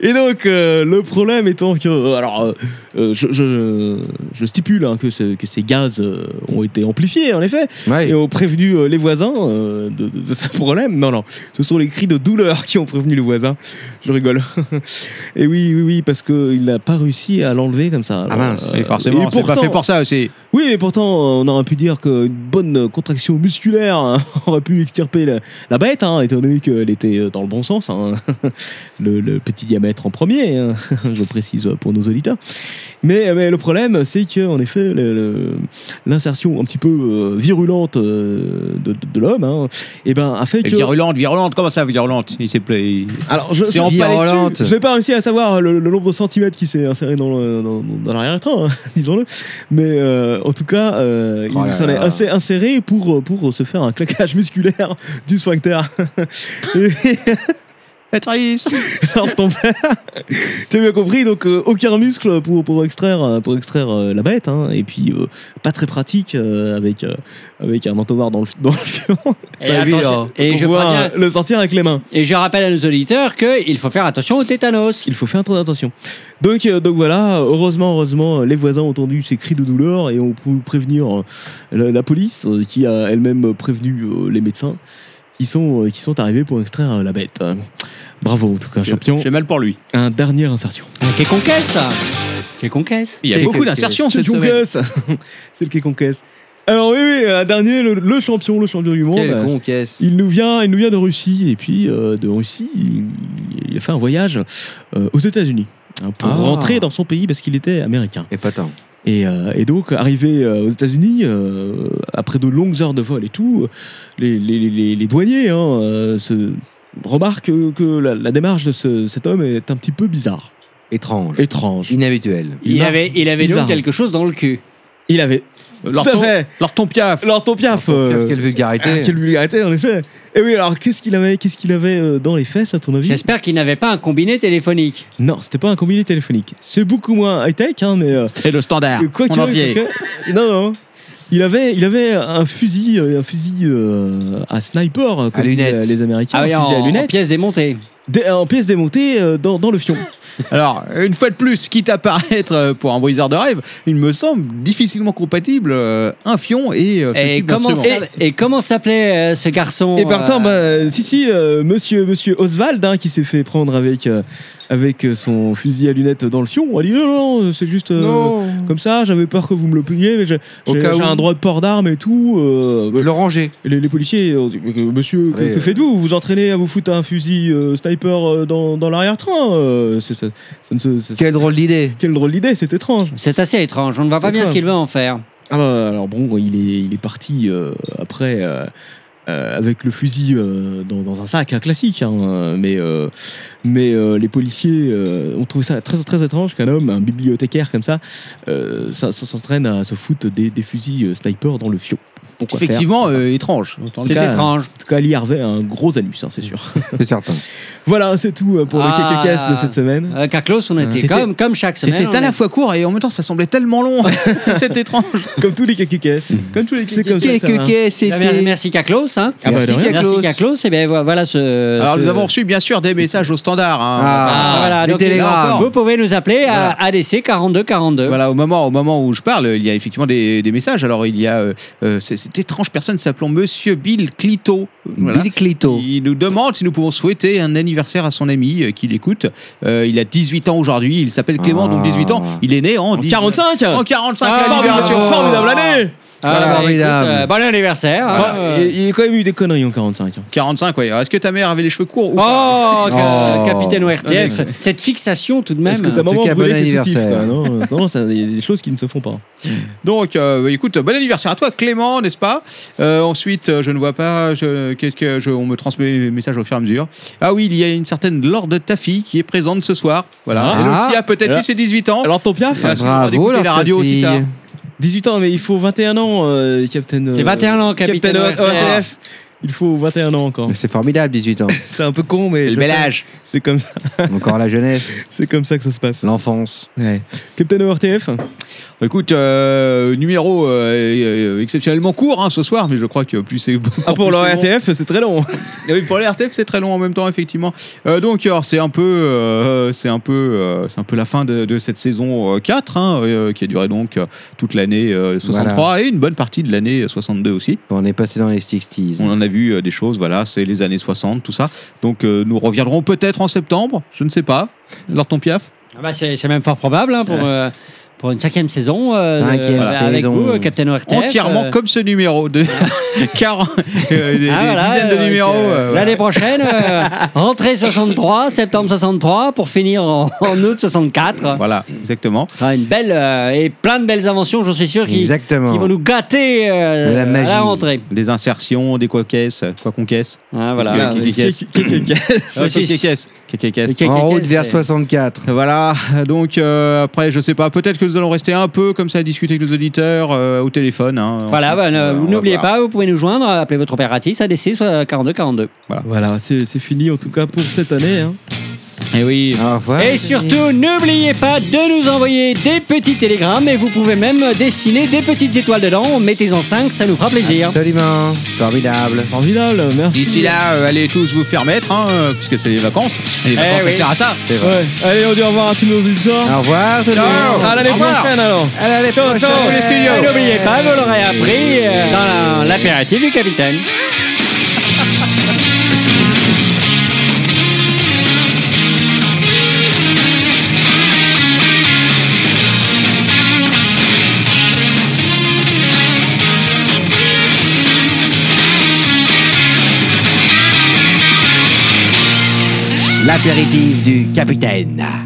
S6: Et donc, euh, le problème étant que. euh, Alors, euh, euh, je, je- je stipule hein, que, ce- que ces gaz euh, ont été amplifiés, en effet, et ont prévenu euh, les voisins euh, de, de- de ce problème. Non, non, ce sont les cris de douleur qui ont prévenu les voisins. Je rigole. et oui, oui, oui, parce qu'il n'a pas réussi à l'enlever comme ça. Alors,
S7: mince.
S6: euh,
S3: Et forcément,
S6: et
S3: c'est pas
S6: pourtant-
S3: fait pour ça aussi.
S6: oui, mais pourtant, euh, on aurait pu dire qu'une bonne contraction musculaire hein, aurait pu extirper la, la bête, hein, étant donné qu'elle était euh, dans le bon sens. hein. le, le petit diamètre en premier, hein, je précise pour nos auditeurs. Mais, euh, mais le problème, c'est qu'en effet, le- le- l'insertion un petit peu euh, virulente euh, de, de- de l'homme hein, eh ben, a fait
S3: Et
S6: que.
S3: virulente, virulente, comment ça, virulente Il s'est pla- il-
S6: Alors, je,
S3: C'est
S6: je-
S3: en
S6: je-
S3: parlante.
S6: Je n'ai pas réussi à savoir le, le nombre de centimètres qui s'est inséré dans, le- dans, dans l'arrière-train, hein, disons-le. Mais euh, en tout cas, euh,
S5: Oh là
S6: il s'en est
S5: là.
S6: assez inséré pour, pour se faire un claquage musculaire du sphincter. Et
S3: Patrice
S6: alors, ton père, tu as bien compris, donc euh, aucun muscle pour, pour extraire, euh, pour extraire euh, la bête. hein. et puis, euh, pas très pratique euh, avec, euh, avec un entonnoir dans le, dans le fion
S4: Et,
S6: oh.
S4: attention- et
S6: Bah hein. pour
S4: je
S6: pouvoir,
S4: préviens-
S6: euh, le sortir avec les mains.
S4: et je rappelle à nos auditeurs qu'il faut faire attention au tétanos.
S6: Il faut faire très attention. Donc, euh, donc voilà, heureusement, heureusement, les voisins ont entendu ces cris de douleur et ont pu prévenir euh, la, la police, euh, qui a elle-même prévenu euh, les médecins, qui sont, euh, qui sont arrivés pour extraire euh, la bête. Euh, Bravo en tout cas, champion.
S3: J'ai mal pour lui.
S6: Un dernier insertion.
S4: Qu'est conquesse ça Qu'est conquesse
S3: Il y a beaucoup d'insertions
S6: C'est le
S3: cette semaine.
S6: Quéconquès. C'est le Quéconquès. Alors oui, oui, un dernier, le, le champion, le champion du monde.
S5: Quel
S6: Euh,
S5: con qu'est-ce
S6: il nous vient, il nous vient de Russie et puis euh, de Russie, il, il a fait un voyage euh, aux États-Unis hein, pour
S5: Ah.
S6: rentrer dans son pays parce qu'il était américain.
S5: Et pas tant.
S6: Et, euh, et donc arrivé euh, aux États-Unis euh, après de longues heures de vol et tout, les, les- les- les douaniers hein, euh, se remarquent que, que la, la démarche de ce- cet homme est un petit peu bizarre,
S5: Étrange.
S6: étrange.
S5: Inhabituel.
S4: Il
S6: marche
S4: avait, il avait
S6: bizarre.
S4: donc quelque chose dans le cul.
S6: Il avait tout à
S3: Lorton-
S6: fait.
S3: Lorton Piaf
S6: Lorton Piaf. euh,
S5: Quelle vulgarité.
S6: ah, quelle vulgarité en effet. Et oui alors qu'est-ce qu'il avait, qu'est-ce qu'il avait euh, dans les fesses à ton avis
S4: J'espère qu'il n'avait pas un combiné téléphonique.
S6: Non, c'était pas un combiné téléphonique. C'est beaucoup moins high-tech, hein, mais. euh,
S3: C'est le standard.
S6: quoi
S3: On
S6: qu'il
S3: en
S6: en-
S3: vient.
S6: que- Non, non. Il avait, il avait un fusil, euh, un fusil euh, à sniper, euh, comme
S5: À lunettes.
S6: disaient les
S3: Ah,
S6: Américains,
S4: Ah oui,
S6: un fusil
S4: en,
S6: à
S4: en
S6: lunettes,
S4: pièce démontée.
S6: dé- en pièce démontée euh, dans, dans le fion.
S3: Alors, une fois de plus, quitte à paraître euh, pour un briseur de rêve, il me semble difficilement compatible euh, un fion et euh, ce
S4: Et
S3: type
S4: comment,
S3: d'instrument. ben-
S4: ça- et comment s'appelait euh, ce garçon
S6: Et partant,
S4: euh,
S6: bah, si, si, euh, monsieur, monsieur Oswald, hein, qui s'est fait prendre avec, euh, avec euh, son fusil à lunettes dans le fion, a dit non, non, c'est juste. euh, Comme ça, j'avais peur que vous me le payiez, mais j'ai
S5: Au
S6: j'ai-
S5: cas
S6: j'ai
S5: où.
S6: un droit de port d'armes et tout. euh,
S5: Le ranger.
S6: Et Les, les policiers ont dit, Mais, euh, Monsieur, que,
S5: Oui,
S6: que
S5: euh.
S6: faites-vous Vous vous entraînez à vous foutre un fusil euh, sniper euh, dans, dans l'arrière-train euh, c'est- ça- ça ne se- ça-
S5: Quelle drôle d'idée.
S6: Quelle drôle d'idée, c'est étrange.
S4: C'est assez étrange, on ne voit pas
S6: C'est
S4: bien
S6: toi.
S4: ce qu'il veut en faire.
S6: Ah bah, alors bon, il est, il est parti euh, après euh, euh, avec le fusil euh, dans, dans un sac hein, classique, hein, euh, mais, euh, mais euh, les policiers euh, ont trouvé ça très, très étrange qu'un homme, un bibliothécaire comme ça, euh, ça- ça s'entraîne à se foutre des, des fusils euh, sniper dans le fion. Pourquoi faire
S3: Effectivement, euh, étrange. Dans le
S4: C'est
S3: cas,
S4: étrange.
S6: En tout cas, Ali Harvey a un gros anus, hein, c'est sûr.
S5: C'est certain.
S6: Voilà, c'est tout euh, pour
S4: Ah.
S6: le quelques de cette semaine.
S4: Euh, Caclos, on était
S3: C'était-
S4: comme, comme chaque semaine.
S3: C'était
S4: on
S3: à la
S4: est-
S3: fois court et en même temps, ça semblait tellement long. C'est étrange.
S6: Comme tous les quelques Comme tous les Mhm. c'est comme ça. que ça va.
S4: Bah, mer- Merci Caclos. Hein.
S6: Ah bah, de rien.
S4: Merci Caclos. Et bien voilà ce.
S3: Alors,
S4: ce-
S3: nous avons reçu, bien sûr, des messages au standard. hein.
S5: Ah,
S4: Ah, voilà,
S5: les
S4: donc,
S5: télégrammes.
S4: Vous pouvez nous appeler à
S3: Voilà.
S4: ADC 42 42.
S3: Voilà, au moment, au moment où je parle, il y a effectivement des, des messages. Alors, il y a euh, euh, c'est- cette étrange personne s'appelant Monsieur Bill Clito. Voilà.
S5: Billy Clito.
S3: Il nous demande si nous pouvons souhaiter un anniversaire à son ami euh, qui l'écoute. Euh, il a 18 ans aujourd'hui, il s'appelle Clément,
S5: Ah.
S3: donc 18 ans. Il est né en,
S6: En
S3: 19
S6: 45
S3: En 45
S4: Ah,
S3: la
S4: formidable,
S3: libération.
S4: bravo.
S6: Formidable année
S4: Ah,
S5: Voilà,
S4: bah,
S5: formidable.
S4: écoute, euh, bon anniversaire. hein.
S6: Ah, il- Il y a quand même eu des conneries en 45. hein.
S3: 45, ouais. Alors, Est-ce que ta mère avait les cheveux courts ou pas
S4: Oh, ca-
S5: Oh.
S4: capitaine ORTF, cette fixation tout de même.
S6: Est-ce que ta
S5: tout
S6: maman
S5: cas,
S6: a brûlé
S5: bon
S6: ses soutifs
S5: anniversaire.
S6: quoi Non, euh, non, ça- il y a des choses qui ne se font pas.
S3: Donc, euh, bah, écoute, bon anniversaire à toi, Clément, n'est-ce pas Euh, Ensuite, euh, je ne vois pas. je- Qu'est-ce que je- on me transmet mes messages au fur et à mesure. Ah oui, il y a une certaine Laure de Taffy qui est présente ce soir. Voilà.
S6: Ah.
S3: Elle aussi a peut-être
S6: Voilà.
S3: eu ses 18 ans.
S6: Alors ton piaf
S3: Ah, c'est le droit d'écouter
S5: leur
S3: la radio
S5: petite
S3: aussi tard.
S5: fille.
S6: 18 ans, mais il faut 21 ans, euh, Captain. euh,
S4: T'es 21 ans, capitaine
S6: Captain O-
S4: ORTF.
S6: ORTF.
S8: Il faut 21 ans encore.
S5: Mais C'est formidable, 18 ans.
S8: C'est un peu con, mais. je
S5: bel
S8: sais,
S5: âge.
S8: C'est comme, ça-
S5: Encore la jeunesse,
S8: c'est comme ça que ça se passe.
S5: l'enfance.
S8: Captain ORTF
S3: Écoute, euh, numéro euh, euh, exceptionnellement court hein, ce soir, mais je crois que plus c'est.
S8: Ah, pour
S3: plus
S8: le
S3: c'est bon.
S8: RTF, c'est très long.
S3: Ah oui, pour les RTF, c'est très long en même temps, effectivement. Euh, donc, alors, c'est un peu, euh, c'est un peu, euh, c'est un peu la fin de, de cette saison euh, 4, hein, euh, qui a duré donc euh, toute l'année euh, 63 et une bonne partie de l'année 62 aussi.
S5: On est passé dans les 60s.
S3: On en a vu euh, des choses, voilà, c'est les années 60, tout ça. Donc, euh, nous reviendrons peut-être en septembre, je ne sais pas. Lors ton piaf.
S4: Ah bah, c'est c'est même fort probable hein, pour, euh, pour une cinquième saison. euh, de-
S5: Cinquième
S4: bah, Avec
S5: saison.
S4: vous, euh, Captain ORTF.
S3: Entièrement
S4: euh,
S3: comme ce numéro de 40, euh, des,
S4: ah,
S3: des
S4: voilà,
S3: dizaines de
S4: euh,
S3: numéros.
S4: avec, euh,
S3: euh, voilà.
S4: L'année prochaine, euh, rentrée 63, septembre 63, pour finir en, en août 64.
S3: Voilà, exactement.
S4: Enfin, une belle euh, et plein de belles inventions, j'en suis sûr, qui, qui
S5: Exactement.
S4: vont nous gâter euh,
S5: De la
S4: à la
S5: magie.
S4: rentrée.
S3: Des insertions, des quoi qu'est-ce, quoi qu'on qu'est-ce. Parce
S4: Ah, voilà.
S3: que- Ah, quoi qu'est-ce, quoi qu'est-ce.
S4: Le
S5: En route
S4: c'est-
S5: vers 64.
S3: Voilà, donc euh, après, je sais pas, peut-être que nous allons rester un peu comme ça à discuter avec nos auditeurs euh, au téléphone. hein.
S4: Voilà,
S3: Ensuite,
S4: bah, ne-
S3: euh, on va
S4: n'oubliez
S3: voir.
S4: pas, vous pouvez nous joindre, appelez votre opératrice à 42 42.
S8: Voilà, c'est c'est fini en tout cas pour cette année. hein.
S3: Eh
S4: Et oui,
S5: Au revoir.
S4: Et surtout, n'oubliez pas de nous envoyer des petits télégrammes et vous pouvez même dessiner des petites étoiles dedans. Mettez-en 5, ça nous fera plaisir.
S5: Absolument. Formidable.
S8: Formidable, merci.
S3: D'ici là, euh, allez tous vous faire mettre, hein, euh, puisque c'est les vacances. Et les vacances, ça
S4: Eh oui.
S3: sert à ça.
S5: C'est vrai.
S8: Ouais. Allez, on dit au revoir à tous nos auditeurs.
S5: Au revoir tout le monde.
S8: À l'année
S3: Au revoir.
S8: prochaine alors.
S5: À l'année
S8: Ciao, ciao,
S5: prochaine.
S8: les studios.
S4: Et n'oubliez pas, vous l'aurez appris euh, dans la- l'apéritif du capitaine.
S5: L'apéritif du capitaine.